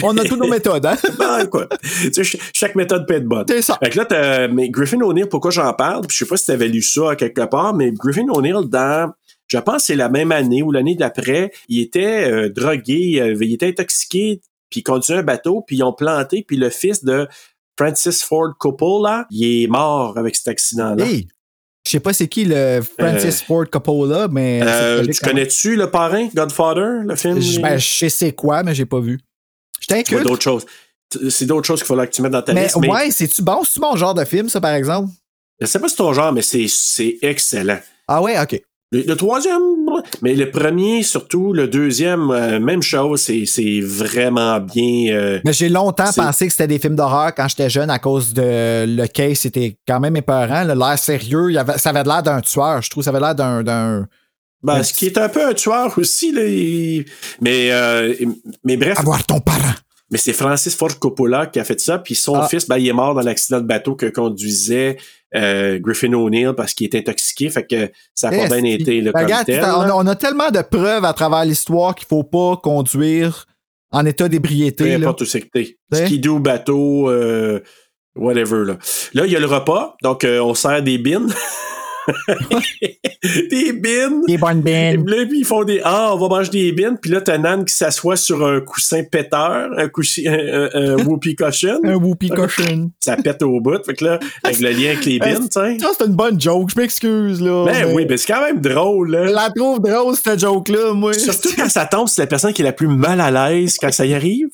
Speaker 5: On a toutes nos méthodes, hein?
Speaker 6: Ben, écoute, tu sais, ch- chaque méthode peut être bonne.
Speaker 5: C'est ça.
Speaker 6: Fait que là, t'as- Euh, mais Griffin O'Neill, pourquoi j'en parle? Puis je sais pas si t'avais lu ça à quelque part, mais Griffin O'Neill, dans, je pense que c'est la même année ou l'année d'après, il était euh, drogué, euh, il était intoxiqué, puis il conduisait un bateau, puis ils ont planté, puis le fils de Francis Ford Coppola, il est mort avec cet accident-là.
Speaker 5: Hey! Je sais pas c'est qui le Francis Ford Coppola, mais.
Speaker 6: Euh,
Speaker 5: c'est hein.
Speaker 6: tu connais-tu le parrain, Godfather, le film?
Speaker 5: Je, ben, je sais c'est quoi, mais j'ai pas vu. Je
Speaker 6: Tu vois
Speaker 5: t'inquiète.
Speaker 6: d'autres choses. T- C'est d'autres choses qu'il faudra que tu mettes dans ta
Speaker 5: Mais,
Speaker 6: liste. Mais
Speaker 5: ouais, c'est-tu bon? C'est-tu mon genre de film, ça, par exemple?
Speaker 6: je sais pas si c'est ton genre, mais c'est- c'est excellent.
Speaker 5: Ah ouais, ok.
Speaker 6: Le, le troisième, ouais. mais le premier surtout, le deuxième, euh, même chose, c'est, c'est vraiment bien. euh,
Speaker 5: Mais j'ai longtemps
Speaker 6: C'est-
Speaker 5: pensé que c'était des films d'horreur quand j'étais jeune à cause de le case, c'était quand même épeurant. là. L'air sérieux, il y avait- ça avait l'air d'un tueur, je trouve. Ça avait l'air d'un. d'un-
Speaker 6: ben, ce qui est un peu un tueur aussi, là, il- mais euh, mais bref,
Speaker 5: Avoir ton parent.
Speaker 6: mais c'est Francis Ford Coppola qui a fait ça, puis son
Speaker 5: Ah.
Speaker 6: fils, ben, il est mort dans l'accident de bateau que conduisait euh, Griffin O'Neill parce qu'il était intoxiqué, fait que ça a pas bien
Speaker 5: Esti.
Speaker 6: été le
Speaker 5: Ben, regarde,
Speaker 6: tel,
Speaker 5: on, a-
Speaker 6: là.
Speaker 5: on a tellement de preuves à travers l'histoire qu'il faut pas conduire en état
Speaker 6: Peu
Speaker 5: d'ébriété. là.
Speaker 6: importe où c'est que t'es.
Speaker 5: Ouais.
Speaker 6: Skidoo, bateau, euh, whatever. Là. là, il y a le repas, donc euh, on sert des bines.
Speaker 8: des bines.
Speaker 5: Des bonnes bines.
Speaker 8: Là, puis ils font des Ah, on va manger des bines. Puis là, t'as Nan qui s'assoit sur un coussin péteur, un coussin, un, un- un whoopee cushion.
Speaker 5: Un whoopee cushion.
Speaker 8: Ça pète au bout. Fait que là, avec le lien avec les bines, tu sais.
Speaker 5: Ça, c'est une bonne joke, je m'excuse, là.
Speaker 8: Ben oui, mais c'est quand même drôle, là.
Speaker 5: Je la trouve drôle, cette joke-là, moi.
Speaker 8: Surtout quand ça tombe, c'est la personne qui est la plus mal à l'aise quand ça y arrive.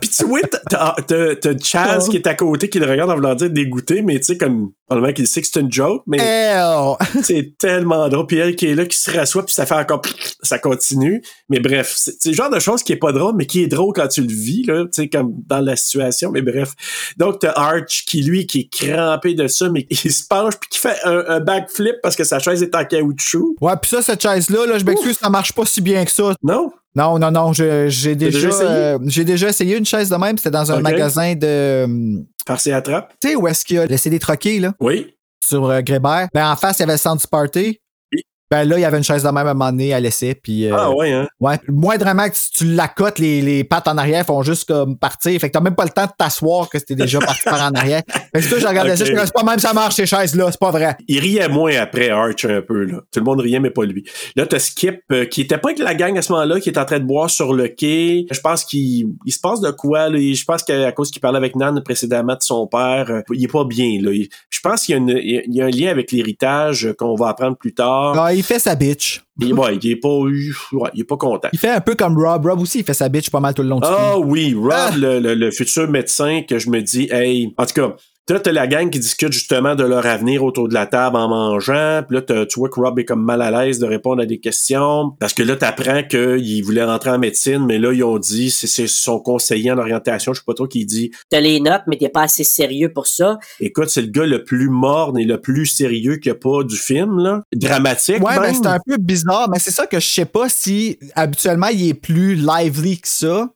Speaker 8: Puis tu vois, t'as- ah, t'as t'as Chaz qui est à côté, qui le regarde en voulant dire dégoûté, mais tu sais, comme, probablement qu'il sait que c'est une joke, mais
Speaker 5: Hell.
Speaker 8: c'est tellement drôle. Puis elle qui est là, qui se rassoit, puis ça fait encore, ça continue. Mais bref, c'est c'est le genre de chose qui est pas drôle, mais qui est drôle quand tu le vis, là, tu sais, comme dans la situation, mais bref. Donc, t'as Arch qui, lui, qui est crampé de ça, mais il se penche, puis qui fait un, un backflip parce que sa chaise est en caoutchouc.
Speaker 5: Ouais, puis ça, cette chaise-là, là, je m'excuse, ça marche pas si bien que ça.
Speaker 8: Non?
Speaker 5: Non, non, non, je- j'ai déjà,
Speaker 8: déjà essayé?
Speaker 5: euh, j'ai déjà essayé une chaise de même. C'était dans un
Speaker 8: Ok.
Speaker 5: magasin de. hum,
Speaker 8: Parce qu'il attrape?
Speaker 5: Tu sais, où est-ce qu'il y a laissé des troquets, là,
Speaker 8: Oui.
Speaker 5: sur euh, Grébert? Ben, en face, il y avait le centre du party.
Speaker 8: Oui.
Speaker 5: Ben là, il y avait une chaise de même à un moment donné à laisser. Puis, euh,
Speaker 8: Ah ouais, hein?
Speaker 5: ouais. Moindrement que si tu l'accotes, les, les pattes en arrière font juste comme partir. Fait que t'as même pas le temps de t'asseoir que c'était déjà parti par en arrière. Fait que c'est ça, je regardais ça,
Speaker 8: Ok.
Speaker 5: je me dis, c'est pas même ça marche, ces chaises-là, c'est pas vrai.
Speaker 8: Il riait moins après Arch un peu. Là. Tout le monde riait, mais pas lui. Là, t'as Skip, euh, qui était pas avec la gang à ce moment-là, qui est en train de boire sur le quai. Je pense qu'il il se passe de quoi. Là. Je pense qu'à à cause qu'il parlait avec Nan précédemment de son père, euh, il est pas bien. Là. Il- je pense qu'il y, a une- il y a- il y a un lien avec l'héritage euh, qu'on va apprendre plus tard.
Speaker 5: Ah, il fait sa bitch.
Speaker 8: Et ouais, il est pas, ouais, il est pas content.
Speaker 5: Il fait un peu comme Rob. Rob aussi, il fait sa bitch pas mal tout le long du film.
Speaker 8: Ah oui, Rob,
Speaker 5: Ah!
Speaker 8: le, le- le futur médecin que je me dis, hey, en tout cas, là, t'as la gang qui discute justement de leur avenir autour de la table en mangeant. Puis là, t'as- tu vois que Rob est comme mal à l'aise de répondre à des questions. Parce que là, t'apprends qu'il voulait rentrer en médecine, mais là, ils ont dit, c'est- c'est son conseiller en orientation, je sais pas trop, qui dit,
Speaker 11: T'as les notes, mais t'es pas assez sérieux pour ça.
Speaker 8: écoute, c'est le gars le plus morne et le plus sérieux qu'il y a pas du film, là. Dramatique,
Speaker 5: Ouais, mais
Speaker 8: même.
Speaker 5: c'est un peu bizarre, mais c'est ça que je sais pas si habituellement il est plus lively que ça.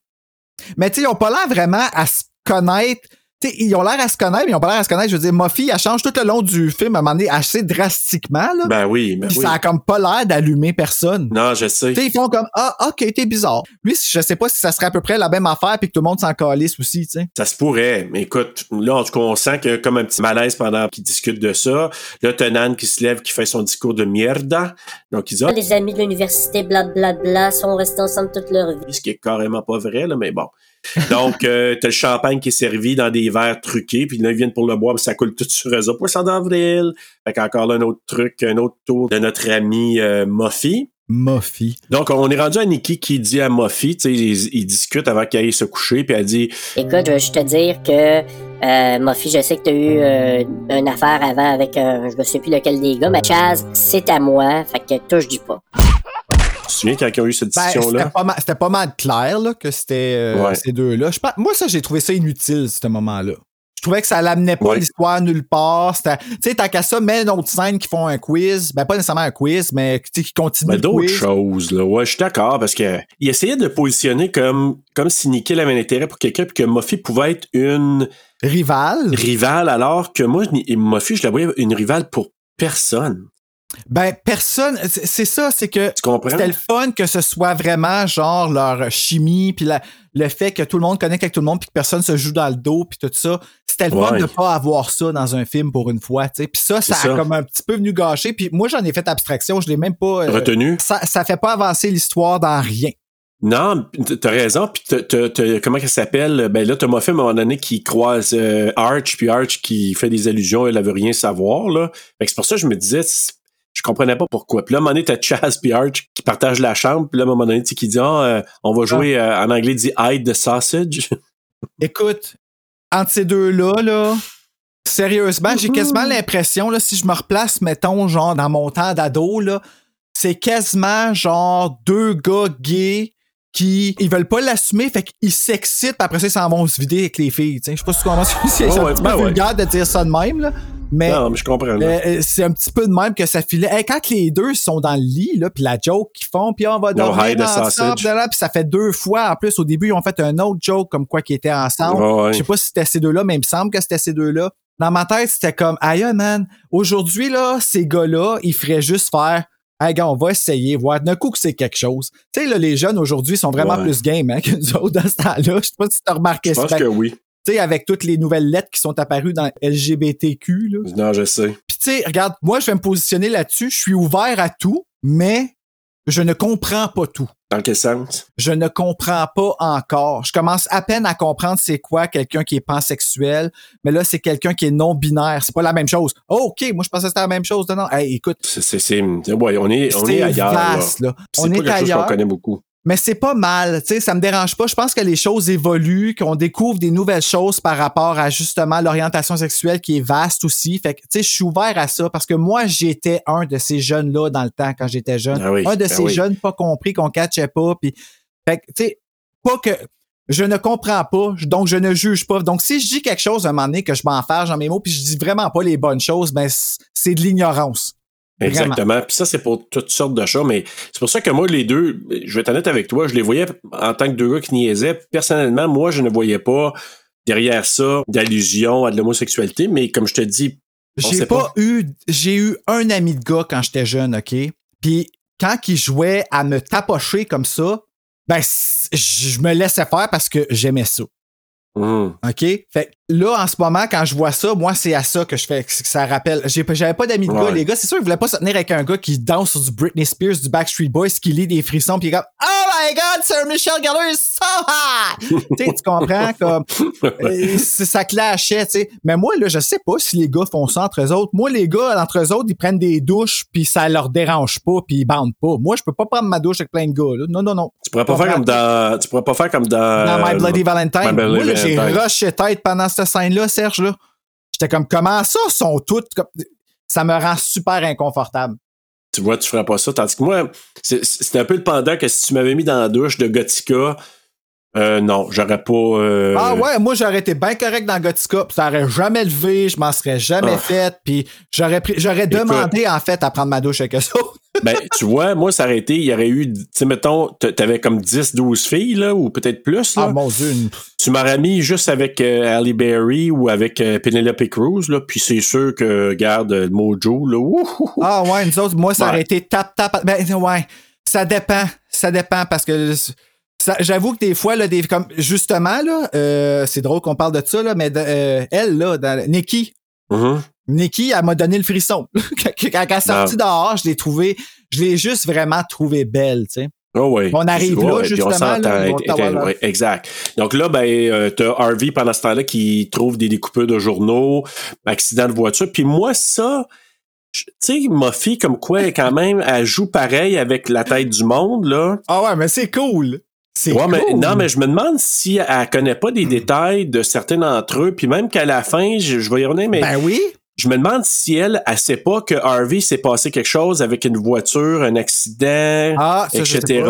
Speaker 5: Mais tu sais, ils ont pas l'air vraiment à se connaître. Tu sais, ils ont l'air à se connaître, mais ils ont pas l'air à se connaître. Je veux dire, Muffy, elle change tout le long du film à un moment donné assez drastiquement, là.
Speaker 8: Ben oui, ben
Speaker 5: Puis
Speaker 8: oui.
Speaker 5: ça a comme pas l'air d'allumer personne.
Speaker 8: Non, je sais.
Speaker 5: Tu sais, ils font comme Ah, ok, t'es bizarre. Lui, je sais pas si ça serait à peu près la même affaire puis que tout le monde s'en calisse aussi, tu sais.
Speaker 8: Ça se pourrait, mais écoute, là, en tout cas, on sent qu'il y a comme un petit malaise pendant qu'ils discutent de ça. Là, t'as Nan qui se lève, qui fait son discours de mierda. Donc, ils disent, ah,
Speaker 3: Les amis de l'université, blablabla, sont restés ensemble toute leur vie.
Speaker 8: ce qui est carrément pas vrai, là, mais bon. Donc, euh, t'as le champagne qui est servi dans des verres truqués, puis là, ils viennent pour le boire, puis ça coule tout sur eux autres. Poisson d'avril! Fait qu'encore là, un autre truc, un autre tour de notre ami euh, Muffy.
Speaker 5: Muffy.
Speaker 8: Donc, on est rendu à Nikki qui dit à Muffy, tu sais, ils, ils discutent avant qu'elle aille se coucher, puis elle dit,
Speaker 3: Écoute, je veux juste te dire que, euh, Mophie, je sais que t'as eu euh, une affaire avant avec un, je ne sais plus lequel des gars, mais Chaz, c'est à moi, fait que touche du pas.
Speaker 8: tu te souviens quand ils ont eu cette
Speaker 5: Ben, c'était
Speaker 8: discussion-là?
Speaker 5: pas, mal, c'était pas mal clair là, que c'était euh,
Speaker 8: Ouais.
Speaker 5: ces deux-là. Je pense- moi, ça, j'ai trouvé ça inutile, ce moment-là. Je trouvais que ça l'amenait pas
Speaker 8: Ouais.
Speaker 5: l'histoire nulle part. C'était- Tu sais, tant qu'à ça, mais d'autres scènes qui font un quiz. Ben, pas nécessairement un quiz, mais tu sais, qui continuent
Speaker 8: Mais
Speaker 5: le
Speaker 8: Ben, d'autres
Speaker 5: quiz.
Speaker 8: choses, là. Ouais, je suis d'accord, parce que il essayait de positionner comme, comme si Nickel avait un intérêt pour quelqu'un, puis que Muffy pouvait être une
Speaker 5: Rival.
Speaker 8: rivale, alors que moi, ni- Muffy, je la voyais une rivale pour personne.
Speaker 5: Ben, personne. C'est c'est ça, c'est que.
Speaker 8: Tu comprends?
Speaker 5: C'était le fun que ce soit vraiment genre leur chimie, puis la- le fait que tout le monde connecte avec tout le monde, puis que personne se joue dans le dos, puis tout ça. C'était le fun
Speaker 8: Ouais.
Speaker 5: de pas avoir ça dans un film pour une fois, tu sais. Puis ça, ça,
Speaker 8: C'est
Speaker 5: a
Speaker 8: ça.
Speaker 5: comme un petit peu venu gâcher. Puis moi, j'en ai fait abstraction, je l'ai même pas. euh,
Speaker 8: Retenu?
Speaker 5: ça, ça fait pas avancer l'histoire dans rien.
Speaker 8: Non, t- t'as raison. Puis t'as- t'as- t'as- comment qu'elle s'appelle? Ben là, t'as Muffy à un moment donné qui croise euh, Arch, puis Arch qui fait des allusions, elle, elle veut rien savoir, là. Fait que c'est pour ça que je me disais, c'est- je comprenais pas pourquoi. Puis là, à un moment donné, t'as Chaz puis Arch qui partagent la chambre, puis là, à un moment donné, tu sais, qui dit, ah, euh, on va jouer, euh, en anglais, dit hide the sausage.
Speaker 5: Écoute, entre ces deux-là, là, sérieusement, j'ai quasiment l'impression, là, si je me replace, mettons, genre, dans mon temps d'ado, là, c'est quasiment genre deux gars gays qui ils veulent pas l'assumer, fait qu'ils s'excitent, puis après ça, ils s'en vont se vider avec les filles. tu sais. Je sais pas si tu comprends c'est- c'est
Speaker 8: Ouais,
Speaker 5: un
Speaker 8: ouais,
Speaker 5: petit
Speaker 8: ben
Speaker 5: peu
Speaker 8: ouais.
Speaker 5: vulgaire de dire ça de même, là, mais.
Speaker 8: non, mais je comprends. là.
Speaker 5: Euh, euh, c'est un petit peu de même que ça filait. Hey, quand les deux sont dans le lit, là, puis la joke qu'ils font, puis on va
Speaker 8: No hide
Speaker 5: dormir
Speaker 8: the
Speaker 5: ensemble,
Speaker 8: sausage.
Speaker 5: là, là, puis ça fait deux fois. En plus, au début, ils ont fait un autre joke comme quoi qu'ils étaient ensemble.
Speaker 6: Ah,
Speaker 8: Ouais, ouais.
Speaker 5: Je sais pas si c'était ces deux-là, mais il me semble que c'était ces deux-là. Dans ma tête, c'était comme, aïe, man, aujourd'hui, là, ces gars-là, ils feraient juste faire, hey, gars, on va essayer, voir d'un coup que c'est quelque chose. Tu sais, là, les jeunes aujourd'hui sont vraiment
Speaker 8: Ouais.
Speaker 5: plus game, hein, que nous autres dans ce temps-là. Je sais pas si t'as remarqué
Speaker 8: Je pense
Speaker 5: ça.
Speaker 8: que oui.
Speaker 5: Tu sais, avec toutes les nouvelles lettres qui sont apparues dans LGBTQ. Là.
Speaker 6: Non, je sais.
Speaker 5: Puis tu sais, regarde, moi, je vais me positionner là-dessus. Je suis ouvert à tout, mais je ne comprends pas tout.
Speaker 6: Dans quel sens?
Speaker 5: Je ne comprends pas encore. Je commence à peine à comprendre c'est quoi quelqu'un qui est pansexuel, mais là, c'est quelqu'un qui est non-binaire. C'est pas la même chose. Oh, OK, moi, je pensais que c'était la même chose. Non, non. Hey, écoute.
Speaker 6: C'est, c'est, c'est- ouais, on est, on est ailleurs.
Speaker 5: vaste,
Speaker 6: là.
Speaker 5: là.
Speaker 6: Puis C'est
Speaker 5: On
Speaker 6: pas
Speaker 5: est
Speaker 6: quelque chose qu'on
Speaker 5: ailleurs.
Speaker 6: connaît beaucoup.
Speaker 5: Mais c'est pas mal, tu sais, ça me dérange pas. Je pense que les choses évoluent, qu'on découvre des nouvelles choses par rapport à justement l'orientation sexuelle qui est vaste aussi. Fait que, tu sais, je suis ouvert à ça parce que moi, j'étais un de ces jeunes-là dans le temps quand j'étais jeune.
Speaker 6: Ah oui,
Speaker 5: un de
Speaker 6: ah
Speaker 5: ces
Speaker 6: oui.
Speaker 5: jeunes pas compris, qu'on catchait pas. Puis, fait que, tu sais, pas que je ne comprends pas, je- donc je ne juge pas. Donc, si je dis quelque chose à un moment donné que je m'enferme dans mes mots puis je dis vraiment pas les bonnes choses, ben, c- c'est de l'ignorance. Vraiment.
Speaker 6: Exactement. Puis ça, c'est pour toutes sortes de choses, mais c'est pour ça que moi, les deux, je vais être honnête avec toi, je les voyais en tant que deux gars qui niaisaient. Personnellement, moi, je ne voyais pas derrière ça d'allusion à de l'homosexualité, mais comme je te dis, on
Speaker 5: J'ai
Speaker 6: sait
Speaker 5: pas, eu. J'ai eu un ami de gars quand j'étais jeune, OK? Puis quand il jouait à me tapocher comme ça, ben, c- je me laissais faire parce que j'aimais ça.
Speaker 6: Hum.
Speaker 5: OK? Fait que là, en ce moment, quand je vois ça, moi, c'est à ça que je fais, que ça rappelle. J'ai- J'avais pas d'amis de gars.
Speaker 6: Ouais.
Speaker 5: Les gars, c'est sûr qu'ils voulaient pas se tenir avec un gars qui danse sur du Britney Spears, du Backstreet Boys, qui lit des frissons, pis comme, Oh my God, Sir Michel Geller is so high! tu sais, tu comprends? Comme, euh, c'est- ça clashait, tu sais. Mais moi, là, je sais pas si les gars font ça entre eux autres. Moi, les gars, entre eux autres, ils prennent des douches, puis ça leur dérange pas, puis ils bandent pas. Moi, je peux pas prendre ma douche avec plein de gars, là. Non, non, non.
Speaker 6: tu pourrais pas faire comme dans, tu pourrais pas faire comme dans,
Speaker 5: Dans My Bloody Valentine.
Speaker 6: Euh, My Bloody
Speaker 5: Moi, là, j'ai
Speaker 6: Valentine.
Speaker 5: rushé tête pendant cette scène-là, Serge, là. J'étais comme, comment ça, sont toutes comme- Ça me rend super inconfortable.
Speaker 6: tu vois, tu feras pas ça. Tandis que moi, c'est- c'était un peu le pendant que si tu m'avais mis dans la douche de Gothica, euh, non, j'aurais pas, euh,
Speaker 5: Ah ouais, moi, j'aurais été bien correct dans Gothica, pis ça aurait jamais levé, je m'en serais jamais
Speaker 6: Ah.
Speaker 5: fait, puis j'aurais pris, j'aurais
Speaker 6: Écoute.
Speaker 5: demandé, en fait, à prendre ma douche avec eux autres.
Speaker 6: Ben, tu vois, moi, ça aurait été, il y aurait eu, tu sais, mettons, t- t'avais comme 10, 12 filles, là, ou peut-être plus, là.
Speaker 5: Ah, mon Dieu, une-
Speaker 6: Tu m'aurais mis juste avec euh, Halle Berry ou avec euh, Penelope Cruz, là, puis c'est sûr que, regarde, euh, le Mojo, là, ouh, ouh, ouh.
Speaker 5: Ah ouais, nous autres, moi, ça
Speaker 6: Ouais.
Speaker 5: aurait été tap-tap. Ben ouais, ça dépend. Ça dépend parce que ça- j'avoue que des fois, là, des, comme, justement, là, euh, c'est drôle qu'on parle de ça, là, mais de- euh, elle, là, dans, Nikki,
Speaker 6: Mhm.
Speaker 5: Nikki, elle m'a donné le frisson. Quand quand elle est sortie dehors, je l'ai trouvée, je l'ai juste vraiment trouvée belle, tu sais.
Speaker 6: Ah ouais.
Speaker 5: On arrive là,
Speaker 6: Ouais, puis
Speaker 5: justement,
Speaker 6: on s'entend,
Speaker 5: là,
Speaker 6: et-
Speaker 5: on
Speaker 6: et-
Speaker 5: t'a- voilà.
Speaker 6: ouais, exact. Donc là, ben, euh, t'as Harvey pendant ce temps-là qui trouve des découpeurs de journaux, accident de voiture. Puis moi, ça, je- tu sais, ma fille, comme quoi, elle, quand même, elle joue pareil avec la tête du monde, là.
Speaker 5: Ah ouais, mais c'est cool. C'est
Speaker 6: Ouais, mais,
Speaker 5: cool.
Speaker 6: non, mais je me demande si elle connaît pas des détails de certains d'entre eux, puis même qu'à la fin, je, je vais y revenir, mais
Speaker 5: Ben oui.
Speaker 6: je me demande si elle, elle sait pas que Harvey s'est passé quelque chose avec une voiture, un accident,
Speaker 5: Ah, ça, je sais
Speaker 6: etc.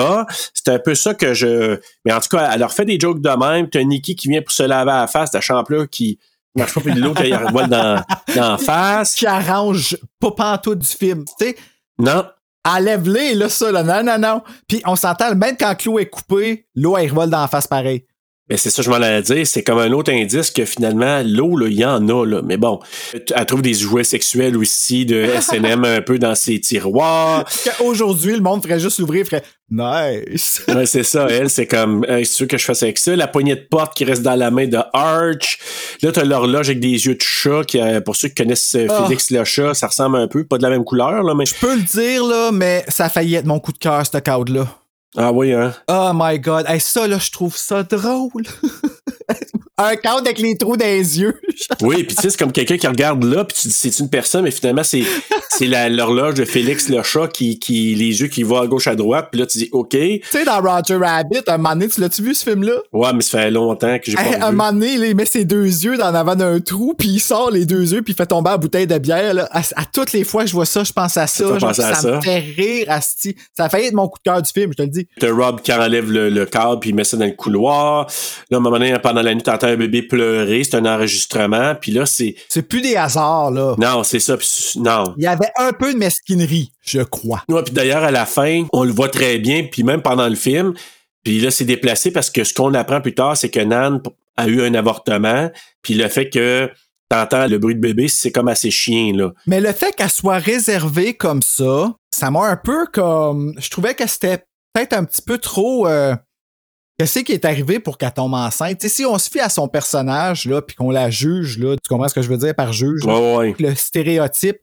Speaker 6: C'est un peu ça que je. Mais en tout cas, elle leur fait des jokes de même. T'as Nikki qui vient pour se laver à la face, t'as Champleur qui marche pas, puis l'autre, elle y revole dans, dans la face.
Speaker 5: Qui arrange pas pantoute du film, tu sais.
Speaker 6: Non.
Speaker 5: Enlève-les, là, ça, là. Non, non, non. Puis on s'entend, même quand Clou est coupé, l'eau, elle revole dans la face pareil.
Speaker 6: Mais c'est ça, je m'en allais dire. C'est comme un autre indice que finalement, l'eau, là, il y en a, là. Mais bon, elle trouve des jouets sexuels aussi de SNM un peu dans ses tiroirs.
Speaker 5: Aujourd'hui, le monde ferait juste l'ouvrir et ferait Nice.
Speaker 6: Ouais, c'est ça, elle, c'est comme, Hey, c'est sûr que je fasse avec ça. La poignée de porte qui reste dans la main de Arch. Là, t'as l'horloge avec des yeux de chat qui, euh, pour ceux qui connaissent euh,
Speaker 5: Ah.
Speaker 6: Félix le chat, ça ressemble un peu, pas de la même couleur, là, mais.
Speaker 5: Je peux le dire, là, mais ça a failli être mon coup de cœur, ce code-là.
Speaker 6: Ah oui, hein.
Speaker 5: Oh my god. Hey, ça, là, je trouve ça drôle. Un code avec les trous dans les yeux.
Speaker 6: Oui, puis tu sais, c'est comme quelqu'un qui regarde là, puis tu dis, c'est une personne, mais finalement, c'est, c'est la- l'horloge de Félix le chat qui, qui, les yeux qui vont à gauche, à droite, puis là, tu dis, OK.
Speaker 5: tu sais, dans Roger Rabbit, un moment donné, tu l'as-tu vu, ce film-là?
Speaker 6: Ouais, mais ça fait longtemps que j'ai pas
Speaker 5: Hey,
Speaker 6: vu.
Speaker 5: un moment donné, là, il met ses deux yeux dans l'avant d'un trou, puis il sort les deux yeux, puis il fait tomber la bouteille de bière. là. À, à toutes les fois que je vois ça, je pense à ça.
Speaker 6: Ça fait
Speaker 5: genre,
Speaker 6: penser à
Speaker 5: ça me
Speaker 6: ça.
Speaker 5: fait rire, Asti. Ça a failli être mon coup de cœur du film, je te le dis.
Speaker 6: T'as Rob qui enlève le, le câble puis il met ça dans le couloir. Là, à un moment donné, pendant la nuit, t'entends un bébé pleurer. C'est un enregistrement. Puis là, c'est...
Speaker 5: C'est plus des hasards, là.
Speaker 6: Non, c'est ça. puis c'est- non.
Speaker 5: Il y avait un peu de mesquinerie, je crois.
Speaker 6: Ouais, puis d'ailleurs, à la fin, on le voit très bien. Puis même pendant le film, puis là, c'est déplacé parce que ce qu'on apprend plus tard, c'est que Nan p- a eu un avortement. Puis le fait que t'entends le bruit de bébé, c'est comme à ses chiens, là.
Speaker 5: Mais le fait qu'elle soit réservée comme ça, ça m'a un peu comme... Je trouvais que c'était peut-être un petit peu trop... euh, Qu'est-ce qui est arrivé pour qu'elle tombe enceinte? T'sais, si on se fie à son personnage, là, puis qu'on la juge, là, tu comprends ce que je veux dire par juge?
Speaker 6: Ouais, ouais.
Speaker 5: Le stéréotype.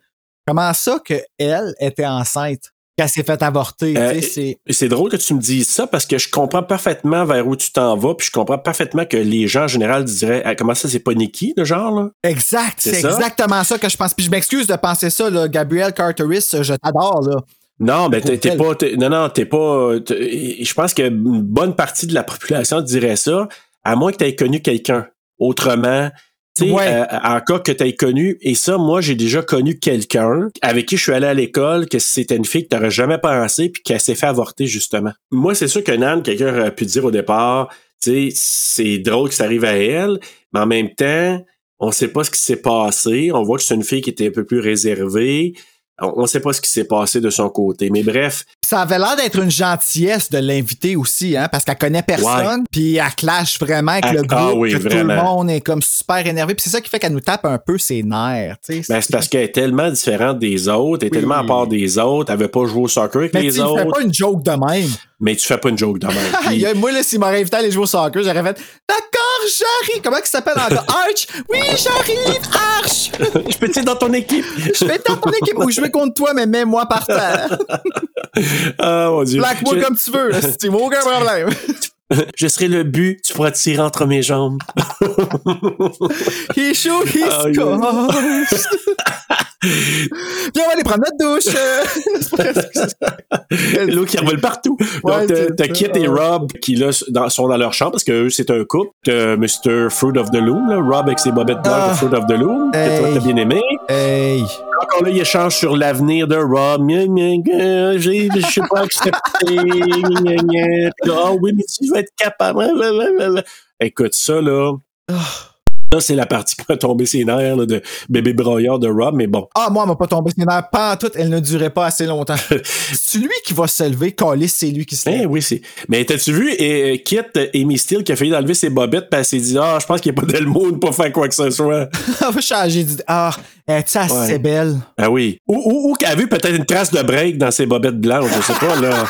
Speaker 5: Comment ça qu'elle était enceinte? Qu'elle s'est fait avorter?
Speaker 6: Euh,
Speaker 5: t'sais, c'est...
Speaker 6: Et C'est drôle que tu me dises ça parce que je comprends parfaitement vers où tu t'en vas, puis je comprends parfaitement que les gens en général diraient Ah, comment ça, c'est pas Nikki, le genre, là?
Speaker 5: Exact,
Speaker 6: C'est
Speaker 5: c'est
Speaker 6: ça?
Speaker 5: exactement ça que je pense. Puis je m'excuse de penser ça, là, Gabrielle Carteris, je t'adore, là.
Speaker 6: Non, mais t'es t'es
Speaker 5: elle.
Speaker 6: pas. t'es- non, non, t'es pas. t'es- je pense qu'une bonne partie de la population dirait ça, à moins que t'aies connu quelqu'un autrement. Tu sais,
Speaker 5: Ouais.
Speaker 6: euh, encore que t'aies connu. Et ça, moi, j'ai déjà connu quelqu'un avec qui je suis allé à l'école, que c'était une fille que t'aurais jamais pensé, puis qu'elle s'est fait avorter, justement. Moi, c'est sûr que Nan, quelqu'un aurait pu dire au départ, tu sais, c'est drôle que ça arrive à elle, mais en même temps, on sait pas ce qui s'est passé. On voit que c'est une fille qui était un peu plus réservée. On ne sait pas ce qui s'est passé de son côté. Mais bref,
Speaker 5: Ça avait l'air d'être une gentillesse de l'inviter aussi, hein, parce qu'elle connaît personne, puis elle clash vraiment avec
Speaker 6: Ah,
Speaker 5: le
Speaker 6: ah
Speaker 5: groupe,
Speaker 6: oui,
Speaker 5: que tout le
Speaker 6: vraiment.
Speaker 5: monde est comme super énervé, puis c'est ça qui fait qu'elle nous tape un peu ses nerfs, tu sais.
Speaker 6: ben, c'est parce qu'elle est tellement différente des autres, elle est
Speaker 5: Oui.
Speaker 6: tellement à part des autres, elle veut pas jouer au soccer avec
Speaker 5: Mais tu
Speaker 6: les
Speaker 5: sais, il fait
Speaker 6: autres,
Speaker 5: pas une joke de même.
Speaker 6: mais tu fais pas une joke de même. Puis-
Speaker 5: Il y a- moi, là, s'il m'aurait invité à aller jouer au soccer, j'aurais fait D'accord, j'arrive. Comment il s'appelle encore Arch Oui, j'arrive, Arch
Speaker 6: je peux être dans ton équipe.
Speaker 5: Je vais dans ton équipe ou je vais contre toi, mais mets-moi par terre.
Speaker 6: Ah mon dieu.
Speaker 5: Plaque-moi
Speaker 6: je,
Speaker 5: comme tu veux, là, c'est aucun problème.
Speaker 6: je serai le but, tu pourras tirer entre mes jambes.
Speaker 5: He shoot, he
Speaker 6: Ah, oui.
Speaker 5: scores. Viens, on va aller prendre notre douche. C'est pas vrai, c'est-
Speaker 6: L'eau qui revole partout. Donc,
Speaker 5: Ouais,
Speaker 6: t'as-
Speaker 5: c'est
Speaker 6: t'as
Speaker 5: ça.
Speaker 6: Kit et Rob qui là, s- dans- sont dans leur chambre parce que eux, c'est un couple. T'as Mr. Fruit of the Loom, là, Rob avec ses bobettes blanches
Speaker 5: Ah.
Speaker 6: de Fruit of the Loom, que toi
Speaker 5: Hey.
Speaker 6: t'as bien aimé.
Speaker 5: hey.
Speaker 6: Encore là, il échange sur l'avenir de Rob. Gna, gna, gna, j'ai- Je sais pas accepté. Gna, gna, gna. Ah oui, mais tu vas être capable. Blablabla. Écoute, ça, là. Ah. Ça, c'est la partie qui m'a tombé ses nerfs là, de bébé broyeur de Rob, mais bon.
Speaker 5: Ah, moi, elle m'a pas tombé ses nerfs. Pas en tout, elle ne durait pas assez longtemps. c'est lui qui va se lever, coller, c'est lui qui se
Speaker 6: Eh
Speaker 5: lève.
Speaker 6: oui, c'est. Mais t'as-tu vu et, euh, Kit, euh, Amy Steele, qui a failli d'enlever ses bobettes, parce elle s'est dit Ah, je pense qu'il n'y a pas d'Elmo pour faire quoi que ce soit.
Speaker 5: Elle va changer d'idée. Ah, est-tu assez
Speaker 6: Ouais.
Speaker 5: belle?
Speaker 6: Ah oui. Ou, ou, ou qu'elle a vu peut-être une trace de break dans ses bobettes blanches, je sais pas, là.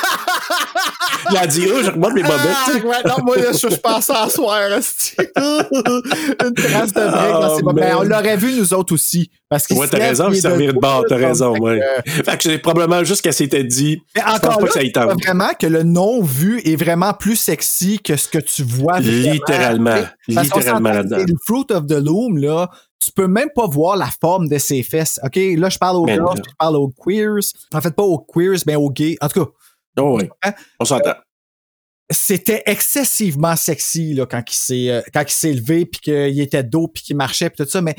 Speaker 6: Il a dit Oh, je remonte mes bobettes.
Speaker 5: Ah,
Speaker 6: tu sais.
Speaker 5: ouais, non, moi, là, je, je pense à soir. esti. Une trace de break.
Speaker 6: Ah,
Speaker 5: là, c'est pas- ben,
Speaker 6: man.
Speaker 5: on l'aurait vu, nous autres aussi. Parce qu'il
Speaker 6: Ouais,
Speaker 5: se
Speaker 6: t'as
Speaker 5: lève,
Speaker 6: raison,
Speaker 5: il est
Speaker 6: servir de bord, t'as
Speaker 5: debout,
Speaker 6: raison,
Speaker 5: fait que,
Speaker 6: ouais.
Speaker 5: euh,
Speaker 6: Fait que c'est probablement juste qu'elle s'était dit.
Speaker 5: Mais
Speaker 6: Je pense
Speaker 5: encore
Speaker 6: pas
Speaker 5: là,
Speaker 6: que ça y
Speaker 5: tu vois
Speaker 6: tente.
Speaker 5: vraiment que le non vu est vraiment plus sexy que ce que tu vois. vraiment.
Speaker 6: Littéralement.
Speaker 5: Parce qu'on
Speaker 6: Littéralement
Speaker 5: s'entend que
Speaker 6: là-dedans.
Speaker 5: c'est Le fruit of the loom, là, tu peux même pas voir la forme de ses fesses. OK, là, je parle aux
Speaker 6: Mais
Speaker 5: girls,
Speaker 6: non.
Speaker 5: je parle aux queers. En fait, pas aux queers, mais aux gays. En tout cas,
Speaker 6: Oh, oui. On s'entend.
Speaker 5: c'était excessivement sexy là, quand il s'est euh, quand il s'est levé puis qu'il était de dos puis qu'il marchait puis tout ça mais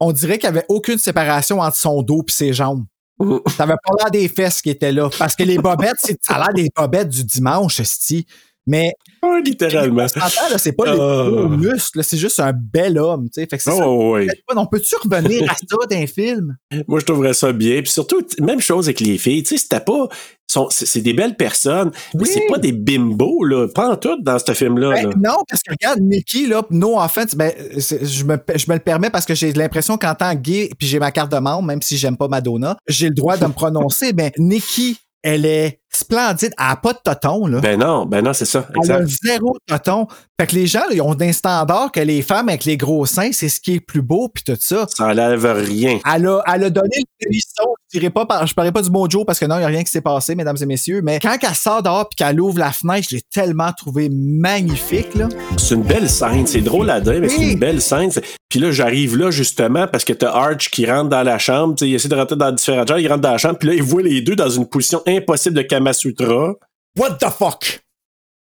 Speaker 5: on dirait qu'il y avait aucune séparation entre son dos puis ses jambes.
Speaker 6: Mm.
Speaker 5: Ça avait pas l'air des fesses qui étaient là parce que les bobettes c'est ça a l'air des bobettes du dimanche esti. Mais
Speaker 6: Ah, littéralement.
Speaker 5: on s'entend, là, c'est pas les
Speaker 6: Ah.
Speaker 5: gros muscles, là, c'est juste un bel homme, tu sais. Fait que c'est ça.
Speaker 6: Oh, oui.
Speaker 5: On peut-tu revenir à ça d'un film?
Speaker 6: Moi, je trouverais ça bien. Puis surtout, t- même chose avec les filles. Tu sais, c'était pas. sont- C'est c'est des belles personnes, mais
Speaker 5: Oui.
Speaker 6: c'est pas des bimbos, là. Pas en tout dans ce film-là.
Speaker 5: Ben,
Speaker 6: là.
Speaker 5: non, parce que regarde, Nikki, là, no offense, ben, c'est- je, me, je me le permets parce que j'ai l'impression qu'en tant que gay, puis j'ai ma carte de membre, même si j'aime pas Madonna, j'ai le droit de me prononcer, mais Nikki, elle est splendide, elle a pas de toton, là.
Speaker 6: Ben non, ben non, c'est ça.
Speaker 5: Elle a
Speaker 6: Exact.
Speaker 5: zéro toton. Fait que les gens, là, ils ont d'un standard que les femmes avec les gros seins, c'est ce qui est plus beau, puis tout ça.
Speaker 6: Ça enlève rien.
Speaker 5: Elle a, elle a donné le frisson. Je dirais pas, par- je parlerai pas du mojo parce que non, il n'y a rien qui s'est passé, mesdames et messieurs. Mais quand elle sort dehors puis qu'elle ouvre la fenêtre, je l'ai tellement trouvé magnifique, là.
Speaker 6: C'est une belle scène. C'est drôle à dire, mais c'est
Speaker 5: Oui.
Speaker 6: une belle scène. C'est- Puis là, j'arrive là, justement, parce que t'as Arch qui rentre dans la chambre. Tu sais, Il essaie de rentrer dans différentes genres. Il rentre dans la chambre. Puis là, il voit les deux dans une position impossible de Kamasutra.
Speaker 5: What the fuck?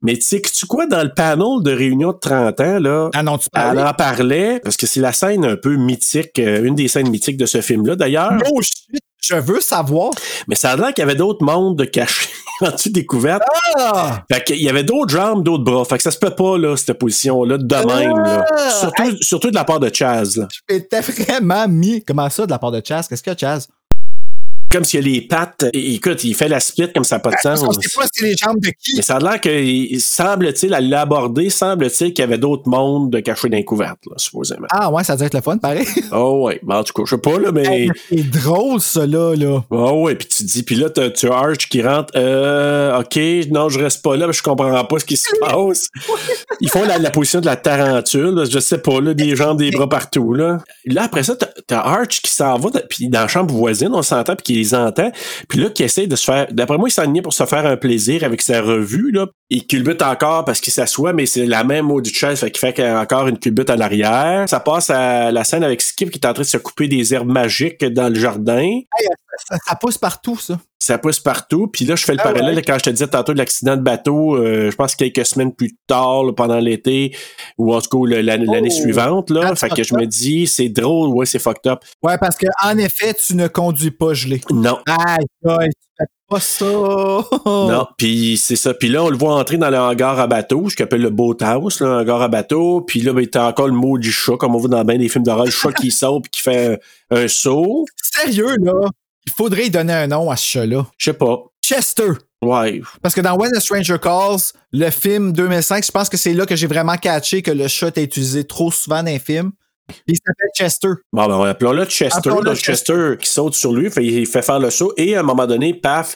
Speaker 6: Mais tu sais, que tu quoi, dans le panel de réunion de 30 ans, là,
Speaker 5: Ah non, tu parles.
Speaker 6: elle en parlait, parce que c'est la scène un peu mythique, euh, une des scènes mythiques de ce film-là, d'ailleurs.
Speaker 5: Oh shit, je veux savoir.
Speaker 6: Mais ça a l'air qu'il y avait d'autres mondes cachés en dessous des couvertes.
Speaker 5: Ah!
Speaker 6: Fait qu'il y avait d'autres jambes, d'autres bras. Fait que ça se peut pas, là, cette position-là, de même, là.
Speaker 5: Ah!
Speaker 6: Surtout, surtout de la part de Chaz, là.
Speaker 5: J'étais vraiment mis. Comment ça de la part de Chaz? Qu'est-ce que Chaz?
Speaker 6: Comme s'il y a les pattes. Et, écoute, il fait la split comme ça n'a pas de sens.
Speaker 5: On sait pas c'est les jambes de qui.
Speaker 6: Mais ça a l'air que, semble-t-il, à l'aborder, semble-t-il qu'il y avait d'autres mondes de cachés d'un couvercle, supposément.
Speaker 5: Ah ouais, ça doit être le fun, pareil.
Speaker 6: Oh ouais, ben, en tout cas, je sais pas, là, mais. Hey,
Speaker 5: c'est drôle, ça, là. là.
Speaker 6: Oh ouais, puis tu dis, puis là, t'as- tu as Arch qui rentre, euh, OK, non, je reste pas là, mais je comprends pas ce qui se passe. Ils font la, la position de la tarentule, là, je sais pas, là, des jambes, des bras partout, là. Là, après ça, t'as- t'as Arch qui s'en va, t'as- puis dans la chambre voisine, on s'entend, puis qui les entend, puis là, qui essaie de se faire, d'après moi, il s'en est pour se faire un plaisir avec sa revue, là. Il culbute encore parce qu'il s'assoit, mais c'est la même maudite chaise, fait qu'il fait qu'il y a encore une culbute à l'arrière. Ça passe à la scène avec Skip qui est en train de se couper des herbes magiques dans le jardin.
Speaker 5: Ça, ça pousse partout, ça.
Speaker 6: Ça pousse partout. Puis là, je fais le parallèle là, quand je te disais tantôt de l'accident de bateau, euh, je pense quelques semaines plus tard, là, pendant l'été, ou en tout cas le- la- l'année suivante. Là, fait que je me dis, c'est drôle, ouais, c'est fucked up.
Speaker 5: Ouais, parce que en effet, tu ne conduis pas gelé.
Speaker 6: Non.
Speaker 5: Aïe, aïe, tu fais pas ça. Oh.
Speaker 6: Non, puis c'est ça. Puis là, on le voit entrer dans le hangar à bateau, ce qu'on appelle le boathouse, le hangar à bateau. Puis là, ben, t'as encore le mot du chat, comme on voit dans bien des films d'horreur, le chat qui saute puis qui fait un, un saut.
Speaker 5: Sérieux, là. Il faudrait y donner un nom à ce chat-là.
Speaker 6: Je sais pas.
Speaker 5: Chester.
Speaker 6: Ouais.
Speaker 5: Parce que dans When a Stranger Calls, le film 2005, je pense que c'est là que j'ai vraiment catché que le chat est utilisé trop souvent dans les films. Il s'appelle Chester.
Speaker 6: Bon, ben, appelons-le Chester.
Speaker 5: Appelons-le
Speaker 6: là, Chester qui saute sur lui, fait- il fait faire le saut et à un moment donné, paf,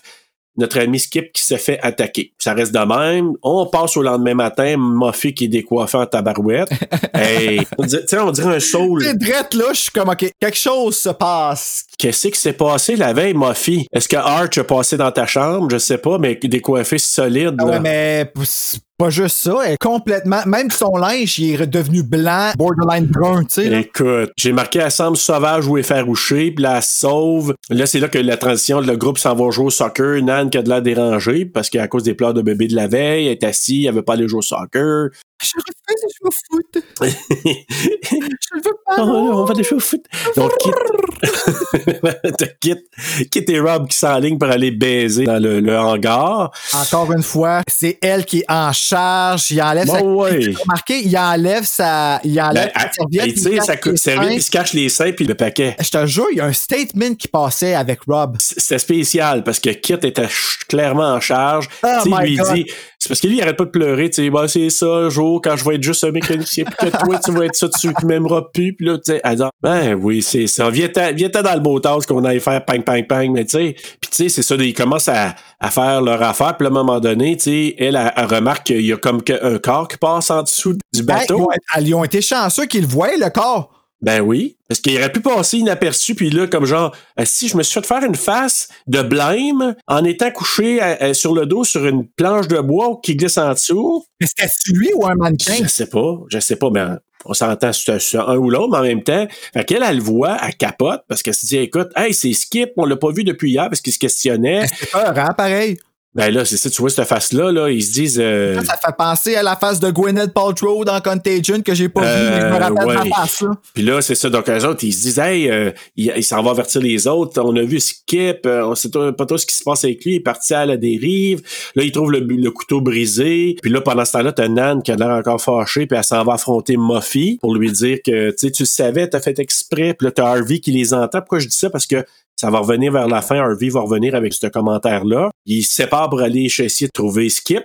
Speaker 6: notre ami Skip qui se fait attaquer. Ça reste de même. On passe au lendemain matin, Muffy qui est décoiffé en tabarouette. hey, on dirait- tu sais, on dirait un saul.
Speaker 5: C'est drette, là, je suis comme, OK, quelque chose se passe.
Speaker 6: Qu'est-ce qui s'est passé la veille, Muffy? Est-ce que Arch a passé dans ta chambre? Je sais pas, mais décoiffé solide.
Speaker 5: Ah ouais,
Speaker 6: là.
Speaker 5: mais c'est pas juste ça. Elle est complètement. Même son linge, il est redevenu blanc, borderline brun, tu sais. là.
Speaker 6: Écoute, j'ai marqué elle semble sauvage ou effarouchée, puis la sauve. Là, c'est là que la transition, le groupe s'en va jouer au soccer. Nan qui a de l'air dérangée parce qu'à cause des pleurs de bébé de la veille, elle est assise, elle veut pas aller jouer au soccer.
Speaker 5: Je refuse de jouer au foot. Je le veux pas.
Speaker 6: Oh, on va aller jouer au foot. Donc, quitte. quitte, quitte et Rob qui s'enligne pour aller baiser dans le, le hangar.
Speaker 5: Encore une fois, c'est elle qui est en charge. Il enlève
Speaker 6: Bon,
Speaker 5: sa.
Speaker 6: ouais.
Speaker 5: Remarquez, il enlève sa. Il
Speaker 6: Ben,
Speaker 5: enlève sa serviette.
Speaker 6: elle
Speaker 5: il
Speaker 6: tire
Speaker 5: cache
Speaker 6: sa
Speaker 5: ses
Speaker 6: coupe serviette,
Speaker 5: seins.
Speaker 6: puis se cache les seins, puis le paquet.
Speaker 5: Je te jure, il y a un statement qui passait avec Rob.
Speaker 6: c'est spécial parce que Kit était ch- clairement en charge.
Speaker 5: Oh
Speaker 6: Tu sais,
Speaker 5: my
Speaker 6: lui il
Speaker 5: God.
Speaker 6: dit, c'est parce que lui, il arrête pas de pleurer. Tu sais, bah, c'est ça, jour, quand je vais être juste un mécanicien, puis que toi, tu vas être ça, tu m'aimeras plus. Puis là, tu sais, elle dit, ben oui, c'est ça. Viens-t'en viens-t'en dans le beau tas qu'on allait faire pang, pang, pang. Mais tu sais, puis tu sais, c'est ça, ils commencent à, à faire leur affaire. Puis là, à un moment donné, tu sais, elle, elle, elle remarque qu'il y a comme que un corps qui passe en dessous du bateau.
Speaker 5: Ben, ils ont- ils ont été chanceux qu'ils le voient, le corps.
Speaker 6: Ben oui, parce qu'il aurait pu passer inaperçu, puis là, comme genre, euh, si je me suis fait faire une face de blême en étant couché euh, euh, sur le dos sur une planche de bois qui glisse en dessous,
Speaker 5: Mais c'était lui ou un mannequin?
Speaker 6: je sais pas, je sais pas, ben on s'entend sur, sur un ou l'autre, mais en même temps, fait qu'elle, elle le voit, elle capote, parce qu'elle se dit, écoute, hey, c'est Skip, on l'a pas vu depuis hier, parce qu'il se questionnait.
Speaker 5: C'est peur, hein, pareil.
Speaker 6: Ben là, c'est ça, tu vois cette face-là, là, ils se disent... euh,
Speaker 5: Ça, ça fait penser à la face de Gwyneth Paltrow dans Contagion que j'ai pas vue, mais je me
Speaker 6: Euh,
Speaker 5: rappelle
Speaker 6: ouais.
Speaker 5: sa face, là.
Speaker 6: Puis là, c'est ça. Donc, eux autres, ils se disent, hey, euh, il, il s'en va avertir les autres. On a vu Skip. euh, on sait pas pas trop ce qui se passe avec lui. Il est parti à la dérive. Là, il trouve le, bu- le couteau brisé. Puis là, pendant ce temps-là, t'as Nan qui a l'air encore fâchée. Puis elle s'en va affronter Muffy pour lui dire que, tu sais, tu le savais, t'as fait exprès. Puis là, t'as Harvey qui les entend. Pourquoi je dis ça? Parce que ça va revenir vers la fin. Harvey va revenir avec ce commentaire-là. Il se sépare pour aller essayer de trouver Skip.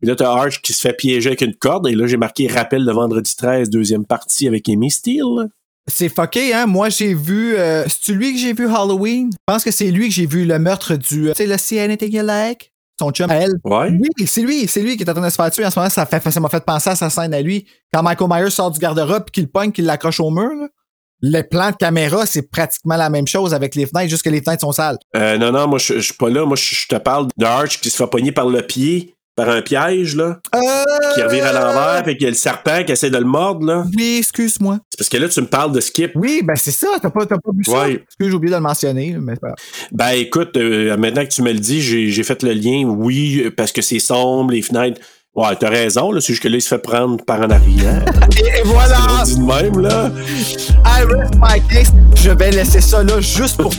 Speaker 6: Puis là, t'as Arch qui se fait piéger avec une corde. Et là, j'ai marqué rappel le vendredi 13, deuxième partie avec Amy Steele.
Speaker 5: C'est fucké, hein? Moi, j'ai vu. euh, C'est-tu lui que j'ai vu Halloween? Je pense que c'est lui que j'ai vu le meurtre du. euh, Tu sais, le See Anything You Like? Son chum à elle.
Speaker 6: Ouais.
Speaker 5: Oui, c'est lui, c'est lui qui est en train de se faire tuer en ce moment. Ça fait- ça m'a fait penser à sa scène à lui. Quand Michael Myers sort du garde-robe et qu'il pogne, qu'il l'accroche au mur, là, le plan de caméra, c'est pratiquement la même chose avec les fenêtres, juste que les fenêtres sont sales.
Speaker 6: Euh, non, non, moi, je je suis pas là. Moi, je je te parle d'Arch qui se fait pogner par le pied, par un piège, là,
Speaker 5: Euh,
Speaker 6: qui revire à l'envers, puis qu'il y a le serpent qui essaie de le mordre, là.
Speaker 5: Oui, excuse-moi.
Speaker 6: C'est parce que là, tu me parles de Skip.
Speaker 5: Oui, ben c'est ça, t'as pas, t'as pas vu ça.
Speaker 6: Ouais.
Speaker 5: Parce que j'ai oublié de le mentionner. Mais... c'est pas grave.
Speaker 6: Ben, écoute, euh, maintenant que tu me le dis, j'ai j'ai fait le lien. Oui, euh, parce que c'est sombre, les fenêtres. Ouais, t'as raison, là. C'est juste que là, il se fait prendre par en arrière.
Speaker 5: Et, et voilà!
Speaker 6: On dit de même, là.
Speaker 5: I rest my case. Je vais laisser ça là juste pour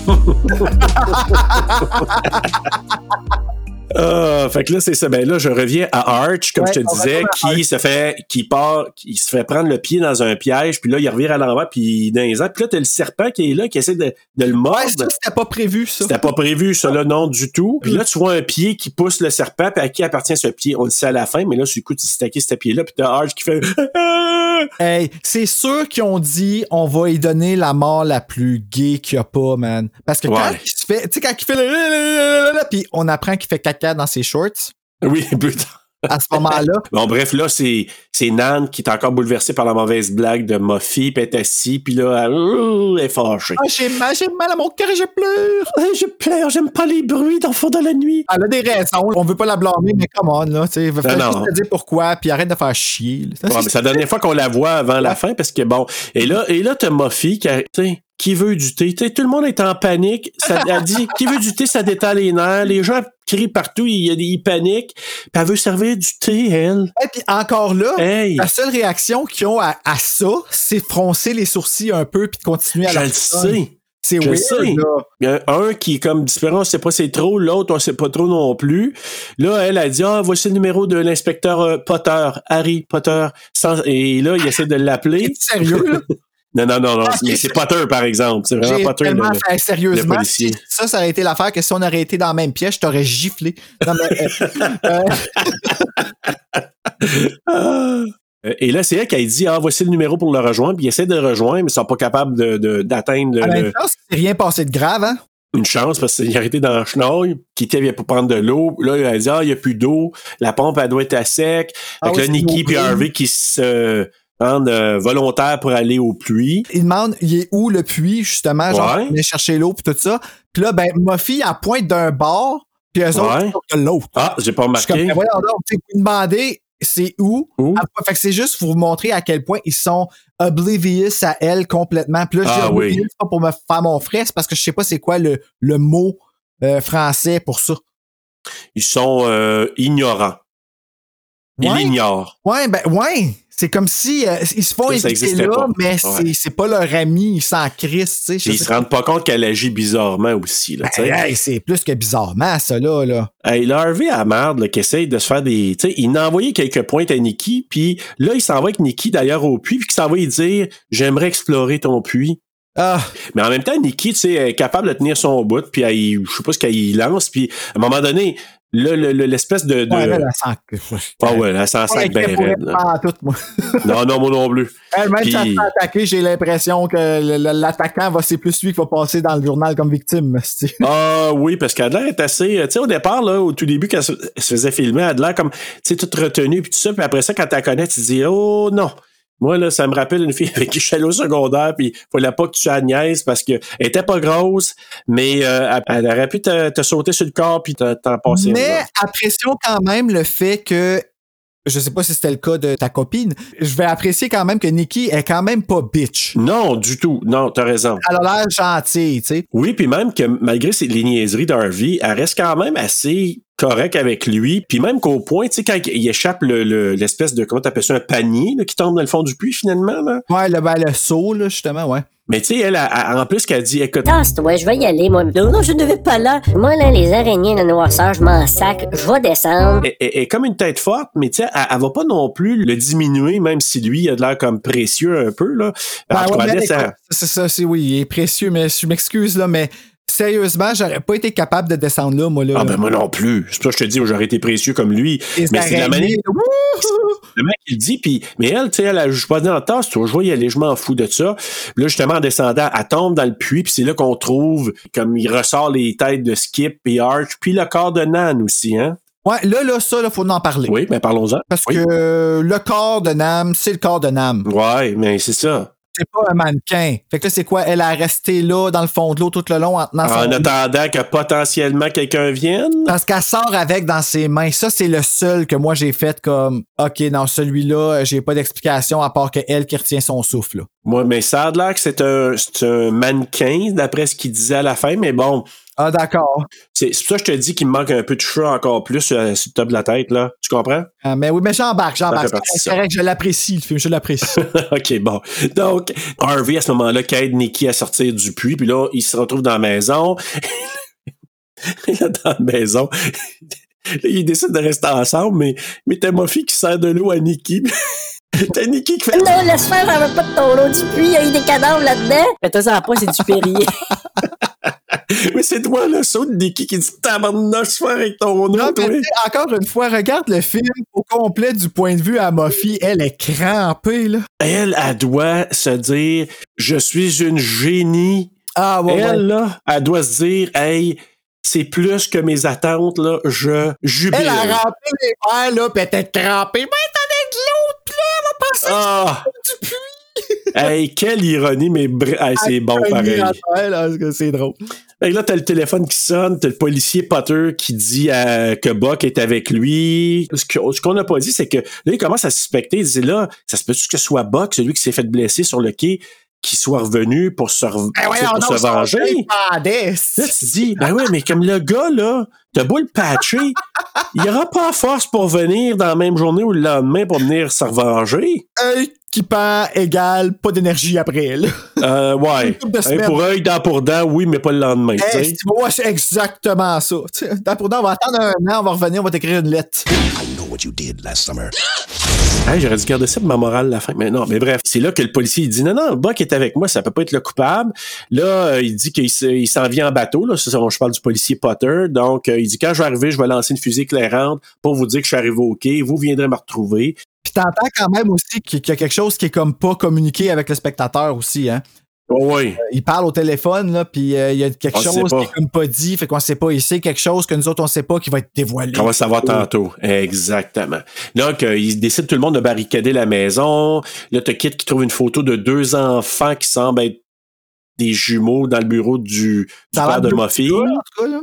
Speaker 6: Ah, fait que là, c'est ça. Ben là, je reviens à Arch, comme
Speaker 5: Ouais,
Speaker 6: je te
Speaker 5: on
Speaker 6: disais,
Speaker 5: retourne à
Speaker 6: qui se fait, qui part, qui se fait prendre le pied dans un piège, puis là, il revient à l'envers, puis dans les airs. Puis là, t'as le serpent qui est là, qui essaie de, de le mordre.
Speaker 5: Ça, c'était pas prévu, ça.
Speaker 6: C'était pas prévu, ça, là, non, du tout. Puis là, tu vois un pied qui pousse le serpent, puis à qui appartient ce pied? On le sait à la fin, mais là, sur le coup, tu sais à qui ce pied-là, puis t'as Arch qui fait...
Speaker 5: Hey, c'est sûr qu'ils ont dit on va y donner la mort la plus gay qu'il y a pas, man. Parce que quand
Speaker 6: Ouais.
Speaker 5: il se fait, tu sais, quand il fait le, puis on apprend qu'il fait caca dans ses shorts,
Speaker 6: Oui, putain.
Speaker 5: à ce moment-là,
Speaker 6: Bon, bref, là, c'est, c'est Nan qui est encore bouleversée par la mauvaise blague de Muffy, puis elle est assise, puis là, elle, euh, elle est fâchée.
Speaker 5: Ah, j'ai mal, j'ai mal à mon cœur et je pleure.
Speaker 6: Ah, Je pleure, j'aime pas les bruits d'enfants de la nuit.
Speaker 5: Elle a des raisons, on veut pas la blâmer, mais come on, là, tu sais, fais
Speaker 6: non.
Speaker 5: juste te dire pourquoi, puis arrête de faire chier. là. Ça,
Speaker 6: Ouais, mais
Speaker 5: c'est-
Speaker 6: c'est la dernière fois qu'on la voit avant la fin, parce que bon. Et là, et là, t'as Muffy qui, a- t'sais, qui veut du thé. T'sais, tout le monde est en panique. Ça, elle dit, qui veut du thé, ça détend les nerfs. Les gens crient partout, ils, il y a des- ils paniquent. Puis elle veut servir du thé, elle.
Speaker 5: Et puis encore là,
Speaker 6: Hey!
Speaker 5: la seule réaction qu'ils ont à, à ça, c'est froncer les sourcils un peu puis de continuer à
Speaker 6: Je
Speaker 5: leur
Speaker 6: le
Speaker 5: sonne.
Speaker 6: sais.
Speaker 5: C'est
Speaker 6: Je
Speaker 5: weird,
Speaker 6: sais.
Speaker 5: là.
Speaker 6: Il y en a un qui est comme différent, on sait pas c'est trop, l'autre on sait pas trop non plus. Là, elle a dit Ah, voici le numéro de l'inspecteur euh, Potter, Harry Potter. Sans- Et là, il essaie de l'appeler.
Speaker 5: T'es sérieux, là?
Speaker 6: Non, non, non, non,
Speaker 5: Ah,
Speaker 6: mais c'est Potter, par exemple. C'est vraiment
Speaker 5: J'ai
Speaker 6: Potter. le-
Speaker 5: tellement
Speaker 6: le-
Speaker 5: fait sérieusement.
Speaker 6: le policier.
Speaker 5: si Ça, ça aurait été l'affaire que si on aurait été dans la même pièce, je t'aurais giflé. Non, mais, euh, euh,
Speaker 6: Ah! Euh, Et là, c'est elle qui a dit Ah, voici le numéro pour le rejoindre. Puis il essaie de le rejoindre, mais ils sont pas capables de- de- d'atteindre
Speaker 5: à
Speaker 6: le- le-
Speaker 5: même temps, c'est rien passé de grave, hein?
Speaker 6: une chance parce qu'il a arrêté dans le chenoil, qui était vient pour prendre de l'eau. Là, elle a dit Ah, il n'y a plus d'eau, la pompe, elle doit être à sec.
Speaker 5: Ah
Speaker 6: Fait que
Speaker 5: oui,
Speaker 6: là,
Speaker 5: c'est
Speaker 6: Nikki
Speaker 5: nos
Speaker 6: et Harvey qui se rendent euh, volontaires pour aller aux pluies.
Speaker 5: Il demande, il est où le puits, justement? Genre,
Speaker 6: Ouais.
Speaker 5: venez chercher l'eau pis tout ça. Puis là, ben, Muffy, elle pointe d'un bord, puis eux autres,
Speaker 6: Ouais.
Speaker 5: ils sortent de l'autre.
Speaker 6: Ah, j'ai pas
Speaker 5: Je suis comme,
Speaker 6: remarqué.
Speaker 5: ben, voyons donc, tu sais, vous demandez c'est où.
Speaker 6: Où?
Speaker 5: Ah, ouais, Fait que c'est juste pour vous montrer à quel point ils sont oblivious à elle complètement. Puis là, je dis
Speaker 6: Ah oui.
Speaker 5: oblivious, c'est pas pour me faire mon frais, c'est parce que je sais pas c'est quoi le, le mot euh, français pour ça.
Speaker 6: Ils sont euh, ignorants. Ils
Speaker 5: Ouais.
Speaker 6: l'ignorent.
Speaker 5: Ouais, ben ouais. C'est comme si euh, ils se font
Speaker 6: Ça, ça
Speaker 5: éviter
Speaker 6: existait
Speaker 5: là,
Speaker 6: pas.
Speaker 5: mais
Speaker 6: Ouais.
Speaker 5: c'est, c'est pas leur ami, ils s'en crissent, tu sais. je
Speaker 6: Puis ils
Speaker 5: sais Ben,
Speaker 6: se rendent pas compte qu'elle agit bizarrement aussi. Là, tu sais.
Speaker 5: Hey, hey, c'est plus que bizarrement, ça, là. là.
Speaker 6: Hey, là, Euh, Harvey à merde, là, qui essaye de se faire des. Tu sais, il a envoyé quelques pointes à Nikki, puis là, il s'en va avec Nikki d'ailleurs au puits, puis qu'il s'en va lui dire J'aimerais explorer ton puits.
Speaker 5: Ah,
Speaker 6: Mais en même temps, Nikki, tu sais, elle est capable de tenir son bout, puis elle, je sais pas ce qu'elle y lance, puis à un moment donné, là, le- le- l'espèce de. de-
Speaker 5: ouais, elle, elle sent que.
Speaker 6: ah ouais, elle s'en sac euh, bien raide. là.
Speaker 5: Pas tout, moi.
Speaker 6: Non, non, moi non plus.
Speaker 5: Elle, même
Speaker 6: Puis-
Speaker 5: si elle se fait attaquer, j'ai l'impression que le- le- l'attaquant, va c'est plus lui qui va passer dans le journal comme victime. c'est-
Speaker 6: Ah oui, parce qu'Adler est assez. euh, Tu sais, au départ, là, au tout début, quand elle se elle se faisait filmer, Adler, comme, tu sais, toute retenue, puis tout ça. Puis après ça, quand tu la connais, tu te dis, oh non. Moi, là, ça me rappelle une fille avec qui je suis allé au secondaire, puis fallait pas que tu agniaises parce que elle était pas grosse, mais euh, elle- elle aurait pu te, te sauter sur le corps puis te- t'en passer.
Speaker 5: Mais
Speaker 6: une autre.
Speaker 5: apprécions quand même le fait que. Je sais pas si c'était le cas de ta copine. Je vais apprécier quand même que Nikki est quand même pas bitch.
Speaker 6: Non, du tout. Non, t'as raison.
Speaker 5: Elle a l'air gentille, tu sais.
Speaker 6: Oui, puis même que malgré ces- les niaiseries d'Harvey, elle reste quand même assez correcte avec lui. Puis même qu'au point, tu sais, quand il échappe le- le- l'espèce de, comment t'appelles ça, un panier là, qui tombe dans le fond du puits finalement, là.
Speaker 5: Ouais, le, ben, le saut, là, justement, ouais.
Speaker 6: Mais tu sais, elle, elle- elle- en plus qu'elle dit, écoute,
Speaker 3: Tasse-toi, je vais y aller, moi. Non, non, je ne vais pas là. Moi, là, les araignées, la noirceur, je m'en sac. Je vais descendre.
Speaker 6: elle, elle- elle est comme une tête forte, mais tu sais, elle, elle va pas non plus le diminuer, même si lui, il a de l'air comme précieux un peu, là.
Speaker 5: Ben
Speaker 6: En tout
Speaker 5: ouais,
Speaker 6: cas,
Speaker 5: mais
Speaker 6: elle laisse-
Speaker 5: écoute, c'est ça, c'est oui, il est précieux, mais je m'excuse, là, mais sérieusement, j'aurais pas été capable de descendre là, moi, là.
Speaker 6: ah ben moi non plus. C'est pour ça que je te dis, j'aurais été précieux comme lui.
Speaker 5: Les
Speaker 6: Mais c'est de la
Speaker 5: araignées,
Speaker 6: manière
Speaker 5: wouhou!
Speaker 6: Le mec, il dit, puis, mais elle, tu sais, elle, elle joue pas dans le tas, tu vois, je vais y aller, je m'en fous de ça. Puis là, justement, en descendant, elle tombe dans le puits, puis c'est là qu'on trouve, comme il ressort les têtes de Skip et Arch, puis le corps de Nan aussi, hein.
Speaker 5: Ouais, là, là, ça, là, faut en parler.
Speaker 6: Oui, ben parlons-en.
Speaker 5: Parce
Speaker 6: Oui.
Speaker 5: que euh, le corps de Nam, c'est le corps de Nam.
Speaker 6: Ouais, mais c'est ça.
Speaker 5: C'est pas un mannequin. Fait que là, c'est quoi? Elle a resté là, dans le fond de l'eau, tout le long, en tenant son-
Speaker 6: En attendant que potentiellement quelqu'un vienne.
Speaker 5: Parce qu'elle sort avec dans ses mains. Ça, c'est le seul que moi, j'ai fait comme, OK, dans celui-là, j'ai pas d'explication à part que elle qui retient son souffle, là.
Speaker 6: Moi, mais ça a l'air que c'est un, c'est un mannequin, d'après ce qu'il disait à la fin, mais bon,
Speaker 5: Ah, d'accord.
Speaker 6: c'est c'est pour ça que je te dis qu'il me manque un peu de cheveux encore plus euh, sur le top de la tête, là. Tu comprends?
Speaker 5: Ah, mais oui, mais j'embarque, j'embarque.
Speaker 6: fait partie de
Speaker 5: C'est
Speaker 6: ça.
Speaker 5: correct, je l'apprécie, le film, je l'apprécie.
Speaker 6: OK, bon. Donc, Harvey, à ce moment-là, qui aide Nikki à sortir du puits, puis là, il se retrouve dans la maison. Et là, dans la maison, ils décident de rester ensemble, mais, mais t'as Mofi qui sert de l'eau à Nikki. T'as Nikki qui fait.
Speaker 3: Non, laisse faire, j'en veux pas de ton lot du puits, il y a eu des cadavres là-dedans. Mais t'as ça pas, c'est du Perrier.
Speaker 6: Mais c'est toi, le saut de Nikki qui dit tabarnouche, soir avec ton nom,
Speaker 5: Non, mais
Speaker 6: toi.
Speaker 5: tu sais, encore une fois, regarde le film au complet du point de vue à Mophie. Elle est crampée, là.
Speaker 6: Elle, elle doit se dire, je suis une génie.
Speaker 5: Ah, ouais,
Speaker 6: elle,
Speaker 5: ouais.
Speaker 6: là, elle doit se dire, hey, c'est plus que mes attentes, là, je jubile.
Speaker 5: Elle a rempli les verres, là, pis elle était crampée. Ben, Mais t'en de l'autre, puis là, elle va passer
Speaker 6: Ah!
Speaker 5: du puits.
Speaker 6: hey, quelle ironie, mais br- hey, c'est bon
Speaker 5: Elle
Speaker 6: pareil.
Speaker 5: est à terre, là, parce que c'est drôle.
Speaker 6: Fait que là, t'as le téléphone qui sonne, t'as le policier Potter qui dit à- que Buck est avec lui. Ce que- ce qu'on n'a pas dit, c'est que là, il commence à suspecter. Il dit là, ça se peut-tu que ce soit Buck, celui qui s'est fait blesser sur le quai, qui soit revenu pour se, re-
Speaker 5: Ben ouais,
Speaker 6: pour
Speaker 5: on
Speaker 6: se
Speaker 5: a
Speaker 6: venger? Là, tu te dis, ben ouais, mais comme le gars, là, t'as beau le patcher, il n'y aura pas force pour venir dans la même journée ou le lendemain pour venir se revenger.
Speaker 5: Œil qui pend égale pas d'énergie après, là.
Speaker 6: Euh,
Speaker 5: Une
Speaker 6: ouais.
Speaker 5: couple de
Speaker 6: Un
Speaker 5: semaines.
Speaker 6: pour œil, dent pour dent, oui, mais pas le lendemain. tu sais.
Speaker 5: Hey, c'est- moi, c'est exactement ça. Tu sais, Dans pour dans, on va attendre un an, on va revenir, on va t'écrire une lettre.
Speaker 2: know what you did last summer.
Speaker 6: Hey, j'aurais dû garder ça pour ma morale à la fin. Mais non, mais bref, c'est là que le policier il dit non, non, Buck est avec moi, ça peut pas être le coupable. Là, euh, il dit qu'il se- il s'en vient en bateau. Là, ça, je parle du policier Potter. Donc, euh, il dit quand je vais arriver, je vais lancer une fusée éclairante pour vous dire que je suis arrivé au quai. Vous viendrez me retrouver.
Speaker 5: Puis t'entends quand même aussi qu'il qu'il y a quelque chose qui est comme pas communiqué avec le spectateur aussi, hein.
Speaker 6: Oh, oui.
Speaker 5: Euh, Il parle au téléphone, là, puis euh, il y a quelque
Speaker 6: On sait
Speaker 5: chose qui
Speaker 6: pas.
Speaker 5: est comme pas dit, fait qu'on sait pas, il sait quelque chose que nous autres on sait pas qui va être dévoilé.
Speaker 6: On va le savoir tantôt. Exactement. Donc, euh, ils décident tout le monde de barricader la maison. Là, t'as Kit qui trouve une photo de deux enfants qui semblent être des jumeaux dans le bureau du, du
Speaker 5: Ça a l'air
Speaker 6: père de
Speaker 5: de-
Speaker 6: ma fille.
Speaker 5: Ouais, en tout cas, là.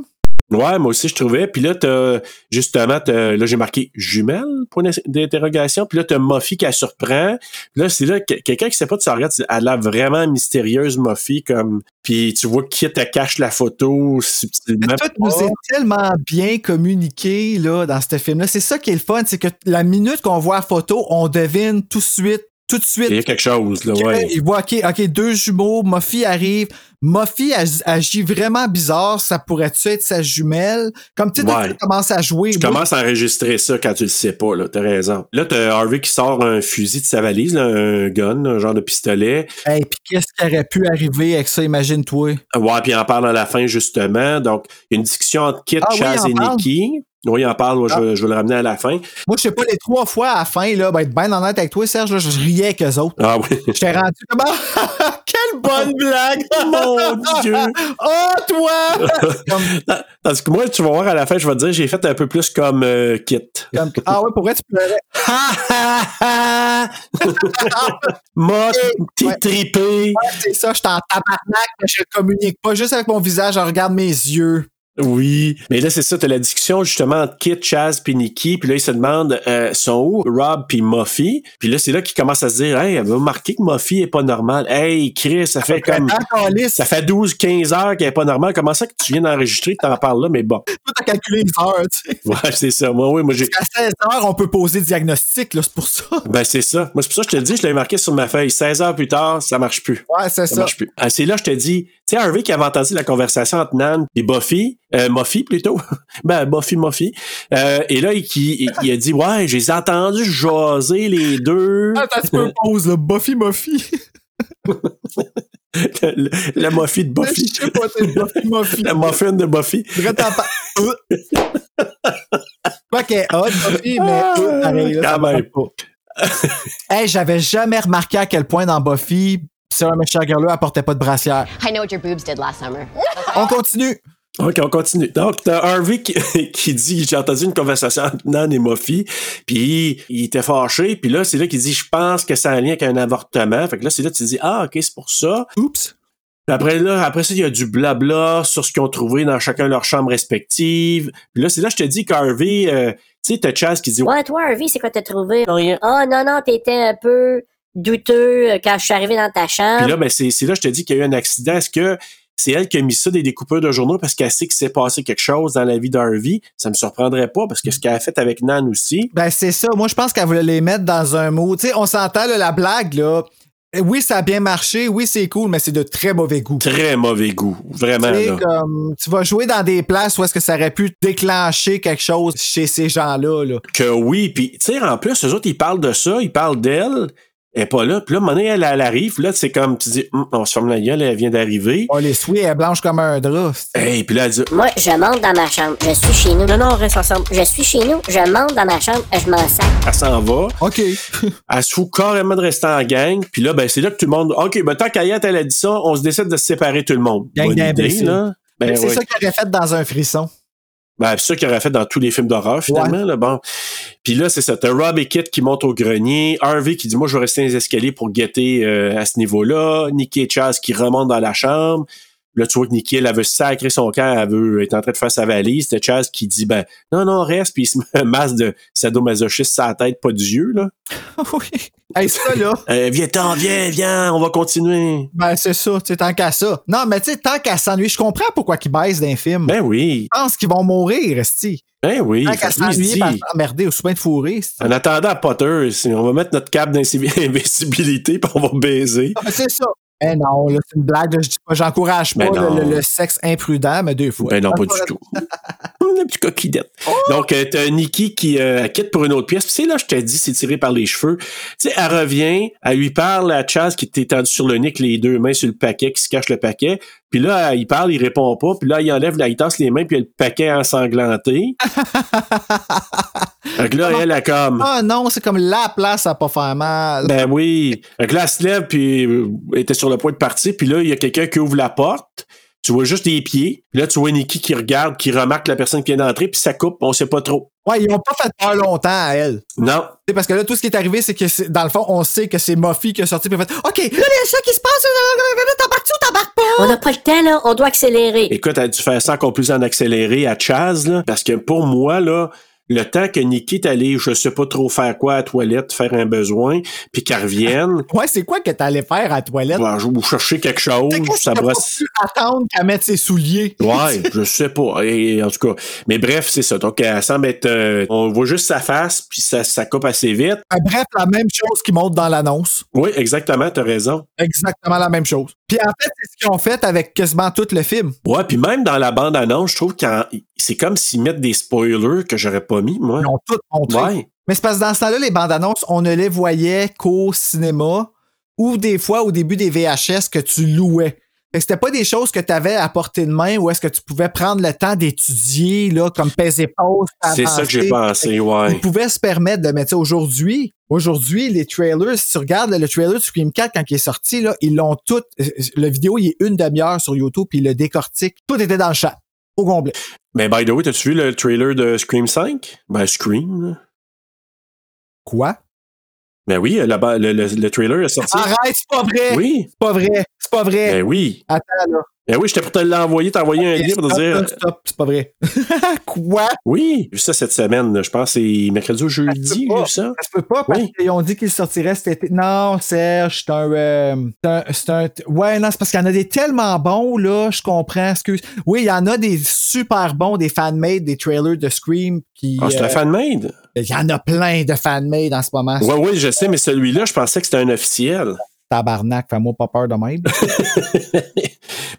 Speaker 6: Ouais, moi aussi, je trouvais. Puis là, t'as, justement, t'as- là, j'ai marqué jumelle, point d'in- d'interrogation. Puis là, t'as Muffy qui la surprend. Puis là, c'est là, que- quelqu'un qui sait pas, tu la regardes, tu dis, elle a l'air vraiment mystérieuse, Muffy, comme. Puis tu vois qui te cache la photo subtilement.
Speaker 5: Mais tout nous est tellement bien communiqué là, dans ce film-là. C'est ça qui est le fun, c'est que la minute qu'on voit la photo, on devine tout de suite, tout de
Speaker 6: Il y a
Speaker 5: suite.
Speaker 6: quelque chose, là,
Speaker 5: que-
Speaker 6: ouais.
Speaker 5: Il voit, OK, OK, deux jumeaux, Muffy arrive. Muffy ag- agit vraiment bizarre. Ça pourrait-tu être sa jumelle? Comme tu sais,
Speaker 6: Ouais.
Speaker 5: tu commences à jouer.
Speaker 6: Tu
Speaker 5: Moi,
Speaker 6: commences à enregistrer ça quand tu le sais pas, là. T'as raison. Là, t'as Harvey qui sort un fusil de sa valise, là, un gun, un genre de pistolet.
Speaker 5: Hey, puis qu'est-ce qui aurait pu arriver avec ça, imagine-toi.
Speaker 6: Ouais, puis il en parle à la fin, justement. Donc, il y a une discussion entre Kit,
Speaker 5: Ah oui,
Speaker 6: Chaz
Speaker 5: il en
Speaker 6: et
Speaker 5: parle. Ah.
Speaker 6: Nikki. Oui, il en parle. ouais, je, vais- je vais le ramener à la fin.
Speaker 5: Moi, je sais pas, les trois fois à la fin, là, ben, être bien honnête avec toi, Serge, là, je riais avec eux autres.
Speaker 6: Ah oui.
Speaker 5: J'étais rendu comme, Ah, quelle bonne blague!
Speaker 6: Mon Dieu!
Speaker 5: Oh, toi!
Speaker 6: Tant- Tandis que moi, tu vas voir à la fin, je vais te dire, j'ai fait un peu plus comme euh, Kit.
Speaker 5: Comme- ah ouais, pour vrai, tu pleurais.
Speaker 6: Ha ha ha! Moi, petit
Speaker 5: Ouais.
Speaker 6: tripé.
Speaker 5: Ouais, c'est ça, je suis en tabarnak, mais je communique pas juste avec mon visage, je regarde mes yeux.
Speaker 6: Oui. Mais là, c'est ça, t'as la discussion justement entre Kit, Chaz puis Nikki. Puis là, ils se demandent euh, sont où Rob puis Muffy. Puis là, c'est là qu'ils commencent à se dire Hey, avez-vous remarqué que Muffy est pas normale? Hey, Chris, ça fait comme.
Speaker 5: Attends, câlisse,
Speaker 6: Ça fait 12-15 heures qu'elle est pas normale. Comment ça que tu viens d'enregistrer, t'en parles là, mais bon.
Speaker 5: toi, t'as calculé les heures, tu sais.
Speaker 6: Ouais, c'est ça. Moi, oui, moi j'ai.
Speaker 5: À 16 heures, on peut poser diagnostic, là, c'est pour ça.
Speaker 6: Ben, c'est ça. Moi, c'est pour ça que je te le dis, je l'ai marqué sur ma feuille. 16 heures plus tard, ça marche plus.
Speaker 5: Ouais,
Speaker 6: Ça,
Speaker 5: c'est ça.
Speaker 6: marche plus. Ah, c'est là, je te dis, tu sais, Harvey qui avait entendu la conversation entre Nan et Buffy, euh, Muffy plutôt, ben, Buffy, Muffy, euh, et là, il, qui- il a dit, ouais, j'ai entendu jaser les deux.
Speaker 5: Attends, tu peux pause, là. Buffy, Muffy.
Speaker 6: le, le Muffy de Buffy.
Speaker 5: Je sais pas, t'es Buffy, Muffy.
Speaker 6: La muffin de Buffy.
Speaker 5: Je dirais t'en pas. Pas qu'elle est hot, Buffy, mais
Speaker 6: Ah,
Speaker 5: euh, pareil, là, ça
Speaker 6: quand
Speaker 5: me
Speaker 6: même.
Speaker 5: parle pas. Hey, j'avais jamais remarqué à quel point dans Buffy, Sarah Michelle Gellar elle portait pas de brassière.
Speaker 12: I know what your boobs did last summer.
Speaker 5: On continue.
Speaker 6: OK, on continue. Donc, t'as Harvey qui, qui dit, j'ai entendu une conversation entre Nan et Muffy, puis il était fâché, puis là, c'est là qu'il dit, je pense que ça a un lien avec un avortement. Fait que là, c'est là que tu dis, ah, OK, c'est pour ça.
Speaker 5: Oups.
Speaker 6: Puis Après là, après ça, il y a du blabla sur ce qu'ils ont trouvé dans chacun leur chambre respective. Puis là, c'est là que je te dis qu'Harvey, euh, tu sais, t'as Chaz qui dit
Speaker 3: Ouais, toi, Harvey, c'est quoi t'as trouvé?
Speaker 13: Rien.
Speaker 3: Ah non, non, t'étais un peu douteux euh, quand je suis arrivé dans ta
Speaker 6: Puis
Speaker 3: chambre.
Speaker 5: Ah.
Speaker 6: là, ben, c'est c'est là que je te dis qu'il y a eu un accident. Est-ce que c'est elle qui a mis ça des découpeurs de journaux parce qu'elle sait qu'il s'est passé quelque chose dans la vie d'Harvey? Ça me surprendrait pas parce que ce qu'elle a fait avec Nan aussi.
Speaker 5: Ben, c'est ça. Moi, je pense qu'elle voulait les mettre dans un mot. Tu sais, on s'entend, là, la blague, là. Oui, ça a bien marché. Oui, c'est cool, mais c'est de très mauvais goût.
Speaker 6: Très mauvais goût. Vraiment.
Speaker 5: Tu sais,
Speaker 6: là.
Speaker 5: comme, tu vas jouer dans des places où est-ce que ça aurait pu déclencher quelque chose chez ces gens-là. là.
Speaker 6: Que oui. Puis, tu sais, en plus, eux autres, ils parlent de ça, ils parlent d'elle. Elle est pas là. Puis là, à un moment donné, elle, elle arrive. Là, c'est comme, tu dis, Hum, on se ferme la gueule, elle vient d'arriver.
Speaker 5: Oh, les souris, elle est blanche comme un drap. c'est-
Speaker 6: Et puis là, elle dit,
Speaker 3: Moi, je monte dans ma chambre. Je suis chez nous.
Speaker 13: Non, non, on reste ensemble.
Speaker 3: Je suis chez nous. Je monte dans ma chambre. Je m'en sers.
Speaker 6: elle s'en va.
Speaker 5: OK.
Speaker 6: Elle se fout carrément de rester en gang. Puis là, ben, c'est là que tout le monde, OK, ben, tant qu'Ayat, elle a dit ça, on se décide de se séparer tout le monde.
Speaker 5: Gang
Speaker 6: Bonne idée,
Speaker 5: d'imbéciles.
Speaker 6: là. Ben,
Speaker 5: c'est
Speaker 6: ouais.
Speaker 5: ça qu'elle aurait fait dans un frisson.
Speaker 6: Ben, c'est ça qu'il aurait fait dans tous les films d'horreur, finalement. Là, bon. Puis là, c'est ça. T'as Rob et Kit qui montent au grenier. Harvey qui dit Moi, je vais rester dans les escaliers pour guetter euh, à ce niveau-là. Nikki et Chaz qui remontent dans la chambre. Là, tu vois que Nikki, elle, elle veut sacrer son camp. Elle veut être en train de faire sa valise. T'as Chaz qui dit Ben, non, non, reste. Puis il se met un masque de sadomasochiste sur la tête, pas d'yeux, là.
Speaker 5: oui. Hey, ça, là.
Speaker 6: Euh, viens-t'en, viens, viens, on va continuer.
Speaker 5: Ben, c'est ça, tu sais, tant qu'à ça. Non, mais tu sais, tant qu'à s'ennuyer, je comprends pourquoi qu'ils baissent d'un film.
Speaker 6: Ben oui.
Speaker 5: Je pense qu'ils vont mourir, Esti.
Speaker 6: Ben oui.
Speaker 5: Tant
Speaker 6: Fait
Speaker 5: qu'à
Speaker 6: que lui, il
Speaker 5: s'ennuyer,
Speaker 6: dit-
Speaker 5: par s'emmerder au soin de fourrer. esti.
Speaker 6: En attendant, Potter, si on va mettre notre cap d'invincibilité, puis on va baiser.
Speaker 5: Ah, ben, c'est ça. Eh non, là, c'est une blague. là, Je dis pas, j'encourage pas
Speaker 6: Ben
Speaker 5: le,
Speaker 6: non.
Speaker 5: le- le sexe imprudent, mais deux fois.
Speaker 6: Ben non, pas du tout. Un petit coquinette. Donc, euh, t'as Nikki qui euh, quitte pour une autre pièce. Puis c'est là, je t'ai dit, c'est tiré par les cheveux. Tu sais, elle revient, elle lui parle à Chaz qui était tendu sur le nez, avec les deux mains sur le paquet, qui se cache le paquet. Puis là, elle- il parle, il répond pas. Puis là, il enlève, là, il tasse les mains, puis il y a le paquet ensanglanté. Donc là, elle a comme...
Speaker 5: Ah non, c'est comme la place à pas faire mal.
Speaker 6: Ben oui. Fait que là, elle se lève, puis euh, elle était sur le point de partir. Puis là, il y a quelqu'un qui ouvre la porte. Tu vois juste des pieds. Puis là, tu vois Nikki qui regarde, qui remarque la personne qui vient d'entrer, puis ça coupe. On sait pas trop.
Speaker 5: Ouais, ils ont pas fait peur longtemps à elle.
Speaker 6: Non.
Speaker 5: Tu sais, parce que là, tout ce qui est arrivé, c'est que c'est- dans le fond, on sait que c'est Muffy qui a sorti puis elle a fait OK, là, il y a ça qui se passe, euh, t'embarques-tu ou t'embarques pas?
Speaker 3: On n'a pas le temps, là. On doit accélérer.
Speaker 6: Écoute, elle a dû faire ça encore plus en accéléré à Chaz, là, parce que pour moi, là, le temps que Nikki est allée, je sais pas trop faire quoi à la toilette, faire un besoin, puis qu'elle revienne,
Speaker 5: Ouais, c'est quoi que t'allais faire à la toilette?
Speaker 6: bon, je vais chercher quelque chose,
Speaker 5: C'est quoi que
Speaker 6: ça
Speaker 5: t'as pas
Speaker 6: brosse.
Speaker 5: pu attendre qu'elle mette ses souliers?
Speaker 6: Ouais, je sais pas. Et, en tout cas, mais bref, c'est ça. Donc, elle semble être. euh, on voit juste sa face, puis ça, ça coupe assez vite.
Speaker 5: Euh, Bref, la même chose qui monte dans l'annonce.
Speaker 6: Oui, exactement, t'as raison.
Speaker 5: Exactement la même chose. Puis en fait, c'est ce qu'ils ont fait avec quasiment tout le film.
Speaker 6: Ouais, puis même dans la bande-annonce, je trouve que c'est comme s'ils mettent des spoilers que j'aurais pas mis, moi.
Speaker 5: Ils ont tout montré.
Speaker 6: Ouais.
Speaker 5: Mais c'est parce que dans ce temps-là, les bandes annonces, on ne les voyait qu'au cinéma ou des fois au début des VHS que tu louais. Fait que c'était pas des choses que tu avais à portée de main ou est-ce que tu pouvais prendre le temps d'étudier, là, comme peser pause.
Speaker 6: C'est ça que j'ai pensé,
Speaker 5: Ils
Speaker 6: ouais.
Speaker 5: pouvaient se permettre de mettre ça aujourd'hui. Aujourd'hui, les trailers, si tu regardes là, le trailer de Scream 4 quand il est sorti, là, ils l'ont tout. euh, Le vidéo, il est une demi-heure sur YouTube puis il le décortique. Tout était dans le chat. Au complet.
Speaker 6: Mais by the way, t'as-tu vu le trailer de Scream 5? Ben, Scream. là.
Speaker 5: Quoi?
Speaker 6: Ben oui, le, le, le- le trailer est sorti.
Speaker 5: Arrête, c'est pas vrai!
Speaker 6: Oui,
Speaker 5: C'est pas vrai! C'est pas vrai!
Speaker 6: ben oui.
Speaker 5: Attends, là.
Speaker 6: Ben oui, j'étais pour te l'envoyer, t'envoyer un livre pour te
Speaker 5: Stop,
Speaker 6: dire.
Speaker 5: stop, stop, c'est pas vrai. Quoi?
Speaker 6: Oui, j'ai vu ça cette semaine, je pense que c'est mercredi ou jeudi, j'ai vu ça.
Speaker 5: Ça se peut pas parce
Speaker 6: Oui.
Speaker 5: qu'ils ont dit qu'il sortirait cet été. Non, Serge, c'est un, euh, c'est un- c'est un- Ouais, non, c'est parce qu'il y en a des tellement bons, là, je comprends. Excuse. Oui, il y en a des super bons, des fan-made, des trailers de Scream. qui,
Speaker 6: Ah, c'est
Speaker 5: euh,
Speaker 6: un fan-made?
Speaker 5: Il y en a plein de fan-made en ce moment.
Speaker 6: Ouais, oui, je sais, mais celui-là, je pensais que c'était un officiel.
Speaker 5: Tabarnak, fais-moi pas peur de même. Ben,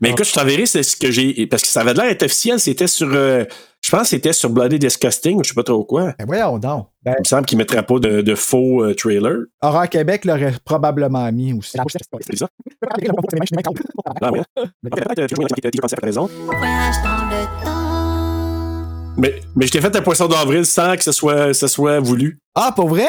Speaker 6: Mais écoute, je t'enverrai, c'est ce que j'ai. Parce que ça avait l'air d'être officiel, c'était sur. euh, je pense que c'était sur Bloody Disgusting, ou je sais pas trop quoi.
Speaker 5: ben voyons donc. Ben,
Speaker 6: Il me semble qu'il ne mettrait pas de, de faux euh, trailer.
Speaker 5: Horreur Québec l'aurait probablement mis aussi.
Speaker 6: C'est ça? Ah, ouais.
Speaker 9: Voyage dans le temps.
Speaker 6: Mais, mais je t'ai fait un poisson d'avril sans que ce soit, ce soit voulu.
Speaker 5: Ah, pour vrai?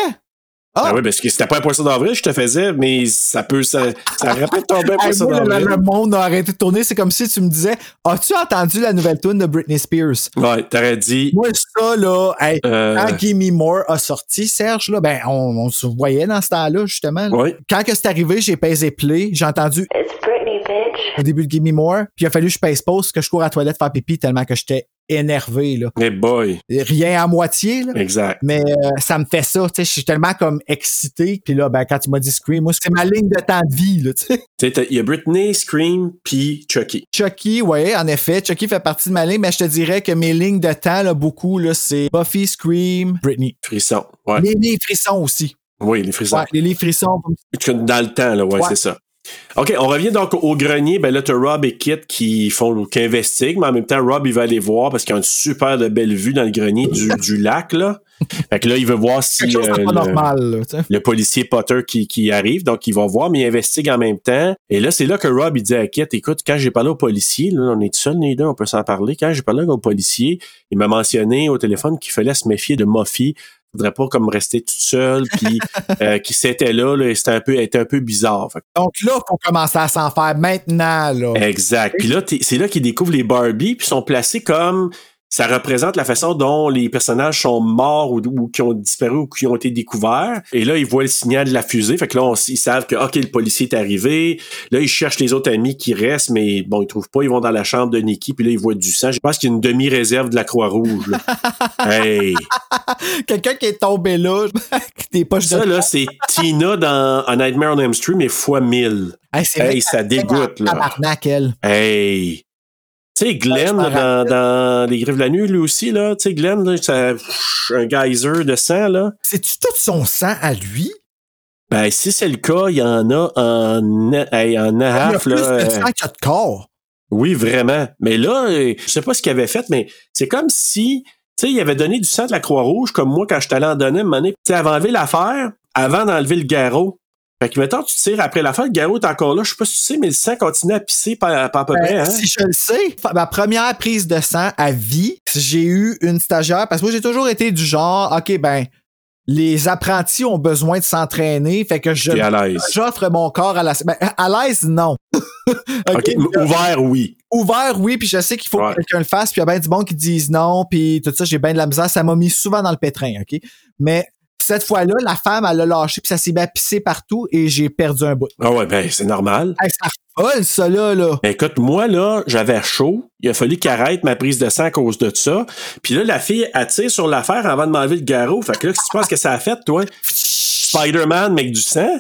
Speaker 5: Ah!
Speaker 6: Ah oui, parce que c'était pas un poisson d'avril, je te faisais, mais ça peut. Ça, ça aurait peut-être tombé un
Speaker 5: Hey,
Speaker 6: poisson
Speaker 5: moi, le,
Speaker 6: d'avril.
Speaker 5: le monde a arrêté de tourner. C'est comme si tu me disais As-tu entendu la nouvelle tune de Britney Spears
Speaker 6: Ouais, t'aurais dit.
Speaker 5: Moi, ça, là, hey,
Speaker 6: euh,
Speaker 5: quand Gimme Moore a sorti, Serge, là, ben, on, on se voyait dans ce temps-là, justement. là.
Speaker 6: ouais.
Speaker 5: Quand que c'est arrivé, j'ai pesé play, j'ai entendu
Speaker 12: It's Britney, bitch.
Speaker 5: au début de Gimme More, puis il a fallu que je pèse pause, que je cours à la toilette faire pipi tellement que j'étais énervé, là.
Speaker 6: Hey boy.
Speaker 5: Rien à moitié, là.
Speaker 6: Exact.
Speaker 5: Mais euh, ça me fait ça, tu sais, je suis tellement comme excité. Puis là, ben, quand tu m'as dit Scream, moi, c'est ma ligne de temps de vie, là, tu sais.
Speaker 6: Tu sais, t'as- Il y a Britney, Scream, puis Chucky.
Speaker 5: Chucky, oui, en effet. Chucky fait partie de ma ligne, mais je te dirais que mes lignes de temps, là, beaucoup, là, c'est Buffy, Scream, Britney.
Speaker 6: Frisson. Ouais.
Speaker 5: Mais les frissons aussi.
Speaker 6: Oui, les frissons.
Speaker 5: Ouais, les, les frissons.
Speaker 6: Dans le temps, là, ouais,
Speaker 5: Ouais.
Speaker 6: c'est ça. OK, on revient donc au grenier. Ben là, t'as Rob et Kit qui font qui investiguent, mais en même temps, Rob, il va aller voir parce qu'ils ont une super de belle vue dans le grenier du, du lac, là. Fait que là, il veut voir si
Speaker 5: Quelque chose de
Speaker 6: euh,
Speaker 5: pas
Speaker 6: le,
Speaker 5: normal, là, tu sais.
Speaker 6: le policier Potter qui, qui arrive. Donc, il va voir, mais il investigue en même temps. Et là, c'est là que Rob, il dit à Kit, écoute, quand j'ai parlé au policier, là, on est tout seul, les deux, on peut s'en parler. Quand j'ai parlé au policier, il m'a mentionné au téléphone qu'il fallait se méfier de Muffy faudrait pas comme rester toute seule puis euh, qui s'était là, là, et c'était un peu elle était un peu bizarre Fait que
Speaker 5: Donc là, faut commencer à s'en faire maintenant, là.
Speaker 6: Exact. Puis là, t'es- c'est là qu'ils découvrent les Barbie, puis sont placés comme ça représente la façon dont les personnages sont morts ou, ou qui ont disparu ou qui ont été découverts. Et là, ils voient le signal de la fusée. Fait que là, on, s- ils savent que ok, le policier est arrivé. Là, ils cherchent les autres amis qui restent, mais bon, ils trouvent pas. Ils vont dans la chambre de Nikki, puis là, ils voient du sang. Je pense qu'il y a une demi-réserve de la Croix-Rouge. là. hey, Eh.
Speaker 5: Quelqu'un qui est tombé là, qui des poches de...
Speaker 6: ça là, c'est Tina dans A Nightmare on Elm Street, mais fois 1000.
Speaker 5: Hey, c'est vrai
Speaker 6: Hey,
Speaker 5: que
Speaker 6: ça dégoûte là.
Speaker 5: Tabarnak, elle.
Speaker 6: Hey! Tu sais, Glenn,
Speaker 5: Ouais, je
Speaker 6: dans,
Speaker 5: m'en
Speaker 6: dans Les Griffes de la Nuit, lui aussi, là, tu sais, Glenn, là, ça- pff, un geyser de sang, là.
Speaker 5: C'est-tu tout son sang à lui?
Speaker 6: Ben, si c'est le cas, il y en a en, hey, en
Speaker 5: Il y a
Speaker 6: ahaf,
Speaker 5: plus
Speaker 6: là.
Speaker 5: de
Speaker 6: euh,
Speaker 5: sang qu'il y a de corps.
Speaker 6: oui, vraiment. Mais là, euh, je sais pas ce qu'il avait fait, mais c'est comme si, tu sais, il avait donné du sang de la Croix-Rouge, comme moi, quand je t'allais en donner, à un moment donné. Tu sais, avant d'enlever l'affaire, avant d'enlever le garrot. Fait que, mettons, tu tires après l'affaire, le garrot est encore là. Je sais pas si tu sais, mais le sang continue à pisser par, par à peu près,
Speaker 5: Ben,
Speaker 6: hein.
Speaker 5: Si je le sais, fa- ma première prise de sang à vie, j'ai eu une stagiaire parce que moi j'ai toujours été du genre, ok ben les apprentis ont besoin de s'entraîner, fait que je
Speaker 6: T'es à l'aise.
Speaker 5: j'offre mon corps à la ben, à l'aise non.
Speaker 6: OK,
Speaker 5: Ok,
Speaker 6: m- ouvert, oui.
Speaker 5: ouvert, oui, puis je sais qu'il faut
Speaker 6: Ouais.
Speaker 5: que quelqu'un le fasse, puis il y a bien du monde qui disent non, puis tout ça, j'ai bien de la misère. Ça m'a mis souvent dans le pétrin, OK? Mais cette fois-là, la femme, elle a lâché, puis ça s'est mis à pisser partout, et j'ai perdu un bout.
Speaker 6: Ah ouais, ben c'est normal.
Speaker 5: Hey, ça revole, ça, là, là.
Speaker 6: Ben, écoute, moi là, j'avais chaud. Il a fallu qu'elle arrête ma prise de sang à cause de ça. Puis là, la fille attire sur l'affaire avant de m'enlever le garrot. Fait que là, qu'est-ce que tu penses que ça a fait, toi? Spider-Man, mec du sang?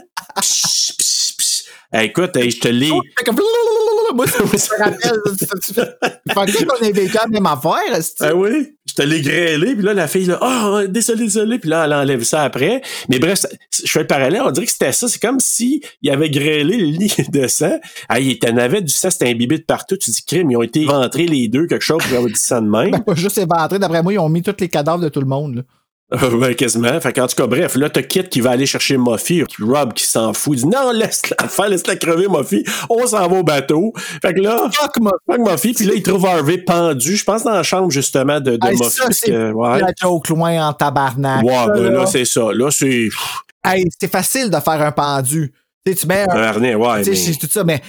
Speaker 6: Psh, psh, psh. Hey, écoute, hey, je te lis.
Speaker 5: Fait que blablabla, moi, ça me rappelle. tu fais- Fait que quand on est végan, même affaire, est-ce que-
Speaker 6: Ah oui? Je te l'ai grêlé, puis là, la fille, là, ah, désolé, désolé, puis là, elle enlève ça après. Mais bref, ça- je fais le parallèle, on dirait que c'était ça. C'est comme si il avait grêlé le lit de sang. Ah, il était avait du sang, c'était imbibé de partout. Tu dis, crime, ils ont été ventrés les deux, quelque chose, pour avoir du sang de même.
Speaker 5: Ben, pas juste éventré. D'après moi, ils ont mis tous les cadavres de tout le monde. là.
Speaker 6: Euh, ouais, quasiment. Fait qu'en tout cas, bref, là, t'as Kit qui va aller chercher Muffy, puis Rob qui s'en fout, il dit non, laisse-la faire, laisse-la crever, Muffy, on s'en va au bateau. Fait que là,
Speaker 5: Fuck, moi.
Speaker 6: fuck Muffy, puis là, il trouve Harvey pendu, je pense, dans la chambre, justement, de, de
Speaker 5: Hey,
Speaker 6: Muffy.
Speaker 5: ça,
Speaker 6: parce
Speaker 5: c'est
Speaker 6: que, ouais.
Speaker 5: La joke loin en tabarnak.
Speaker 6: Ouais,
Speaker 5: Ça,
Speaker 6: ben là,
Speaker 5: là,
Speaker 6: c'est ça. Là, c'est
Speaker 5: hey, c'est facile de faire un pendu. Tu sais, tu mets un
Speaker 6: un harnais, ouais,
Speaker 5: Tu sais,
Speaker 6: mais
Speaker 5: c'est tout ça, mais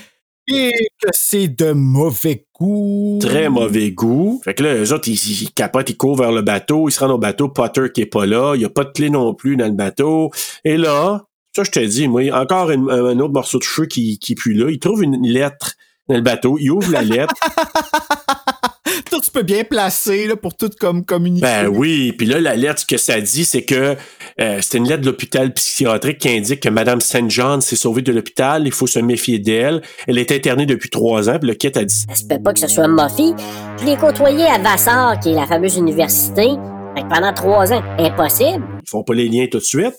Speaker 5: et que c'est de mauvais goût.
Speaker 6: très mauvais goût. Fait que là, eux autres, ils, ils capotent, ils courent vers le bateau, ils se rendent au bateau, Potter qui est pas là, il y a pas de clé non plus dans le bateau. Et là, ça, je te dis, moi, encore une- un, un autre morceau de cheveux qui, qui pue là. Ils trouvent une lettre dans le bateau, ils ouvrent la lettre.
Speaker 5: Toi, tu peux bien placer là, pour tout comme communiquer.
Speaker 6: ben oui, puis là, la lettre, ce que ça dit, c'est que euh, c'est une lettre de l'hôpital psychiatrique qui indique que Madame St. John s'est sauvée de l'hôpital, il faut se méfier d'elle. Elle est internée depuis trois ans, puis le kit a dit
Speaker 3: Ça se peut pas que ce soit Muffy. Je l'ai côtoyé à Vassar, qui est la fameuse université, fait que pendant trois ans. Impossible.
Speaker 6: ils font pas les liens tout de suite.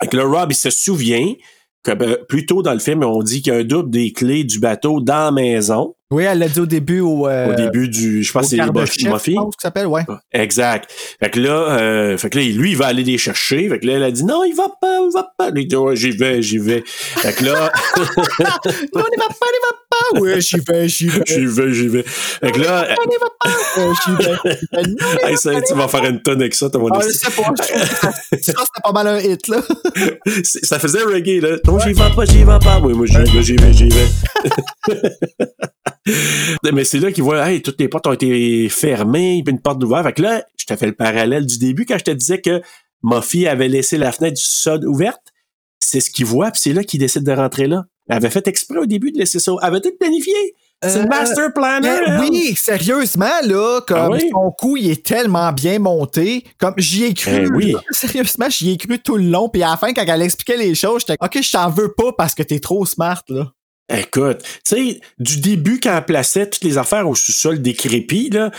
Speaker 6: Fait que là, Euh, Rob, il se souvient que ben, plus tôt dans le film, on dit qu'il y a un double des clés du bateau dans la maison.
Speaker 5: Oui, elle l'a dit au début au. euh,
Speaker 6: au début du, je
Speaker 5: au
Speaker 6: pense que c'est les
Speaker 5: garde-chef,
Speaker 6: Buffy. Buffy.
Speaker 5: je pense que ça s'appelle, ouais.
Speaker 6: Exact. Fait que là, euh, fait que là, lui, il va aller les chercher. Fait que là, elle a dit non, il va pas, il va pas. Il dit ouais, j'y vais, j'y vais. Fait que là,
Speaker 5: Non, on y va pas, on y va pas. Oui, j'y vais, j'y vais.
Speaker 6: j'y vais, j'y vais. Fait que là,
Speaker 5: On y va pas. Euh, j'y vais. j'y vais. Non, on y va
Speaker 6: hey, ça,
Speaker 5: pas,
Speaker 6: tu
Speaker 5: on y va
Speaker 6: vas faire une tonne avec ça, t'as mon
Speaker 5: pas. Ah, je
Speaker 6: esti.
Speaker 5: sais pas, je trouve que ça, ça, c'était pas mal un hit, là.
Speaker 6: C'est- Ça faisait reggae, là. Non, j'y vais pas, j'y vais pas. Oui, moi, j'y vais, j'y vais, j'y vais. Mais c'est là qu'ils voient, hey, toutes les portes ont été fermées, puis une porte ouverte. Fait que là, je te fais le parallèle du début quand je te disais que Muffy avait laissé la fenêtre du sol ouverte. C'est ce qu'ils voient, puis c'est là qu'ils décident de rentrer là. Elle avait fait exprès au début de laisser ça. Elle avait tout planifié. C'est
Speaker 5: Euh,
Speaker 6: une master planner.
Speaker 5: Mais
Speaker 6: elle.
Speaker 5: oui, sérieusement, là, comme
Speaker 6: Ah oui?
Speaker 5: son coup, il est tellement bien monté. Comme j'y ai cru.
Speaker 6: Eh oui.
Speaker 5: là. Sérieusement, j'y ai cru tout le long. Puis à la fin, quand elle expliquait les choses, j'étais OK, je t'en veux pas parce que t'es trop smart, là.
Speaker 6: Écoute, tu sais, du début, quand elle plaçait toutes les affaires au sous-sol décrépit, là,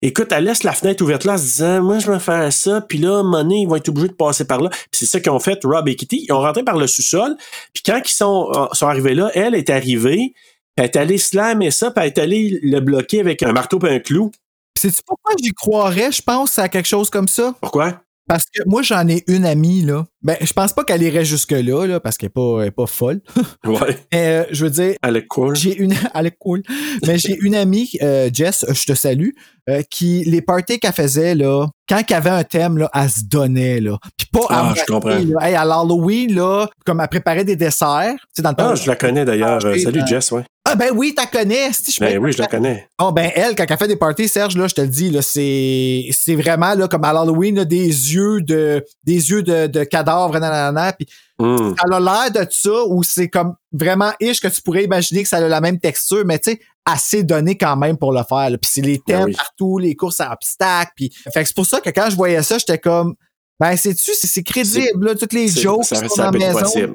Speaker 6: écoute, elle laisse la fenêtre ouverte là en se disant, moi, je vais faire ça, puis là, monnaie, ils vont être obligés de passer par là. Puis c'est ça qu'ils ont fait, Rob et Kitty. Ils ont rentré par le sous-sol, puis quand ils sont, euh, sont arrivés là, elle est arrivée, puis elle est allée slammer ça, puis elle est allée le bloquer avec un marteau et un clou.
Speaker 5: C'est pourquoi j'y croirais, je pense, à quelque chose comme ça?
Speaker 6: Pourquoi?
Speaker 5: Parce que moi, j'en ai une amie, là. Ben, je pense pas qu'elle irait jusque-là, là, parce qu'elle est pas, elle est pas folle.
Speaker 6: ouais.
Speaker 5: Mais euh, je veux dire.
Speaker 6: Elle est cool.
Speaker 5: J'ai une, elle est cool. Mais j'ai une amie, euh, Jess, je te salue, euh, qui, les parties qu'elle faisait, là, quand qu'elle avait un thème, là, elle se donnait, là. Puis pas
Speaker 6: Ah,
Speaker 5: à
Speaker 6: je comprends.
Speaker 5: là. Hey, à l'Halloween, là, comme elle préparait des desserts. Tu sais, dans le temps.
Speaker 6: Ah, je la connais d'ailleurs. Euh, Salut, Jess, ouais.
Speaker 5: Ah, ben oui, t'as connais. Si je
Speaker 6: Ben
Speaker 5: peux-
Speaker 6: oui, je la connais.
Speaker 5: Oh, ben elle, quand elle fait des parties, Serge, là, je te le dis, là, c'est, c'est vraiment là, comme à l'Halloween, là, des yeux de des yeux de, de cadavres, nanana, puis
Speaker 6: Hmm.
Speaker 5: elle a l'air de ça ou c'est comme vraiment ish que tu pourrais imaginer que ça a la même texture, mais tu sais, assez donné quand même pour le faire. là. Puis c'est les thèmes
Speaker 6: Ben oui.
Speaker 5: partout, les courses à obstacles, puis fait que c'est pour ça que quand je voyais ça, j'étais comme ben sais-tu, c'est, c'est crédible, là, toutes les
Speaker 6: C'est-
Speaker 5: jokes
Speaker 6: ça-
Speaker 5: qui sont
Speaker 6: ça
Speaker 5: dans
Speaker 6: peut
Speaker 5: la
Speaker 6: être
Speaker 5: maison.
Speaker 6: possible.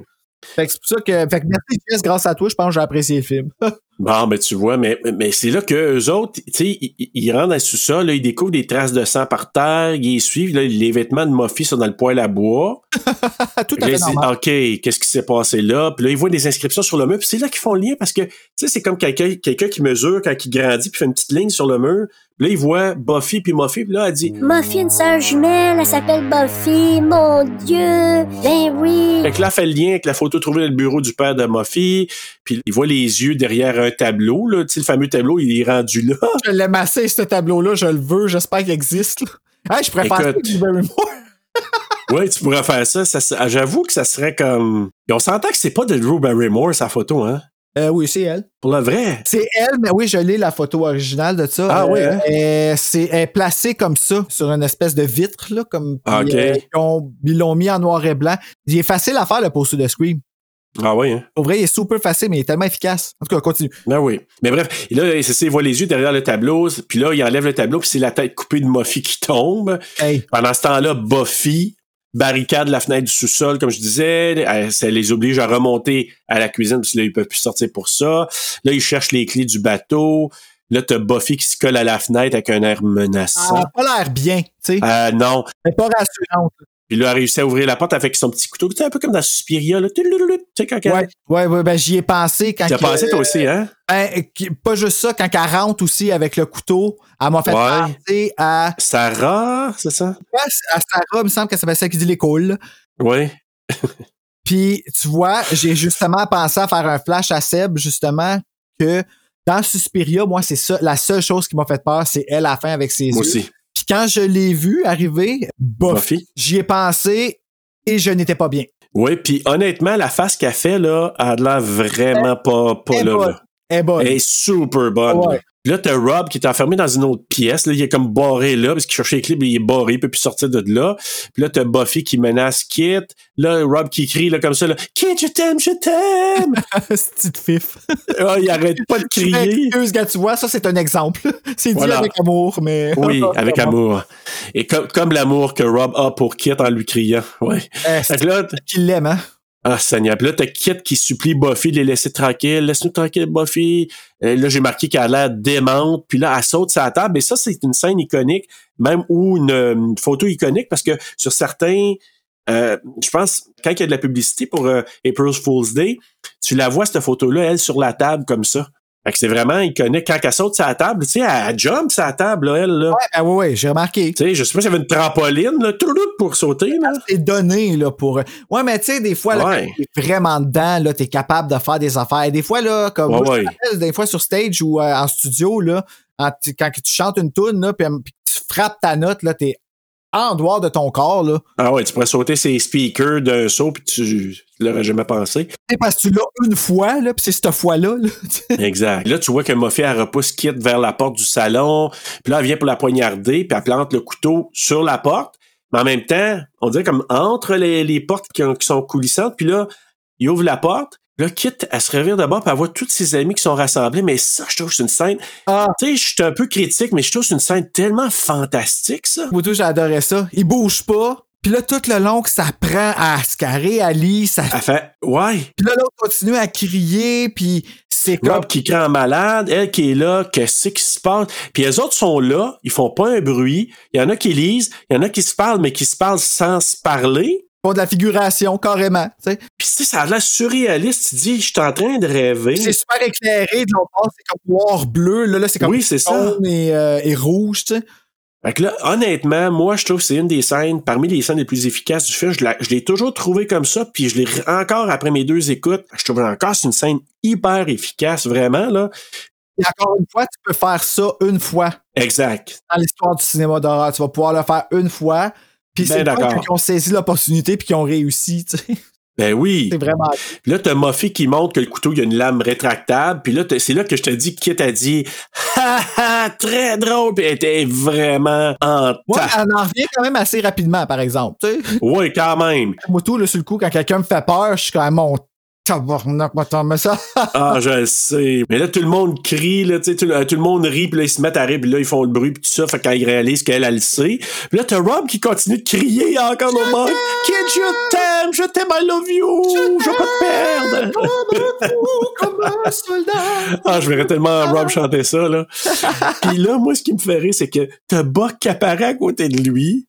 Speaker 5: Fait que c'est pour ça que. Fait que merci Jess, grâce à toi, je pense que j'ai apprécié le film.
Speaker 6: Bon, ben tu vois, mais, mais c'est là que eux autres, tu sais, ils, ils- ils rentrent dans sous ça, là, ils découvrent des traces de sang par terre, ils les suivent, là, les vêtements de Mophie sont dans le poêle à bois.
Speaker 5: Ben, Tout à
Speaker 6: Là,
Speaker 5: fait
Speaker 6: ils disent,
Speaker 5: normal.
Speaker 6: OK, qu'est-ce qui s'est passé là? Puis là, ils voient des inscriptions sur le mur, puis c'est là qu'ils font le lien parce que, tu sais, c'est comme quelqu'un quelqu'un qui mesure quand il grandit, puis fait une petite ligne sur le mur. Puis là, ils voient Buffy puis Mophie, puis là, elle dit,
Speaker 3: Buffy, une sœur jumelle, elle s'appelle Buffy, mon Dieu! Ben oui!
Speaker 6: Fait que là, elle fait le lien avec la photo trouvée dans le bureau du père de Mophie, puis il voit les yeux derrière un tableau, là, tu sais, le fameux tableau, il est rendu là.
Speaker 5: Je l'ai massé, ce tableau-là, je le veux, j'espère qu'il existe. là. Hey, je préfère ça que
Speaker 6: Écoute.
Speaker 5: du Barrymore.
Speaker 6: Ouais, tu pourrais faire ça. ça, ça- J'avoue que ça serait comme. Et on s'entend que c'est pas de Drew Barrymore, sa photo, hein?
Speaker 5: Euh, oui, c'est elle.
Speaker 6: Pour le vrai.
Speaker 5: C'est elle, mais oui, je lis la photo originale de ça.
Speaker 6: Ah
Speaker 5: Euh,
Speaker 6: oui, hein?
Speaker 5: euh, c'est, elle est placée comme ça, sur une espèce de vitre, là, comme.
Speaker 6: Ah,
Speaker 5: puis,
Speaker 6: ok.
Speaker 5: euh, ils, ont- ils l'ont mis en noir et blanc. Il est facile à faire, le poster de Scream.
Speaker 6: Ah oui, hein?
Speaker 5: Au vrai, il est super facile, mais il est tellement efficace. En tout cas, continue.
Speaker 6: Ben oui. Mais bref, et là, c'est ça, il voit les yeux derrière le tableau, puis là, il enlève le tableau, puis c'est la tête coupée de Mophie qui tombe.
Speaker 5: Hey.
Speaker 6: Pendant ce temps-là, Buffy barricade la fenêtre du sous-sol, comme je disais. Elle- ça les oblige à remonter à la cuisine, parce que là, ils peuvent plus sortir pour ça. Là, ils cherchent les clés du bateau. Là, t'as Buffy qui se colle à la fenêtre avec un air
Speaker 5: Ça
Speaker 6: menaçant.
Speaker 5: n'a pas l'air bien, tu sais.
Speaker 6: Euh, non.
Speaker 5: Elle est pas rassurante.
Speaker 6: Puis là, elle a réussi à ouvrir la porte avec son petit couteau. Tu sais, un peu comme dans Suspiria, là. Tu sais, quand elle-
Speaker 5: Ouais, ouais, ouais, ben, j'y ai pensé quand.
Speaker 6: Tu as
Speaker 5: qu'il-
Speaker 6: pensé, toi aussi, hein?
Speaker 5: Ben, euh, qui- pas juste ça, quand elle rentre aussi avec le couteau, elle m'a fait
Speaker 6: Ouais.
Speaker 5: penser à.
Speaker 6: Sarah, c'est ça?
Speaker 5: à Sarah, il me semble qu'elle s'appelle ça qui dit les cool.
Speaker 6: Oui.
Speaker 5: Puis, tu vois, j'ai justement pensé à faire un flash à Seb, justement, que dans Suspiria, moi, c'est ça, la seule chose qui m'a fait peur, c'est elle à la fin avec ses
Speaker 6: Moi
Speaker 5: yeux.
Speaker 6: aussi.
Speaker 5: Puis quand je l'ai vue arriver, bof,
Speaker 6: Buffy.
Speaker 5: j'y ai pensé et je n'étais pas bien.
Speaker 6: Oui, puis honnêtement, la face qu'elle fait, là, elle a de l'air vraiment pas, pas
Speaker 5: Eh
Speaker 6: là,
Speaker 5: boy.
Speaker 6: là.
Speaker 5: Eh ben,
Speaker 6: Elle est super bonne.
Speaker 5: Ouais.
Speaker 6: là. Puis là, t'as Rob qui est enfermé dans une autre pièce. Là, il est comme barré là, parce qu'il cherchait les clés, puis il est barré, il peut plus sortir de là. Puis là, t'as Buffy qui menace Kit. Là, Rob qui crie là, comme ça, là, Kit, je t'aime, je t'aime!
Speaker 5: petite fif.
Speaker 6: Ah, il arrête pas de crier.
Speaker 5: Excuse, gars, tu vois, ça, c'est un exemple. C'est dit
Speaker 6: Voilà.
Speaker 5: avec amour, mais.
Speaker 6: Oui, avec amour. Et comme, comme l'amour que Rob a pour Kit en lui criant. Ouais.
Speaker 5: Eh,
Speaker 6: Fait
Speaker 5: c'est
Speaker 6: que là, t-
Speaker 5: qu'il l'aime, hein.
Speaker 6: ah, Seigneur. Puis là, t'as Kit qui supplie Buffy de les laisser tranquilles. Laisse-nous tranquille, Buffy. Et là, j'ai marqué qu'elle a l'air démente. Puis là, elle saute sa table. Et ça, c'est une scène iconique, même ou une, euh, une photo iconique, parce que sur certains, euh, je pense, quand il y a de la publicité pour euh, April's Fool's Day, tu la vois, cette photo-là, elle, sur la table, comme ça. Fait que c'est vraiment iconique. Quand elle saute sa table, tu sais, elle, elle jump sa table, là, elle, là.
Speaker 5: Ouais, ah, ouais, ouais, j'ai remarqué.
Speaker 6: Tu sais, je sais pas s'il y avait une trampoline, là, tout pour sauter, là.
Speaker 5: C'est donné là pour ouais mais tu sais des fois là,
Speaker 6: Ouais.
Speaker 5: quand t'es vraiment dedans là t'es capable de faire des affaires des fois là comme
Speaker 6: Ouais,
Speaker 5: moi, je
Speaker 6: ouais.
Speaker 5: me rappelle, des fois sur stage ou euh, en studio là en- tu- quand tu chantes une tune là puis puis tu frappes ta note là t'es en dehors de ton corps là
Speaker 6: Ah ouais, tu pourrais sauter ses speakers d'un saut, puis tu, tu l'aurais jamais pensé.
Speaker 5: c'est parce que tu l'as une fois là puis c'est cette fois là,
Speaker 6: Exact. Là, tu vois que Mophie, elle repousse Kit vers la porte du salon, puis là, elle vient pour la poignarder, puis elle plante le couteau sur la porte, mais en même temps, on dirait comme entre les, les portes qui, ont- qui sont coulissantes, puis là, il ouvre la porte, là, Kit, elle se revire d'abord, puis elle voit toutes ses amis qui sont rassemblés, mais ça, je trouve que c'est une scène...
Speaker 5: Ah.
Speaker 6: Tu sais, je suis un peu critique, mais je trouve que c'est une scène tellement fantastique, ça.
Speaker 5: moi tout j'adorais ça il bouge pas puis Puis là, tout le long que ça prend à se carrer, à lire, ça...
Speaker 6: Elle fait, ouais.
Speaker 5: Puis là, l'autre continue à crier, puis c'est comme...
Speaker 6: Rob qui crie en malade, elle qui est là, qu'est-ce qui se passe? Puis les autres sont là, ils font pas un bruit. Il y en a qui lisent, il y en a qui se parlent, mais qui se parlent sans se parler.
Speaker 5: Pas de la figuration, carrément. tu sais.
Speaker 6: Puis tu sais, ça a l'air surréaliste. Tu dis, je suis en train de rêver.
Speaker 5: C'est super éclairé, de l'autre part, c'est comme noir, bleu. Là, là c'est comme
Speaker 6: Oui, c'est ça.
Speaker 5: jaune Et, euh, et rouge, tu sais.
Speaker 6: Fait que là, honnêtement, moi, je trouve que c'est une des scènes, parmi les scènes les plus efficaces du film. Je la- je l'ai toujours trouvé comme ça, puis je l'ai re- encore, après mes deux écoutes, je trouve encore c'est une scène hyper efficace, vraiment, là.
Speaker 5: Et encore une fois, tu peux faire ça une fois
Speaker 6: Exact.
Speaker 5: dans l'histoire du cinéma d'horreur. Tu vas pouvoir le faire une fois. Puis
Speaker 6: Ben
Speaker 5: c'est
Speaker 6: d'accord.
Speaker 5: d'accord. qui ont saisi l'opportunité puis qui ont réussi. tu sais.
Speaker 6: Ben oui.
Speaker 5: C'est vraiment.
Speaker 6: Puis là, t'as Moffy qui montre que le couteau, il y a une lame rétractable. Puis là, t'as- c'est là que je te dis, Kit a dit, ha ha, très drôle. Puis elle était vraiment en
Speaker 5: Moi,
Speaker 6: tas.
Speaker 5: elle en revient quand même assez rapidement, par exemple. tu sais.
Speaker 6: Oui, quand même.
Speaker 5: Moi, tout, là, sur le coup, quand quelqu'un me fait peur, je suis comme mon tabarnak, moi, t'en mets ça.
Speaker 6: Ah, je le sais. Mais là, tout le monde crie, là, tu sais, tout, euh, tout le monde rit, puis là, ils se mettent à rire, puis là, ils font le bruit, puis tout ça, fait qu'ils réalisent qu'elle, elle le sait. Puis là, t'as Rob qui continue de crier encore au monde. Kid, je t'aime, je t'aime, I love you, je veux pas te perdre.
Speaker 5: comme un soldat.
Speaker 6: Ah, je verrais tellement Rob chanter ça, là. puis là, moi, ce qui me fait rire, c'est que t'as Buck qui apparaît à côté de lui,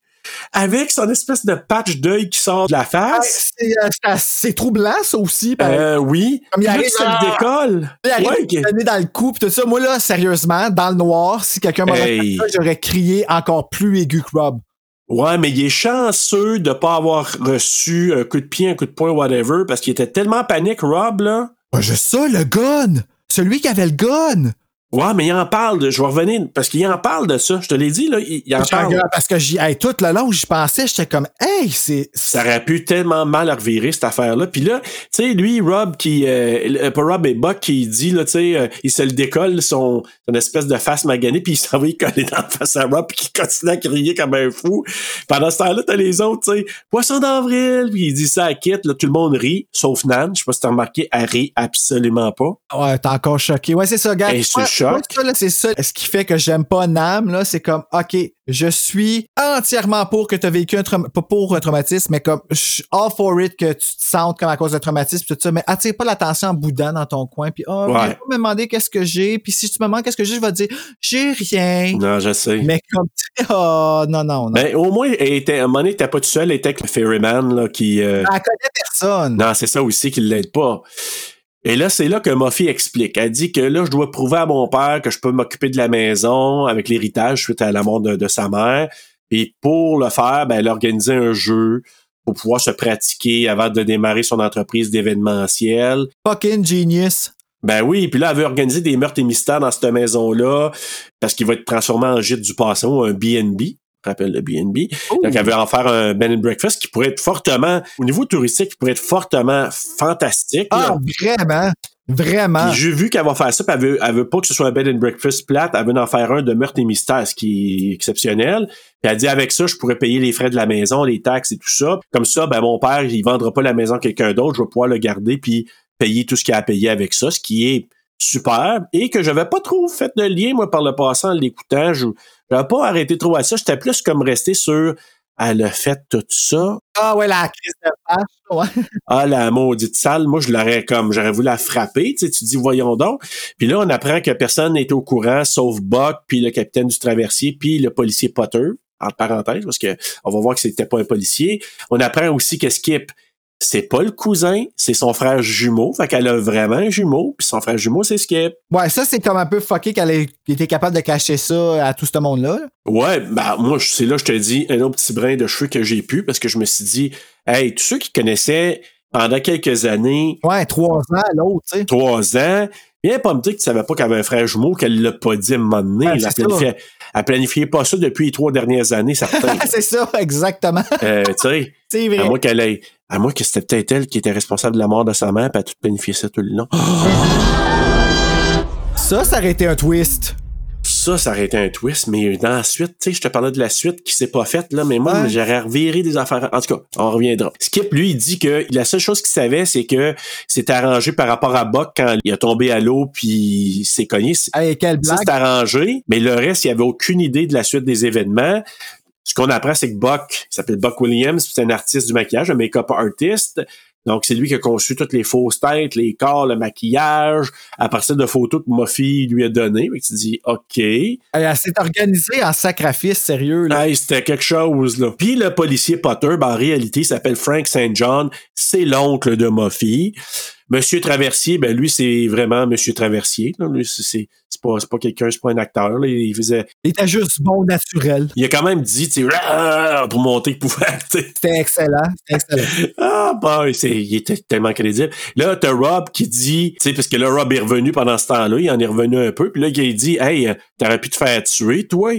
Speaker 6: avec son espèce de patch d'œil qui sort de la
Speaker 5: Ah,
Speaker 6: face.
Speaker 5: C'est euh, c'est assez troublant, ça aussi. par exemple.
Speaker 6: Euh, oui.
Speaker 5: Comme
Speaker 6: Puis
Speaker 5: il
Speaker 6: là,
Speaker 5: arrive
Speaker 6: ça
Speaker 5: à-
Speaker 6: le décolle.
Speaker 5: Il arrive
Speaker 6: Ouais,
Speaker 5: à me donner dans le cou, pis tout ça. Moi, là, sérieusement, dans le noir, si quelqu'un m'aurait
Speaker 6: Hey.
Speaker 5: fait ça, j'aurais crié encore plus aigu que Rob.
Speaker 6: Ouais, mais il est chanceux de pas avoir reçu un coup de pied, un coup de poing, whatever, parce qu'il était tellement en panique, Rob, là.
Speaker 5: Ah, je ça, le gun! Celui qui avait le gun!
Speaker 6: Ouais, mais il en parle de, je vais revenir, parce qu'il en parle de ça. Je te l'ai dit, là, il, il en
Speaker 5: J'en
Speaker 6: parle.
Speaker 5: gueule, Parce que j'y, hey, tout le long, j'y pensais, j'étais comme, hey, c'est.
Speaker 6: Ça aurait pu tellement mal revirer, cette affaire-là. Puis là, tu sais, lui, Rob, qui, euh, euh, pas Rob et Buck, qui dit, là, tu sais, euh, il se le décolle, son, son espèce de face maganée, puis il s'en va y coller dans la face à Rob, puis qui continue à crier comme un fou. Pendant ce temps-là, t'as les autres, tu sais, Poisson d'avril, puis il dit ça à Kit, là, tout le monde rit, sauf Nan. Je sais pas si t'as remarqué, elle rit absolument pas.
Speaker 5: Ouais, t'es encore choqué. Ouais, c'est ça, gars.
Speaker 6: Hey, ce
Speaker 5: Moi-
Speaker 6: choc.
Speaker 5: moi, ça, là, c'est ça. Ce qui fait que j'aime pas Nam, là, c'est comme, OK, je suis entièrement pour que t'as vécu un traumatisme, pas pour un traumatisme, mais comme, je suis all for it que tu te sentes comme à cause d'un traumatisme, pis tout ça, mais attire pas l'attention en boudin dans ton coin, puis oh,
Speaker 6: Ouais.
Speaker 5: viens pas me demander qu'est-ce que j'ai, puis si tu me demandes qu'est-ce que j'ai, je vais te dire, j'ai rien.
Speaker 6: Non, je sais.
Speaker 5: Mais comme, tu sais, oh, non, non, non.
Speaker 6: Ben, au moins, elle était, à un moment donné, t'as pas tout seul, elle était avec le ferryman, là, qui, euh,
Speaker 5: Elle connaît personne.
Speaker 6: Non, c'est ça aussi qui l'aide pas. Et là, c'est là que Moffy explique. Elle dit que là, je dois prouver à mon père que je peux m'occuper de la maison avec l'héritage suite à la mort de, de sa mère. Et pour le faire, ben, elle a organisé un jeu pour pouvoir se pratiquer avant de démarrer son entreprise d'événementiel.
Speaker 5: Fucking genius.
Speaker 6: Ben oui, puis là, elle veut organiser des meurtres et mystères dans cette maison-là parce qu'il va être transformé en gîte du passant ou un B&B. Rappelle le B&B. Donc, elle veut en faire un bed and breakfast qui pourrait être fortement, au niveau touristique, qui pourrait être fortement fantastique. là.
Speaker 5: Ah, vraiment. Vraiment.
Speaker 6: Puis J'ai vu qu'elle va faire ça, puis elle veut, elle veut pas que ce soit un bed and breakfast plate, elle veut en faire un de meurtre et mystère, ce qui est exceptionnel. Puis elle dit avec ça, je pourrais payer les frais de la maison, les taxes et tout ça. Comme ça, ben mon père, il vendra pas la maison à quelqu'un d'autre, je vais pouvoir le garder puis payer tout ce qu'il a à payer avec ça, ce qui est super et que j'avais pas trop fait de lien moi par le passant en l'écoutant, je j'avais pas arrêté trop à ça, j'étais plus comme resté sur elle a fait tout ça,
Speaker 5: Ah, ouais, la crise de pâche. Ouais.
Speaker 6: ah, la maudite salle, moi, je l'aurais comme, j'aurais voulu la frapper. Tu sais, tu dis, voyons donc. Puis là, on apprend que personne n'est au courant, sauf Buck, puis le capitaine du traversier, puis le policier Potter, entre parenthèses, parce que on va voir que c'était pas un policier. On apprend aussi que Skip, c'est pas le cousin, c'est son frère jumeau. Fait qu'elle a vraiment un jumeau, puis son frère jumeau, c'est Skip.
Speaker 5: Ouais, ça, c'est comme un peu fucké qu'elle ait été capable de cacher ça à tout ce monde-là. là.
Speaker 6: Ouais, bah moi, je- c'est là, je te dis, un autre petit brin de cheveux que j'ai pu, parce que je me suis dit, hey, tous ceux qui connaissaient pendant quelques années
Speaker 5: Ouais, trois ans à l'autre, tu sais.
Speaker 6: trois ans. Viens pas me dire que tu savais pas qu'elle avait un frère jumeau, qu'elle l'a pas dit à un moment donné.
Speaker 5: Ouais,
Speaker 6: elle,
Speaker 5: c'est
Speaker 6: planifiait, elle planifiait pas ça depuis les trois dernières années, certain.
Speaker 5: c'est ça, exactement.
Speaker 6: euh, tu sais,
Speaker 5: C'est
Speaker 6: à
Speaker 5: vrai.
Speaker 6: moins qu'elle ait- à moins que c'était peut-être elle qui était responsable de la mort de sa mère, puis elle a tout planifié ça tout le long.
Speaker 5: Ça, ça aurait été un twist.
Speaker 6: Ça, ça aurait été un twist, mais dans la suite, tu sais, je te parlais de la suite qui s'est pas faite, là, mais moi,
Speaker 5: Ouais.
Speaker 6: j'aurais reviré des affaires. En tout cas, on reviendra. Skip, lui, il dit que la seule chose qu'il savait, c'est que c'était arrangé par rapport à Buck quand il a tombé à l'eau puis il s'est cogné.
Speaker 5: Hey, quelle
Speaker 6: Ça,
Speaker 5: blague.
Speaker 6: c'est arrangé, mais le reste, il avait aucune idée de la suite des événements. Ce qu'on apprend, c'est que Buck, il s'appelle Buck Williams, c'est un artiste du maquillage, un make-up artist. Donc, c'est lui qui a conçu toutes les fausses têtes, les corps, le maquillage, à partir de photos que Muffy lui a données. Et tu dis, OK.
Speaker 5: Elle s'est organisée en sacrifice, sérieux. Là.
Speaker 6: Hey, c'était quelque chose, là. Puis le policier Potter, ben, en réalité, il s'appelle Frank St. John. C'est l'oncle de Muffy. Monsieur Traversier, ben lui, c'est vraiment Monsieur Traversier. Là. Lui, c'est pas, pas quelqu'un, c'est pas un acteur. Là. Il faisait.
Speaker 5: Il était juste bon naturel.
Speaker 6: Il a quand même dit, tu sais, pour monter qu'il pouvait acter.
Speaker 5: C'était excellent. excellent.
Speaker 6: ah, ben, il était tellement crédible. Là, t'as Rob qui dit, tu sais, parce que là, Rob est revenu pendant ce temps-là, il en est revenu un peu, puis là, il dit, hey, euh, t'aurais pu te faire tuer, toi.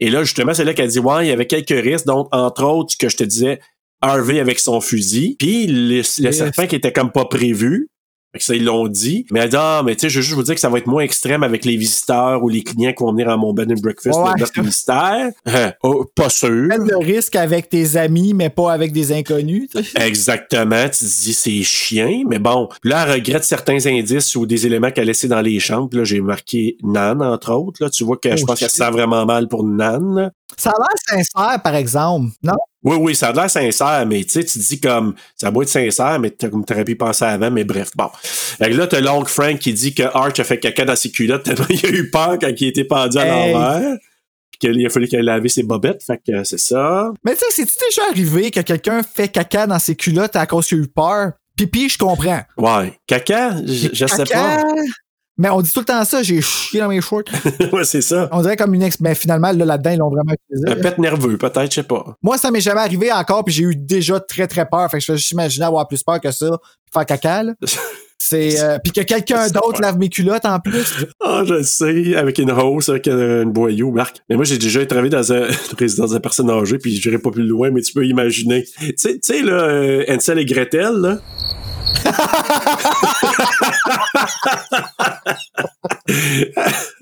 Speaker 6: Et là, justement, c'est là qu'elle dit, ouais, il y avait quelques risques, donc, entre autres, ce que je te disais, Harvey avec son fusil, puis le, le serpent qui était comme pas prévu. Fait que ça, ils l'ont dit. Mais elle dit, ah, mais tu sais, je veux juste vous dire que ça va être moins extrême avec les visiteurs ou les clients qui vont venir à mon bed and breakfast
Speaker 5: Ouais.
Speaker 6: dans notre ministère. Euh, oh, pas sûr.
Speaker 5: Prendre le risque avec tes amis, mais pas avec des inconnus. tu sais.
Speaker 6: Exactement. Tu te dis, c'est chien. Mais bon, là, elle regrette certains indices ou des éléments qu'elle a laissés dans les chambres. Là, j'ai marqué Nan, entre autres. Là, tu vois que je
Speaker 5: Oh,
Speaker 6: pense qu'elle se
Speaker 5: shit.
Speaker 6: sent vraiment mal pour Nan.
Speaker 5: Ça a l'air sincère, par exemple, non?
Speaker 6: Oui, oui, ça a l'air sincère, mais tu sais, tu dis comme, ça doit être sincère, mais t'as- comme t'aurais pu y penser avant, mais bref, bon. Fait que là, t'as l'oncle Frank qui dit que Arch a fait caca dans ses culottes tellement il a eu peur quand il était pendu à
Speaker 5: Hey.
Speaker 6: l'envers. Puis qu'il a fallu qu'elle lave ses bobettes, fait que euh, c'est ça.
Speaker 5: Mais tu sais, c'est-tu déjà arrivé que quelqu'un fait caca dans ses culottes à cause qu'il a eu peur? Pipi, je comprends.
Speaker 6: Ouais. Caca? Je je sais
Speaker 5: Caca!
Speaker 6: pas.
Speaker 5: Mais on dit tout le temps ça, j'ai chié dans mes shorts.
Speaker 6: ouais, c'est ça.
Speaker 5: On dirait comme une ex. Mais finalement, là, là-dedans, ils l'ont vraiment utilisé.
Speaker 6: Un pet nerveux, peut-être, je sais pas.
Speaker 5: Moi, ça m'est jamais arrivé encore, puis j'ai eu déjà très, très peur. Fait que je peux juste imaginer avoir plus peur que ça, puis faire caca, là. C'est, euh, puis que quelqu'un
Speaker 6: C'est
Speaker 5: d'autre
Speaker 6: vrai.
Speaker 5: lave mes culottes en plus.
Speaker 6: Ah, je le sais, avec une hausse, avec un- une boyau, Marc. Mais moi, j'ai déjà travaillé dans un résidence d'un personne âgée, puis j'irai pas plus loin, mais tu peux imaginer. Tu sais, tu sais, là, euh, Hansel et Gretel, là.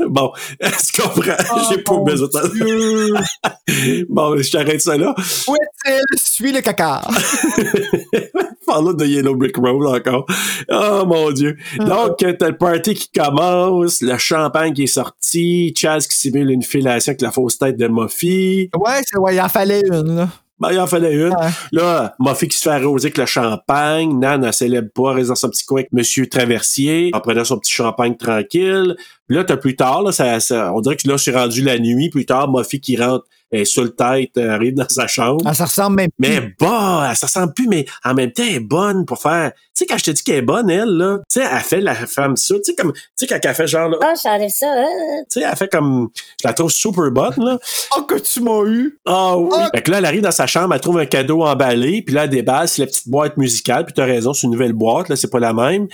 Speaker 6: bon, tu comprends, j'ai pas
Speaker 5: Oh,
Speaker 6: besoin
Speaker 5: mon Dieu.
Speaker 6: de... Bon, je t'arrête ça là.
Speaker 5: Où est-il? Suis le caca.
Speaker 6: Parlons de Yellow Brick Road encore. Oh mon Dieu. Donc, euh, t'as le party qui commence, le champagne qui est sorti, Chaz qui simule une fellation avec la fausse tête de Muffy.
Speaker 5: Ouais, c'est, ouais, il en fallait une, là.
Speaker 6: Ben, il en fallait une.
Speaker 5: Ouais.
Speaker 6: Là, Muffy qui se fait arroser avec le champagne. Nan, elle célèbre pas, reste dans son petit coin avec Monsieur Traversier, en prenant son petit champagne tranquille. Puis là, t'as plus tard, là, ça, ça- on dirait que là, c'est rendu la nuit. Plus tard, Muffy qui rentre, elle est sur le tête, elle arrive dans sa chambre.
Speaker 5: Ah, ça ressemble même
Speaker 6: Mais bah, elle se ressemble plus, mais en même temps, elle est bonne pour faire. Tu sais, quand je te dis qu'elle est bonne, elle, là, tu sais, elle fait la femme ça. Tu sais, comme, tu sais, quand elle fait genre, là,
Speaker 3: Ah, j'enlève ça. hein?
Speaker 6: tu sais, elle fait comme, je la trouve super bonne, là.
Speaker 5: Oh, que tu m'as eu!
Speaker 6: Ah oui.
Speaker 5: Ah.
Speaker 6: Fait que là, elle arrive dans sa chambre, elle trouve un cadeau emballé, puis là, elle déballe, c'est la petite boîte musicale, puis t'as raison, c'est une nouvelle boîte, là, c'est pas la même.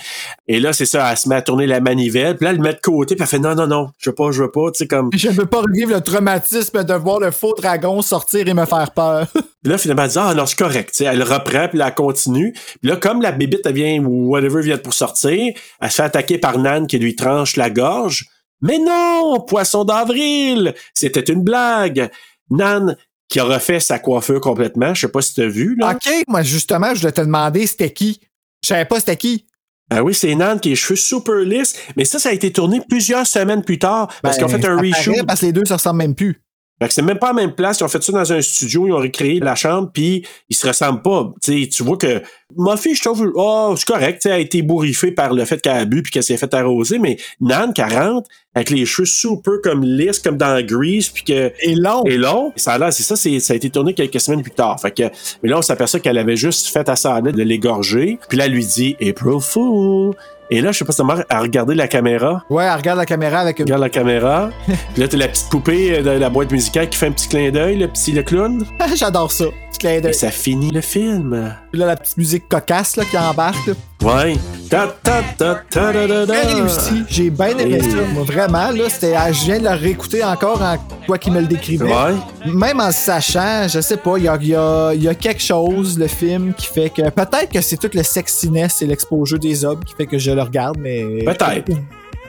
Speaker 6: Et là, c'est ça, elle se met à tourner la manivelle, puis là, elle le met de côté, puis elle fait non, non, non, je veux pas, je veux pas, tu sais, comme.
Speaker 5: Je ne veux pas revivre le traumatisme de voir le faux dragon sortir et me faire peur.
Speaker 6: Puis là, finalement, elle dit, ah non, c'est correct. Tu sais, elle reprend, puis là, elle continue. Puis là, comme la bébite, elle vient, ou whatever, vient pour sortir, elle se fait attaquer par Nan qui lui tranche la gorge. Mais non, poisson d'avril! C'était une blague. Nan, qui a refait sa coiffure complètement, je sais pas si t'as vu, là.
Speaker 5: OK, moi, justement, je voulais te demander c'était qui. Je savais pas c'était qui.
Speaker 6: Ah oui, c'est Nan qui a les cheveux super lisses. Mais ça, ça a été tourné plusieurs semaines plus tard, parce
Speaker 5: Ben,
Speaker 6: qu'ils ont fait un
Speaker 5: ça
Speaker 6: reshoot.
Speaker 5: paraît Parce que les deux se ressemblent même plus.
Speaker 6: Fait Ben, que c'est même pas à la même place. Ils ont fait ça dans un studio, ils ont recréé la chambre, puis ils se ressemblent pas. Tu sais, tu vois que Muffy, je trouve, oh, c'est correct, tu sais, elle a été bourriffée par le fait qu'elle a bu puis qu'elle s'est fait arroser, mais Nan, 40, avec les cheveux super comme lisses, comme dans Grease, puis que
Speaker 5: Et long.
Speaker 6: et long, ça a l'air, c'est ça, c'est, ça a été tourné quelques semaines plus tard. Fait que, mais là, on s'aperçoit qu'elle avait juste fait à sa de l'égorger, puis là, elle lui dit April Fool. Et là, je sais pas si mère a regardé la caméra.
Speaker 5: Ouais, elle regarde la caméra avec une.
Speaker 6: Regarde la caméra. Puis là, t'as la petite poupée euh, de la boîte musicale qui fait un petit clin d'œil, le petit le clown.
Speaker 5: J'adore ça. Petit clin
Speaker 6: Et
Speaker 5: d'œil.
Speaker 6: ça finit le film.
Speaker 5: Puis là, la petite musique cocasse là, qui embarque. là.
Speaker 6: Ouais. Ta ta ta ta da da da.
Speaker 5: Très réussi. J'ai bien aimé
Speaker 6: Et-
Speaker 5: ça. Moi, vraiment, là, c'était. ah, Je viens de le réécouter encore en toi qui me le décrivais.
Speaker 6: Ouais.
Speaker 5: Même en sachant, je sais pas, il y a, il y a- il y a quelque chose, le film, qui fait que. Peut-être que c'est tout le sexiness et l'exposure des hommes qui fait que je le regarde, mais.
Speaker 6: Peut-être.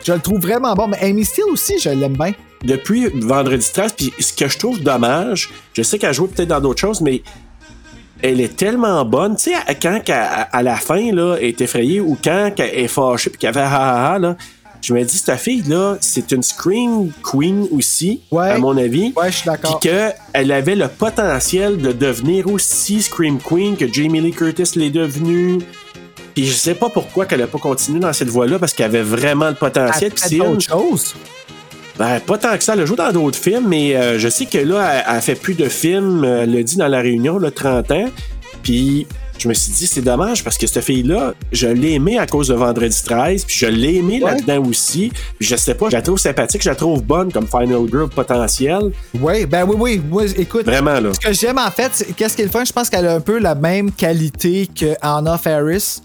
Speaker 5: Je le trouve vraiment bon. Mais Amy Steele aussi, je l'aime bien.
Speaker 6: Depuis Vendredi 13, puis ce que je trouve dommage, je sais qu'elle joue peut-être dans d'autres choses, mais elle est tellement bonne. Tu sais, à- quand qu'à- à, à la fin, là, elle est effrayée ou quand qu'elle est fâchée puis qu'elle fait ha ha ha, là, Je me dis, cette fille-là, c'est une Scream Queen aussi,
Speaker 5: ouais.
Speaker 6: à mon avis.
Speaker 5: Ouais, je suis d'accord.
Speaker 6: Puis qu'elle avait le potentiel de devenir aussi Scream Queen que Jamie Lee Curtis l'est devenue. Puis je sais pas pourquoi qu'elle a pas continué dans cette voie-là, parce qu'elle avait vraiment le potentiel.
Speaker 5: Elle fait d'autres choses?
Speaker 6: Ben, pas tant que ça. Elle joue dans d'autres films, mais euh, je sais que là, elle, elle, fait plus de films. euh, Elle le dit dans la réunion, là, 30 ans. Puis je me suis dit, c'est dommage parce que cette fille-là, je l'ai aimée à cause de Vendredi 13, puis je l'ai aimée ouais. là-dedans aussi. Puis je sais pas, je la trouve sympathique, je la trouve bonne comme Final Girl potentielle.
Speaker 5: Oui, ben oui, oui, oui, écoute.
Speaker 8: Ben,
Speaker 6: Vraiment, là.
Speaker 5: Ce que j'aime, en fait, qu'est-ce qui est le fun, je pense qu'elle a un peu la même qualité que Anna Ferris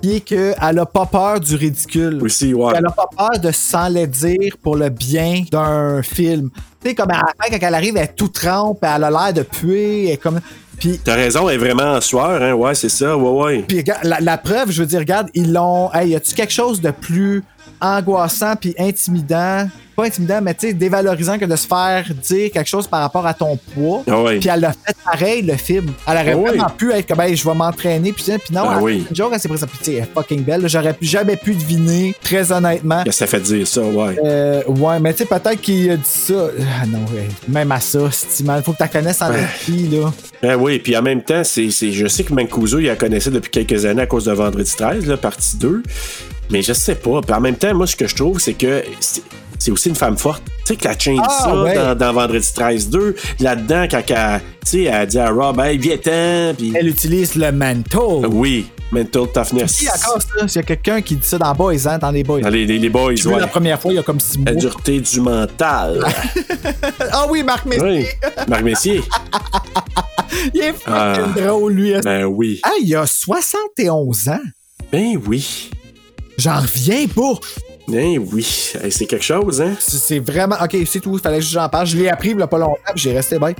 Speaker 5: qui est qu'elle a pas peur du ridicule.
Speaker 6: Aussi, ouais.
Speaker 5: Elle a pas peur de s'enlaidir pour le bien d'un film. Tu sais, comme à la fin, quand elle arrive, elle est tout trempe, elle a l'air de puer, elle est comme. Puis,
Speaker 6: T'as raison, elle est vraiment en sueur, hein? Ouais, c'est ça, ouais, ouais.
Speaker 5: Puis la, la, preuve, je veux dire, regarde, ils l'ont. Hey, y a-tu quelque chose de plus angoissant puis intimidant? Pas intimidant, mais tu sais, dévalorisant que de se faire dire quelque chose par rapport à ton poids.
Speaker 6: Ah oui.
Speaker 5: Puis elle a fait pareil, le film. Elle aurait
Speaker 6: ah
Speaker 5: vraiment oui. pu être comme, hey, je vais m'entraîner, puis, puis non,
Speaker 6: ah
Speaker 5: elle,
Speaker 6: oui.
Speaker 5: un jour, elle s'est prise puis, elle est fucking belle. J'aurais jamais pu deviner, très honnêtement.
Speaker 6: Ça fait dire ça, ouais.
Speaker 5: Euh, ouais, mais tu sais, peut-être qu'il a dit ça. Ah non, même à ça, c'est mal. Faut que tu connaisses en fille, là.
Speaker 6: Ben oui, puis en même temps, c'est, je sais que Mancuso, il la connaissait depuis quelques années à cause de Vendredi 13, là, partie 2. Mais je sais pas. Puis en même temps, moi, ce que je trouve, c'est que c'est aussi une femme forte. Tu sais, qu'elle change
Speaker 5: ah,
Speaker 6: ça
Speaker 5: ouais.
Speaker 6: dans, dans, Vendredi 13-2. Là-dedans, quand elle, tu sais, elle dit à Rob, hey, viens-t'en. Puis...
Speaker 5: Elle utilise le manteau.
Speaker 6: Oui, mental toughness.
Speaker 5: Qui encore ça? Il y a quelqu'un qui dit ça dans Boys, hein, dans les Boys.
Speaker 6: Dans les, les, les Boys,
Speaker 5: ouais. la première fois, il y a comme six mois.
Speaker 6: La dureté du mental.
Speaker 5: ah oui, Marc Messier.
Speaker 6: Oui. Marc Messier.
Speaker 5: il est fucking ah, drôle, lui.
Speaker 6: Ben oui.
Speaker 5: Ah, il a 71 ans.
Speaker 6: Ben oui.
Speaker 5: J'en reviens pas.
Speaker 6: Eh oui, hey, c'est quelque chose, hein?
Speaker 5: C'est vraiment. Ok, c'est tout, il fallait juste que j'en parle. Je l'ai appris il n'y a pas longtemps, j'ai resté bête.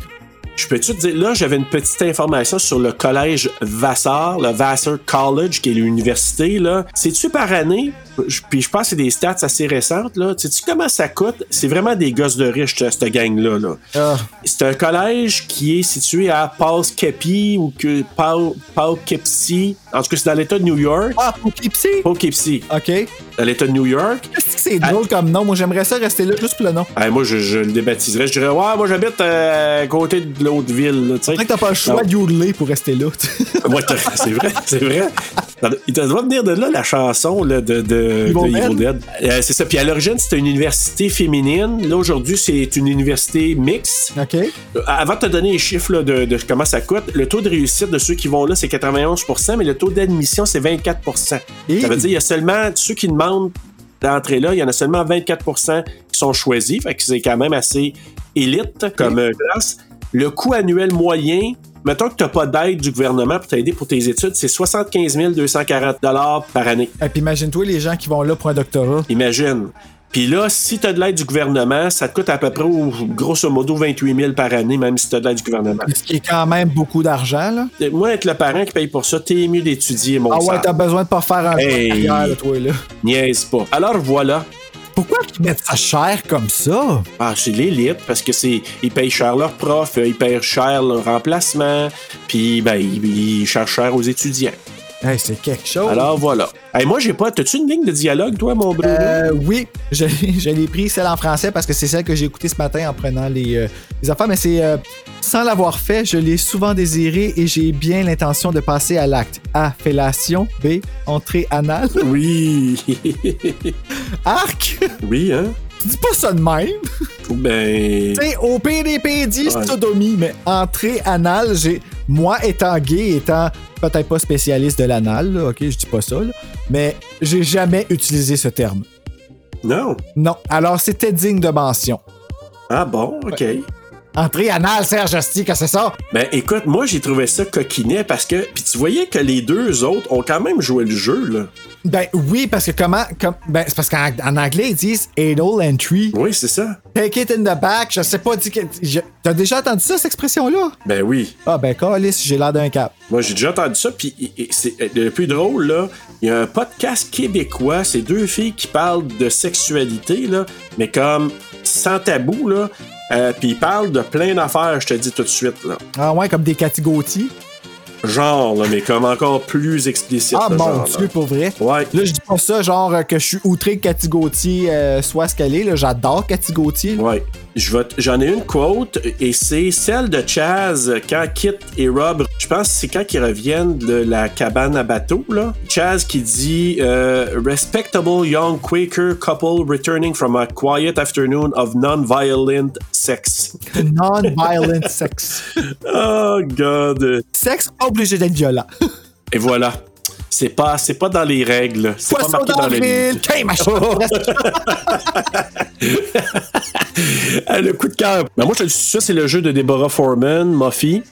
Speaker 6: Je peux-tu te dire, là, j'avais une petite information sur le collège Vassar, le Vassar College, qui est l'université, là. C'est-tu par année? Je, puis je pense que c'est des stats assez récentes, là. Sais-tu comment ça coûte? C'est vraiment des gosses de riches, cette gang-là, là.
Speaker 5: là.
Speaker 6: Uh. C'est un collège qui est situé à Poughkeepsie ou que Poughkeepsie. En tout cas, c'est dans l'État de New York.
Speaker 5: Ah, Poughkeepsie?
Speaker 6: Poughkeepsie.
Speaker 5: OK.
Speaker 6: Dans l'État de New York.
Speaker 5: Est-ce que c'est drôle comme nom? Moi, j'aimerais ça rester là juste pour le nom.
Speaker 6: Ah, moi, je, je, le débaptiserais. Je dirais, ouais, moi, j'habite euh, à côté de l'autre ville.
Speaker 5: C'est vrai que t'as pas le choix de yodeler pour rester là.
Speaker 6: ouais, c'est vrai, c'est vrai. Il doit venir de là la chanson là, de, de
Speaker 5: Evil
Speaker 6: de Evil Dead. Euh, c'est ça. Puis à l'origine, c'était une université féminine. Là, aujourd'hui, c'est une université mixte.
Speaker 5: OK.
Speaker 6: Euh, avant de te donner les chiffres là, de, de, comment ça coûte, le taux de réussite de ceux qui vont là, c'est 91 mais le taux d'admission, c'est 24 Et... Ça veut dire il y a seulement ceux qui demandent d'entrée là, il y en a seulement 24 qui sont choisis. Fait que c'est quand même assez élite comme euh, classe. Le coût annuel moyen, mettons que tu n'as pas d'aide du gouvernement pour t'aider pour tes études, c'est 75 240 par année.
Speaker 5: Et euh, puis imagine-toi les gens qui vont là pour un doctorat.
Speaker 6: Imagine. Puis là, si tu as de l'aide du gouvernement, ça te coûte à peu près, grosso modo, 28 000 par année, même si tu as de l'aide du gouvernement.
Speaker 5: Ce qui est quand même beaucoup d'argent, là.
Speaker 6: Et moi, être le parent qui paye pour ça, t'es mieux d'étudier, mon
Speaker 5: Ah ouais, t'as besoin de pas faire un
Speaker 6: hey,
Speaker 5: carrière, toi, là.
Speaker 6: Niaise pas. Alors voilà,
Speaker 5: pourquoi ils mettent ça cher comme ça?
Speaker 6: Ah, c'est l'élite, parce que c'est. Ils payent cher leurs profs, ils payent cher leur remplacement, puis ben, ils, ils chargent cher aux étudiants.
Speaker 5: Hey, c'est quelque chose.
Speaker 6: Alors voilà. Hey, moi, j'ai pas. T'as-tu une ligne de dialogue, toi, mon Bruno?
Speaker 5: Euh, oui, je, je l'ai pris, celle en français, parce que c'est celle que j'ai écoutée ce matin en prenant les, euh, les affaires. Mais c'est. Euh, sans l'avoir fait, je l'ai souvent désiré et j'ai bien l'intention de passer à l'acte. A. Fellation. B. Entrée anale.
Speaker 6: Oui.
Speaker 5: Arc.
Speaker 6: Oui, hein?
Speaker 5: Dis pas ça de même.
Speaker 6: Ben.
Speaker 5: Tu sais, au PDP dit ouais. sodomie, mais entrée anale, j'ai. Moi, étant gay, étant peut-être pas spécialiste de l'anal, ok, je dis pas ça, là, mais j'ai jamais utilisé ce terme.
Speaker 6: Non.
Speaker 5: Non. Alors, c'était digne de mention.
Speaker 6: Ah bon, ok. Ouais.
Speaker 5: Entrée anale, Serge Asti, que c'est ça?
Speaker 6: Ben écoute, moi j'ai trouvé ça coquinet parce que. Puis tu voyais que les deux autres ont quand même joué le jeu, là.
Speaker 5: Ben oui, parce que comment. Comme, ben c'est parce qu'en anglais ils disent anal entry.
Speaker 6: Oui, c'est ça.
Speaker 5: Take it in the back, je sais pas. T'as déjà entendu ça, cette expression-là?
Speaker 6: Ben oui.
Speaker 5: Ah ben Calis, j'ai l'air d'un cap.
Speaker 6: Moi j'ai déjà entendu ça, puis euh, le plus drôle, là, il y a un podcast québécois, c'est deux filles qui parlent de sexualité, là, mais comme sans tabou, là. Euh, puis il parle de plein d'affaires, je te dis tout de suite. Là.
Speaker 5: Ah ouais, comme des catégories.
Speaker 6: genre, là, mais comme encore plus explicite.
Speaker 5: Ah
Speaker 6: là,
Speaker 5: mon
Speaker 6: genre,
Speaker 5: Dieu, pour vrai.
Speaker 6: Ouais.
Speaker 5: Là, je dis pas ça, genre euh, que je suis outré que Cathy Gauthier euh, soit ce qu'elle est. là. J'adore Cathy Gauthier. là.
Speaker 6: Ouais. Je vais t- J'en ai une quote et c'est celle de Chaz euh, quand Kit et Rob, je pense que c'est quand ils reviennent de la cabane à bateau. Là. Chaz qui dit euh, Respectable young Quaker couple returning from a quiet afternoon of non-violent sex.
Speaker 5: Non-violent sex.
Speaker 6: Oh God.
Speaker 5: Sexe obligé d'être violent.
Speaker 6: Et voilà. C'est pas, c'est pas dans les règles. C'est pas
Speaker 5: Poisson
Speaker 6: marqué dans les
Speaker 5: d'avril, quai, machin.
Speaker 6: Ah, le coup de cœur. Ben, moi, je le- ça, c'est le jeu de Deborah Foreman, Muffy.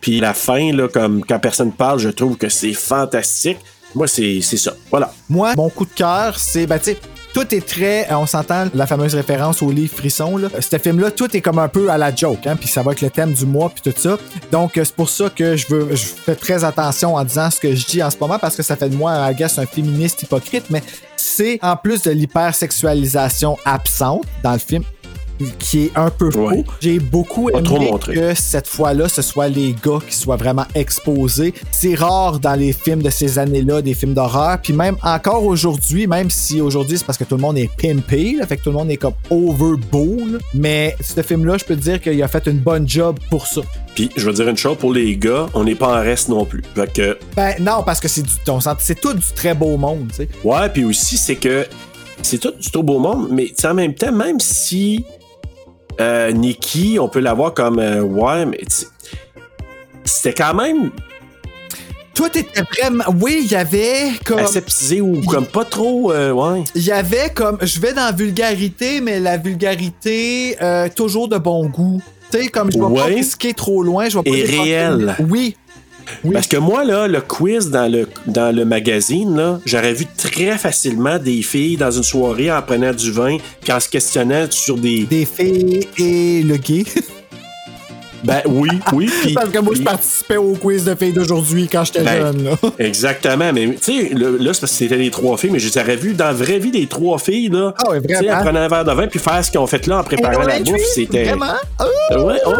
Speaker 6: Puis la fin, là, comme quand personne parle, je trouve que c'est fantastique. Moi, c'est c'est ça. Voilà.
Speaker 5: Moi, mon coup de cœur, c'est, ben, tu sais, tout est très, euh, on s'entend, la fameuse référence au livre Frisson, là. Euh, Ce film-là, tout est comme un peu à la joke, hein, puis ça va avec le thème du mois, puis tout ça. Donc, euh, c'est pour ça que je veux, je fais très attention en disant ce que je dis en ce moment, parce que ça fait de moi, un gars, un féministe hypocrite, mais c'est, en plus de l'hypersexualisation absente dans le film, qui est un peu faux.
Speaker 6: Ouais.
Speaker 5: J'ai beaucoup
Speaker 6: Pas
Speaker 5: aimé
Speaker 6: trop montré.
Speaker 5: que cette fois-là, ce soit les gars qui soient vraiment exposés. C'est rare dans les films de ces années-là, des films d'horreur. Puis même encore aujourd'hui, même si aujourd'hui c'est parce que tout le monde est pimpé, là, fait que tout le monde est comme over beau, là, mais ce film-là, je peux te dire qu'il a fait une bonne job pour ça.
Speaker 6: Puis, je veux dire une chose, pour les gars, on n'est pas en reste non plus. Fait que,
Speaker 5: Ben non, parce que c'est du, on sent- c'est tout du très beau monde, tu sais.
Speaker 6: ouais, puis aussi, c'est que c'est tout du trop beau monde, mais tu sais, en même temps, même si euh, Nikki, on peut l'avoir comme, euh, ouais, mais tu sais, c'était quand même
Speaker 5: Tout était vraiment, oui, il y avait comme.
Speaker 6: aseptisé ou comme pas trop, euh, ouais.
Speaker 5: Il y avait comme, je vais dans la vulgarité, mais la vulgarité, euh, toujours de bon goût. Tu sais, comme je vais pas
Speaker 6: Ouais.
Speaker 5: risquer trop loin, je vais pas...
Speaker 6: Et
Speaker 5: dépasser-
Speaker 6: réel.
Speaker 5: Oui. Oui.
Speaker 6: Parce que moi, là, le quiz dans le, dans le magazine, là, j'aurais vu très facilement des filles dans une soirée en prenant du vin puis en se questionnant sur des.
Speaker 5: Des filles et le gay.
Speaker 6: Ben oui, oui. puis-
Speaker 5: Parce que moi, je
Speaker 6: puis-
Speaker 5: participais au quiz de filles d'aujourd'hui quand j'étais
Speaker 6: Ben,
Speaker 5: jeune. là.
Speaker 6: Exactement. Mais tu sais, le- là, c'est parce que c'était les trois filles, mais je les aurais vu dans la vraie vie des trois filles, là.
Speaker 5: Ah ouais,
Speaker 6: Tu sais,
Speaker 5: vraiment. Eh
Speaker 6: en prenant un verre de vin puis faire ce qu'ils ont fait là en préparant la bouffe, c'était.
Speaker 5: Vraiment? Ah!
Speaker 6: Ouais, oh!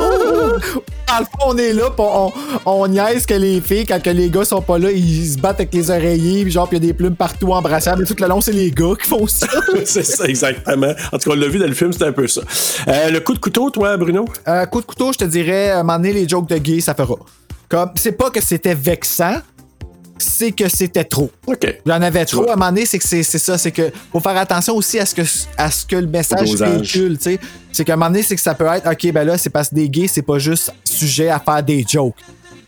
Speaker 5: Dans le fond, on est là, pis on, on niaise que les filles, quand que les gars sont pas là, ils se battent avec les oreillers, pis genre, pis y a des plumes partout embrassables, mais tout le long, c'est les gars qui font ça.
Speaker 6: c'est ça, exactement. En tout cas, on l'a vu dans le film, c'était un peu ça. Euh, le coup de couteau, toi, Bruno?
Speaker 5: Euh, coup de couteau, je te dirais, à un moment donné, les jokes de gay, ça fera. Comme, c'est pas que c'était vexant, c'est que c'était trop.
Speaker 6: OK.
Speaker 5: J'en avais trop.
Speaker 6: Ouais.
Speaker 5: À un moment donné, c'est que c'est c'est ça, c'est que faut faire attention aussi à ce que, à ce que le message
Speaker 6: Au dosage.
Speaker 5: véhicule, tu sais. C'est qu'à un moment donné, c'est que ça peut être, OK, ben là, c'est parce que des gays, c'est pas juste sujet à faire des jokes.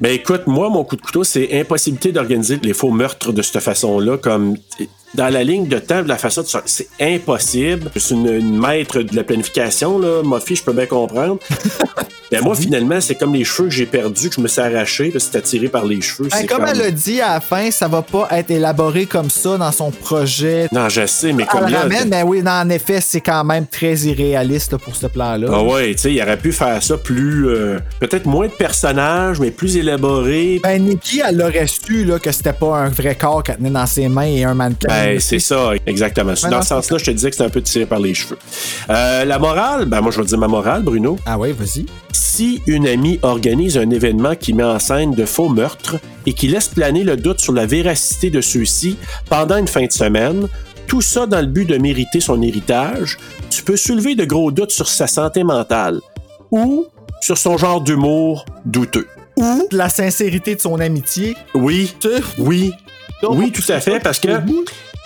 Speaker 6: Ben écoute, moi, mon coup de couteau, c'est impossibilité d'organiser les faux meurtres de cette façon-là, comme t- dans la ligne de temps de la façade, ça- c'est impossible. C'est une, une maître de la planification, là, ma fille, je peux bien comprendre. ben moi, finalement, c'est comme les cheveux que j'ai perdus, que je me suis arraché, parce que c'est attiré par les cheveux.
Speaker 5: Ben,
Speaker 6: c'est
Speaker 5: comme elle a dit à la fin, ça va pas être élaboré comme ça dans son projet.
Speaker 6: Non, je sais, mais comme
Speaker 5: Elle
Speaker 6: là...
Speaker 5: ramène, mais oui, non, en effet, c'est quand même très irréaliste là, pour ce plan-là.
Speaker 6: Ah ouais, tu sais, il aurait pu faire ça plus... euh, Peut-être moins de personnages, mais plus élaboré.
Speaker 5: Ben, Nikki, elle aurait su là, que c'était pas un vrai corps qu'elle tenait dans ses mains et un mannequin.
Speaker 6: Ben, c'est ça, exactement.
Speaker 5: Ouais, non,
Speaker 6: Dans ce sens-là, je te disais que c'était un peu tiré par les cheveux. Euh, la morale, ben moi, je vais te dire ma morale, Bruno.
Speaker 5: Ah ouais, vas-y.
Speaker 6: Si une amie organise un événement qui met en scène de faux meurtres et qui laisse planer le doute sur la véracité de ceux-ci pendant une fin de semaine, tout ça dans le but de mériter son héritage, tu peux soulever de gros doutes sur sa santé mentale ou sur son genre d'humour douteux.
Speaker 5: Ou de la sincérité de son amitié.
Speaker 6: Oui, oui, oui, tout à fait, parce que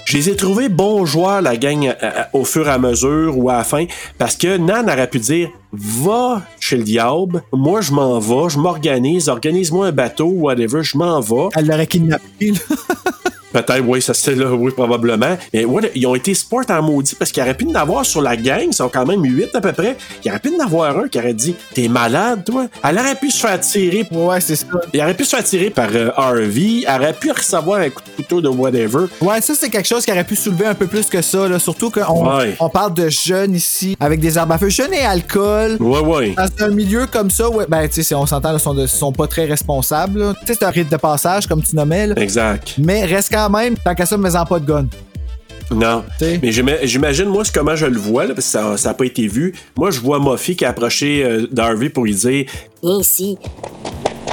Speaker 6: je les ai trouvés bons joueurs, la gang, à- à- au fur et à mesure ou à la fin, parce que Nan aurait pu dire Va chez le diable, moi je m'en vais, je m'organise, organise-moi un bateau, whatever, je m'en vais.
Speaker 5: Elle l'aurait kidnappé. là.
Speaker 6: Peut-être, oui, ça c'est là, oui, probablement. Mais ouais, ils ont été sport en maudit parce qu'il aurait pu en avoir sur la gang, ils sont quand même huit à peu près. Il aurait pu en avoir un qui aurait dit T'es malade, toi Elle aurait pu se faire tirer
Speaker 5: Ouais, c'est ça.
Speaker 6: il aurait pu se faire tirer par euh, Harvey, aurait pu recevoir un coup de couteau de whatever.
Speaker 5: Ouais, ça, c'est quelque chose qui aurait pu soulever un peu plus que ça. Là. Surtout qu'on
Speaker 6: Ouais.
Speaker 5: on parle de jeunes ici, avec des armes à feu. Jeunes et alcool.
Speaker 6: Ouais, ouais.
Speaker 5: Dans un milieu comme ça, ouais, ben, tu sais, c'est- on s'entend, ils sont, de- sont pas très responsables. là. Tu sais, c'est un rite de passage, comme tu nommais. là.
Speaker 6: Exact.
Speaker 5: Mais reste quand même, tant qu'à ça, mets-en pas de gun.
Speaker 6: Non.
Speaker 5: Tu sais.
Speaker 6: Mais j'ima- j'imagine, moi, c'est comment je le vois, là, parce que ça- ça n'a pas été vu. Moi, je vois Moffy qui a approché euh, d'Harvey pour lui dire
Speaker 3: Viens ici.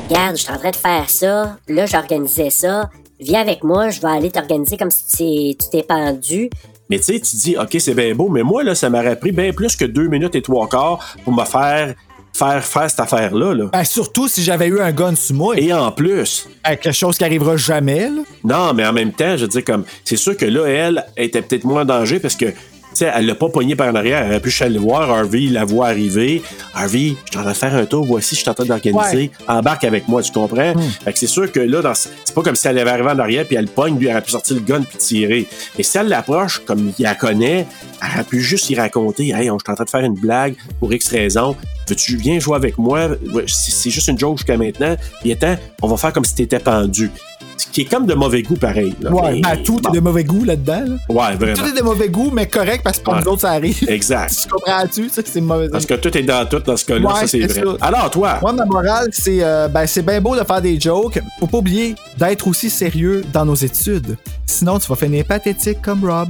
Speaker 3: regarde, je suis en train de faire ça, là j'organisais ça, viens avec moi, je vais aller t'organiser comme si tu t'es pendu.
Speaker 6: Mais tu sais, tu dis, OK, c'est bien beau, mais moi, là, ça m'aurait pris bien plus que deux minutes et trois quarts pour me faire faire, faire cette affaire-là. Là.
Speaker 5: Ben, surtout si j'avais eu un gun sur moi.
Speaker 6: Et en plus.
Speaker 5: Ben, quelque chose qui arrivera jamais. Là.
Speaker 6: Non, Ah, mais en même temps, je dis comme, c'est sûr que là, elle était peut-être moins en danger parce que tu sais, elle l'a pas pogné par en arrière. Elle aurait pu chaler voir. Harvey la voit arriver. Harvey, je suis en train de faire un tour. Voici, je suis en train d'organiser.
Speaker 5: Ouais.
Speaker 6: Embarque avec moi, tu comprends?
Speaker 5: Mm.
Speaker 6: Fait que c'est sûr que là, dans... c'est pas comme si elle avait arrivé en arrière puis elle pogne, lui, elle aurait pu sortir le gun puis tirer. Mais si elle l'approche, comme il la connaît, elle aurait pu juste y raconter. Hey, on- je suis en train de faire une blague pour X raison. Veux-tu bien jouer avec moi? Ouais, C'est c'est juste une joke jusqu'à maintenant. Puis attends, on va faire comme si t'étais pendu. Ce qui est comme de mauvais goût, pareil. là.
Speaker 5: Ouais,
Speaker 6: Mais-
Speaker 5: ben, tout
Speaker 6: bon.
Speaker 5: est de mauvais goût là-dedans. là.
Speaker 6: Ouais,
Speaker 5: Tout
Speaker 6: vraiment.
Speaker 5: est de mauvais goût, mais correct parce que pour
Speaker 6: Ouais.
Speaker 5: nous autres, ça arrive.
Speaker 6: Exact.
Speaker 5: tu comprends-tu? Ça, C'est mauvais
Speaker 6: Parce que tout est dans tout dans ce cas-là,
Speaker 5: Ouais,
Speaker 6: ça c'est
Speaker 5: c'est
Speaker 6: vrai.
Speaker 5: ça.
Speaker 6: Alors toi,
Speaker 5: Moi, ma morale, c'est euh, ben, c'est bien beau de faire des jokes. Faut pas oublier d'être aussi sérieux dans nos études. Sinon, tu vas finir pathétique comme Rob.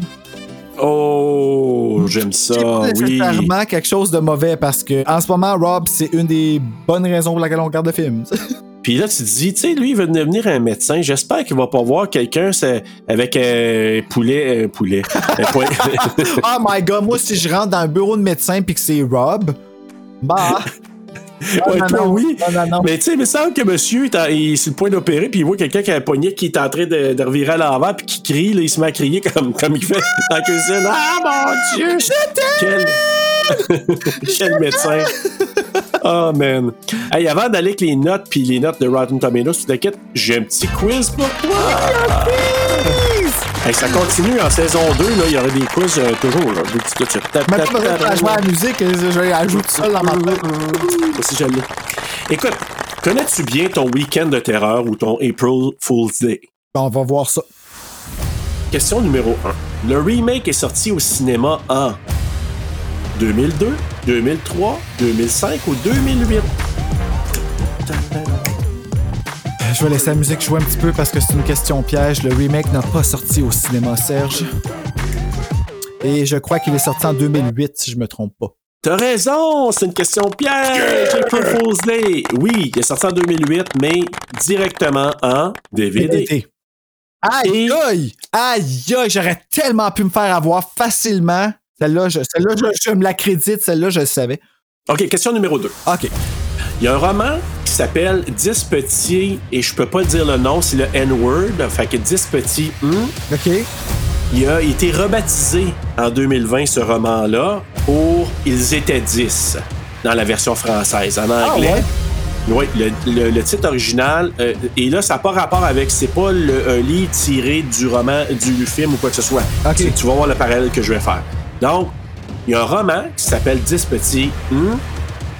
Speaker 6: oh, j'aime ça,
Speaker 5: C'est pas
Speaker 6: Ah oui.
Speaker 5: nécessairement quelque chose de mauvais parce que en ce moment, Rob, c'est une des bonnes raisons pour laquelle on regarde le film.
Speaker 6: Puis là, tu te dis, tu sais, lui, il veut devenir un médecin. J'espère qu'il va pas voir quelqu'un c'est- avec un poulet, un poulet, un poil-
Speaker 5: oh my god, moi, si je rentre dans un bureau de médecin puis que c'est Rob, bah.
Speaker 6: Ouais,
Speaker 5: non,
Speaker 6: toi,
Speaker 5: non,
Speaker 6: oui.
Speaker 5: non, non, non.
Speaker 6: Mais tu sais, il me semble que monsieur, est en- il est sur le point d'opérer, puis il voit quelqu'un qui a un poignet qui est en train de, de revirer à l'envers, puis qui crie, là, il se met à crier comme, comme il fait dans la cuisine. Ah mon Dieu! Quel, Quel médecin! Oh man! Hey, avant d'aller avec les notes, puis les notes de Rotten Tomatoes, tu t'inquiètes, j'ai un petit quiz pour toi! Hey, ça continue en saison 2, là, il y aura des quiz euh, toujours. Là. Des petits tout de suite. Tap,
Speaker 5: Mais
Speaker 6: tap,
Speaker 5: pas besoin
Speaker 6: tap,
Speaker 5: de jouer à la musique, je vais ajouter ça dans ma tête.
Speaker 6: si je l'ai. Écoute, connais-tu bien ton week-end de terreur ou ton April Fool's Day?
Speaker 5: On va voir ça. Euh,
Speaker 6: Question numéro 1. Le remake est sorti au cinéma en 2002, 2003, 2005 ou 2008?
Speaker 5: Je vais laisser la musique jouer un petit peu parce que c'est une question piège. Le remake n'a pas sorti au cinéma, Serge. Et je crois qu'il est sorti en 2008, si je me trompe pas.
Speaker 6: T'as raison, c'est une question piège! April Fool's Day! Oui, il est sorti en 2008, mais directement en DVD.
Speaker 5: DVD. Aïe aïe! Aïe aïe! J'aurais tellement pu me faire avoir facilement. Celle-là, je, celle-là, je, je me l'accrédite, celle-là, je le savais.
Speaker 6: OK, question numéro 2.
Speaker 5: OK.
Speaker 6: Il y a un roman qui s'appelle 10 petits, et je peux pas dire le nom, c'est le N-word, fait que 10 petits, hmm,
Speaker 5: OK.
Speaker 6: Il a été rebaptisé en 2020, ce roman-là, pour Ils étaient 10 dans la version française. En anglais, ouais, le, le- le titre original, euh, et là, ça n'a pas rapport avec, c'est pas le, un livre tiré du roman, du film ou quoi que ce soit.
Speaker 5: Ok.
Speaker 6: C'est- Tu vas voir le parallèle que je vais faire. Donc, il y a un roman qui s'appelle 10 petits, hmm,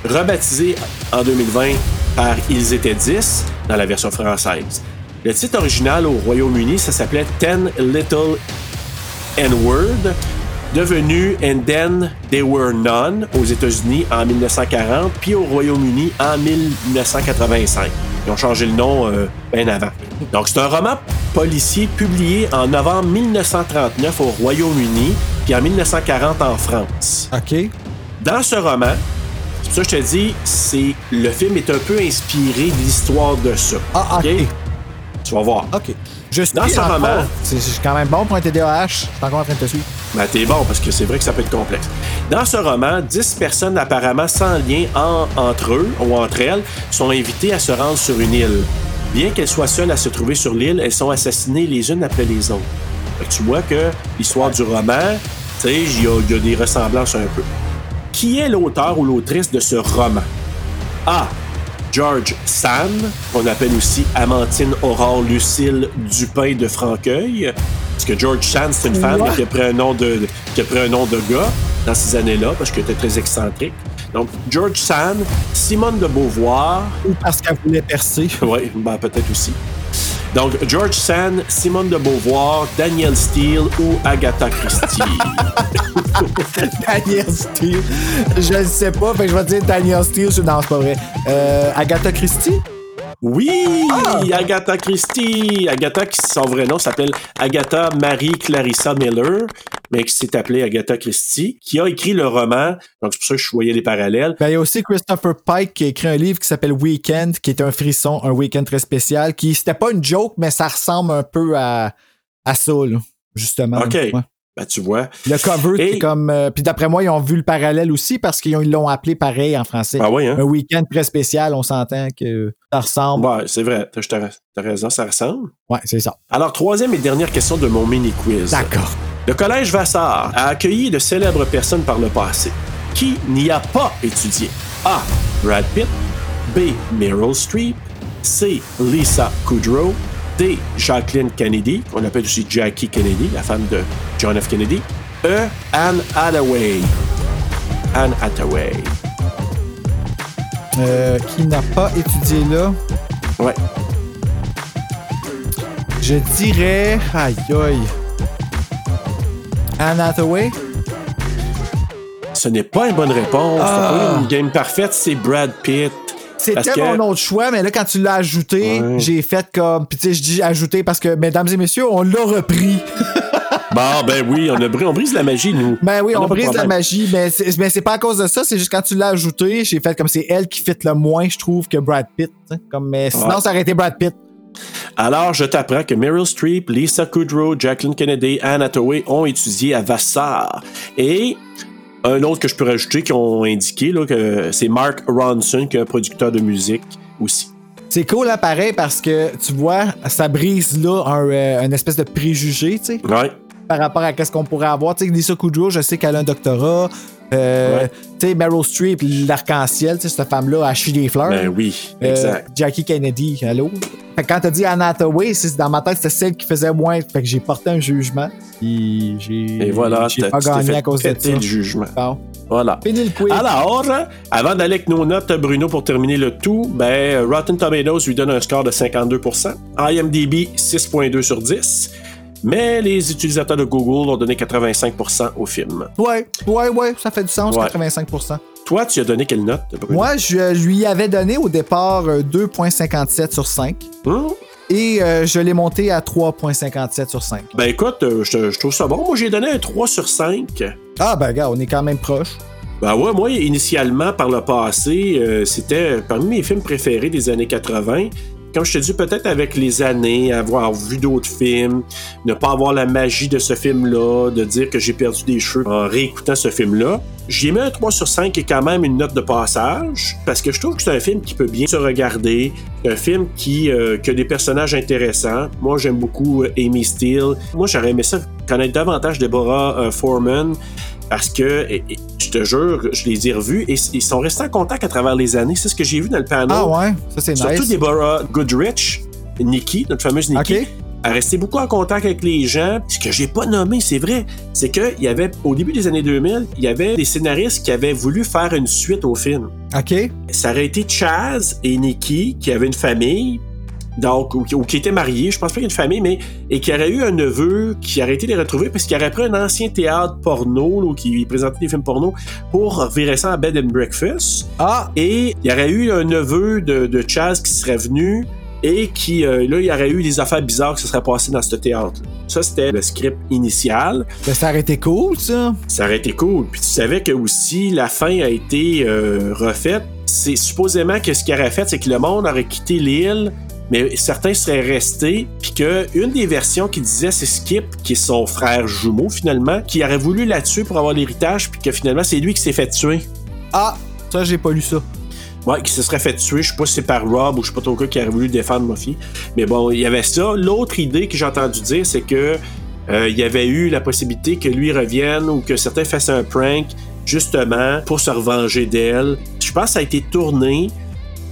Speaker 6: rebaptisé en 2020 par Ils étaient 10 dans la version française. Le titre original au Royaume-Uni, ça s'appelait Ten Little N-Word, devenu And Then They Were None aux États-Unis en 1940, puis au Royaume-Uni en 1985. Ils ont changé le nom euh, bien avant. Donc, c'est un roman policier publié en novembre 1939 au Royaume-Uni, puis en 1940 en France.
Speaker 5: OK.
Speaker 6: Dans ce roman, c'est pour ça que je te dis, c'est le film est un peu inspiré de l'histoire de ça.
Speaker 5: Ah, OK.
Speaker 6: OK? Tu vas voir.
Speaker 5: OK. Je suis
Speaker 6: Dans ce
Speaker 5: encore-
Speaker 6: roman-
Speaker 5: C'est c'est quand même bon pour un TDAH. Je suis encore en train de te suivre.
Speaker 6: Ben, t'es bon, parce que c'est vrai que ça peut être complexe. Dans ce roman, 10 personnes apparemment sans lien en- entre eux ou entre elles sont invitées à se rendre sur une île. Bien qu'elles soient seules à se trouver sur l'île, elles sont assassinées les unes après les autres. Fait que tu vois que l'histoire du roman, tu sais, il y, a- il y a des ressemblances un peu. Qui est l'auteur ou l'autrice de ce roman? A. George Sand, qu'on appelle aussi Amantine Aurore Lucille Dupin de Franqueuil. Parce que George Sand, c'est une femme qui a, pris un nom de, qui a pris un nom de gars dans ces années-là, parce qu'elle était très excentrique. Donc, George Sand, Simone de Beauvoir,
Speaker 5: Ou parce qu'elle voulait percer.
Speaker 6: oui, ben peut-être aussi. Donc, George Sand, Simone de Beauvoir, Daniel Steele ou Agatha Christie.
Speaker 5: Daniel Steele. Je ne sais pas, fait que je vais dire Daniel Steele. Je... Non, c'est pas vrai. Euh, Agatha Christie?
Speaker 6: Oui, Agatha Christie. Agatha, qui son vrai nom s'appelle Agatha Marie Clarissa Miller, mais qui s'est appelée Agatha Christie, qui a écrit le roman. Donc, c'est pour ça que je voyais les parallèles.
Speaker 5: Ben, il y a aussi Christopher Pike qui a écrit un livre qui s'appelle Weekend, qui est un frisson, un week-end très spécial, qui, c'était pas une joke, mais ça ressemble un peu à, à ça, là, justement.
Speaker 6: OK.
Speaker 5: Ouais.
Speaker 6: Ben, tu vois.
Speaker 5: Le cover,
Speaker 6: Et-
Speaker 5: c'est comme. euh, puis d'après moi, ils ont vu le parallèle aussi parce qu'ils ont- ils l'ont appelé pareil en français.
Speaker 6: Ah oui, hein?
Speaker 5: Un week-end très spécial, on s'entend que ça ressemble.
Speaker 6: Ouais, c'est vrai. T'as- T'as t'as raison, ça ressemble.
Speaker 5: Ouais, c'est ça.
Speaker 6: Alors, troisième et dernière question de mon mini-quiz.
Speaker 5: D'accord.
Speaker 6: Le Collège Vassar a accueilli de célèbres personnes par le passé. Qui n'y a pas étudié? A. Brad Pitt. B. Meryl Streep. C. Lisa Kudrow. D. Jacqueline Kennedy, qu'on appelle aussi Jackie Kennedy, la femme de John F. Kennedy. E. Anne Hathaway. Anne Hathaway.
Speaker 5: Euh, qui n'a pas étudié là?
Speaker 6: Ouais.
Speaker 5: Je dirais. Aïe aïe. Anne Hathaway?
Speaker 6: Ce n'est pas une bonne réponse. C'est pas une game parfaite, c'est Brad Pitt. Parce
Speaker 5: C'était
Speaker 6: que-
Speaker 5: mon autre choix, mais là, quand tu l'as ajouté,
Speaker 6: Ouais.
Speaker 5: j'ai fait comme. Puis tu sais, je dis ajouté parce que, mesdames et messieurs, on l'a repris.
Speaker 6: Bon, ben oui, on, a bri- on brise la magie, nous.
Speaker 5: Ben oui,
Speaker 6: a
Speaker 5: on,
Speaker 6: pas de
Speaker 5: brise la
Speaker 6: problème.
Speaker 5: magie, mais c'est, mais c'est pas à cause de ça, c'est juste quand tu l'as ajouté, j'ai fait comme c'est elle qui fit le moins, je trouve, que Brad Pitt. hein, Comme, mais sinon,
Speaker 6: Ouais.
Speaker 5: ça aurait été Brad Pitt.
Speaker 6: Alors, je t'apprends que Meryl Streep, Lisa Kudrow, Jacqueline Kennedy, Anne Hathaway ont étudié à Vassar. Et un autre que je peux rajouter, qui ont indiqué, là, que c'est Mark Ronson, qui est un producteur de musique aussi.
Speaker 5: C'est cool, là, pareil, parce que tu vois, ça brise là un, euh, une espèce de préjugé, tu sais,
Speaker 6: Ouais.
Speaker 5: par rapport à ce qu'on pourrait avoir. Tu sais, Lisa Kudrow, je sais qu'elle a un doctorat. Euh,
Speaker 6: Ouais.
Speaker 5: Tu sais, Meryl Streep, l'arc-en-ciel, tu sais, cette femme-là, elle chie des fleurs.
Speaker 6: Ben oui,
Speaker 5: Euh,
Speaker 6: exact.
Speaker 5: Jackie Kennedy, allô? Fait que quand t'as dit Anna Hathaway, c'est- dans ma tête, c'était celle qui faisait moins. Fait que j'ai porté un jugement. Puis j'ai.
Speaker 6: Et voilà,
Speaker 5: j'ai
Speaker 6: t'as-
Speaker 5: pas
Speaker 6: tu t'es
Speaker 5: gagné
Speaker 6: fait
Speaker 5: à cause de
Speaker 6: péter
Speaker 5: ça.
Speaker 6: le jugement.
Speaker 5: Bon.
Speaker 6: Voilà.
Speaker 5: Fini le quiz.
Speaker 6: Alors, avant d'aller avec nos notes, Bruno, pour terminer le tout, ben, Rotten Tomatoes lui donne un score de 52%, IMDb 6.2 sur 10, mais les utilisateurs de Google ont donné 85% au film.
Speaker 5: Ouais, ouais, ouais, ça fait du sens,
Speaker 6: Ouais.
Speaker 5: 85%.
Speaker 6: Toi, tu as donné quelle note, Bruno?
Speaker 5: Moi, je lui avais donné au départ euh, 2,57 sur 5.
Speaker 6: Hmm?
Speaker 5: Et euh, je l'ai monté à 3,57 sur 5.
Speaker 6: Ben écoute, euh, je, je trouve ça bon. Moi, j'ai donné un 3 sur 5.
Speaker 5: Ah, ben, gars, on est quand même proche.
Speaker 6: Ben ouais, moi, initialement, par le passé, euh, c'était parmi mes films préférés des années 80. Comme je te dis, peut-être avec les années, avoir vu d'autres films, ne pas avoir la magie de ce film-là, de dire que j'ai perdu des cheveux en réécoutant ce film-là. J'y ai mis un 3 sur 5 qui est quand même une note de passage, parce que je trouve que c'est un film qui peut bien se regarder, un film qui, euh, qui a des personnages intéressants. Moi, j'aime beaucoup euh, Amy Steele. Moi, j'aurais aimé ça connaître davantage Deborah euh, Foreman, parce que, et- et je te jure, je les ai revus et s- ils sont restés en contact à travers les années. C'est ce que j'ai vu dans le panel.
Speaker 5: Ah, ouais, ça c'est
Speaker 6: Surtout
Speaker 5: nice.
Speaker 6: Deborah Goodrich, Nikki, notre fameuse Nikki.
Speaker 5: Ok.
Speaker 6: Elle restait beaucoup en contact avec les gens. Ce que j'ai pas nommé, c'est vrai, c'est que il y avait au début des années 2000, il y avait des scénaristes qui avaient voulu faire une suite au film.
Speaker 5: Ok.
Speaker 6: Ça aurait été Chaz et Nikki qui avaient une famille, donc, ou, ou qui étaient mariés, je pense pas qu'il y a une famille, mais et qui aurait eu un neveu qui aurait été les retrouver parce qu'il aurait pris un ancien théâtre porno, là, où qui présentait des films porno, pour virer ça à Bed and Breakfast.
Speaker 5: Ah,
Speaker 6: Et il y aurait eu un neveu de, de Chaz qui serait venu et qui, euh, là, il y aurait eu des affaires bizarres qui se seraient passées dans ce théâtre. Ça, c'était le script initial.
Speaker 5: ben, ça aurait été cool, ça.
Speaker 6: Ça aurait été cool. Puis tu savais que aussi, la fin a été euh, refaite. C'est supposément que ce qu'il aurait fait, c'est que le monde aurait quitté l'île, mais certains seraient restés. Puis que une des versions qui disait, c'est Skip, qui est son frère jumeau finalement, qui aurait voulu la tuer pour avoir l'héritage, puis que finalement, c'est lui qui s'est fait tuer.
Speaker 5: Ah, ça, j'ai pas lu ça.
Speaker 6: Ouais, qui se serait fait tuer, je sais pas si c'est par Rob ou je sais pas trop quoi qui aurait voulu défendre Muffy. Mais bon, il y avait ça. L'autre idée que j'ai entendu dire, c'est que euh, il y avait eu la possibilité que lui revienne ou que certains fassent un prank, justement, pour se revenger d'elle. Je pense que ça a été tourné,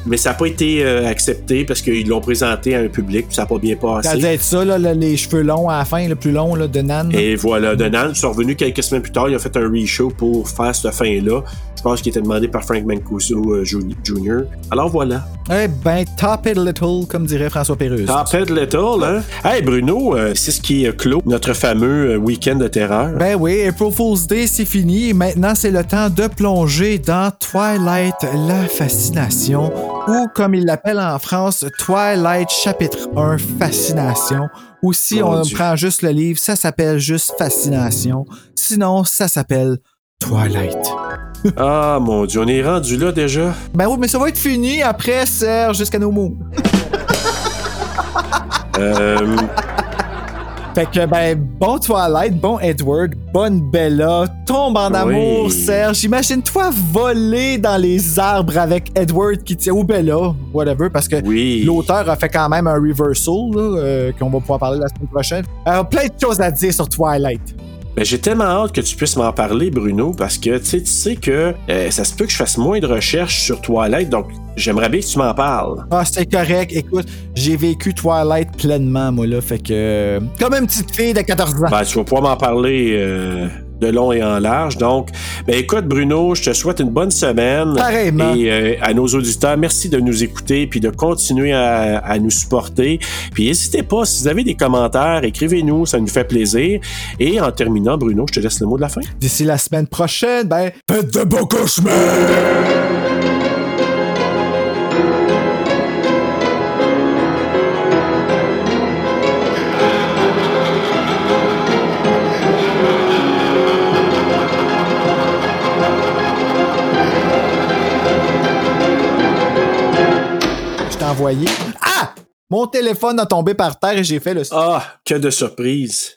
Speaker 6: mais ça n'a pas été euh, accepté parce qu'ils l'ont présenté à un public, puis ça n'a pas bien
Speaker 5: Ça
Speaker 6: passé.
Speaker 5: devait être ça, là, le- les cheveux longs à la fin, le plus long là, de Nan.
Speaker 6: Et voilà, Donald, ils sont revenus quelques semaines plus tard, il a fait un re-show pour faire cette fin-là. Je pense qu'il était demandé par Frank Mancuso euh, Jr. Alors voilà.
Speaker 5: Eh ben, top it little, comme dirait François Pérusse.
Speaker 6: Tapette Little, hein? Hey Bruno, euh, c'est ce qui euh, clôt notre fameux euh, week-end de terreur.
Speaker 5: Ben oui, April Fool's Day, c'est fini. Maintenant, c'est le temps de plonger dans Twilight, la fascination ou comme ils l'appellent en France, Twilight chapitre 1, Fascination. Ou si
Speaker 6: Mon
Speaker 5: on
Speaker 6: Dieu.
Speaker 5: prend juste le livre, ça s'appelle juste Fascination. Sinon, ça s'appelle Twilight.
Speaker 6: Ah mon Dieu, on est rendu là déjà.
Speaker 5: Ben oui, mais ça va être fini après, Serge, jusqu'à nos mots.
Speaker 6: Euh,
Speaker 5: Fait que, ben, bon Twilight, bon Edward, bonne Bella, tombe en
Speaker 6: Oui.
Speaker 5: amour, Serge. Imagine-toi voler dans les arbres avec Edward qui tient, ou Bella, whatever, parce que
Speaker 6: oui.
Speaker 5: l'auteur a fait quand même un reversal, là, euh, qu'on va pouvoir parler la semaine prochaine. Alors, plein de choses à dire sur Twilight.
Speaker 6: Ben, j'ai tellement hâte que tu puisses m'en parler, Bruno, parce que tu sais, tu sais que euh, ça se peut que je fasse moins de recherches sur Toilette, donc j'aimerais bien que tu m'en parles.
Speaker 5: Ah, c'est correct. Écoute, j'ai vécu Twilight pleinement, moi, là. Fait que, euh, comme une petite fille de 14 ans.
Speaker 6: Ben, tu vas pouvoir m'en parler euh, de long et en large. Donc, ben, écoute, Bruno, je te souhaite une bonne semaine.
Speaker 5: Pareillement.
Speaker 6: Et euh, à nos auditeurs, merci de nous écouter puis de continuer à, à nous supporter. Puis n'hésitez pas, si vous avez des commentaires, écrivez-nous, ça nous fait plaisir. Et en terminant, Bruno, je te laisse le mot de la fin.
Speaker 5: D'ici la semaine prochaine, ben, faites de beaux cauchemars! Je t'ai envoyé. Ah! Mon téléphone a tombé par terre et j'ai fait le.
Speaker 6: Ah, que de surprises!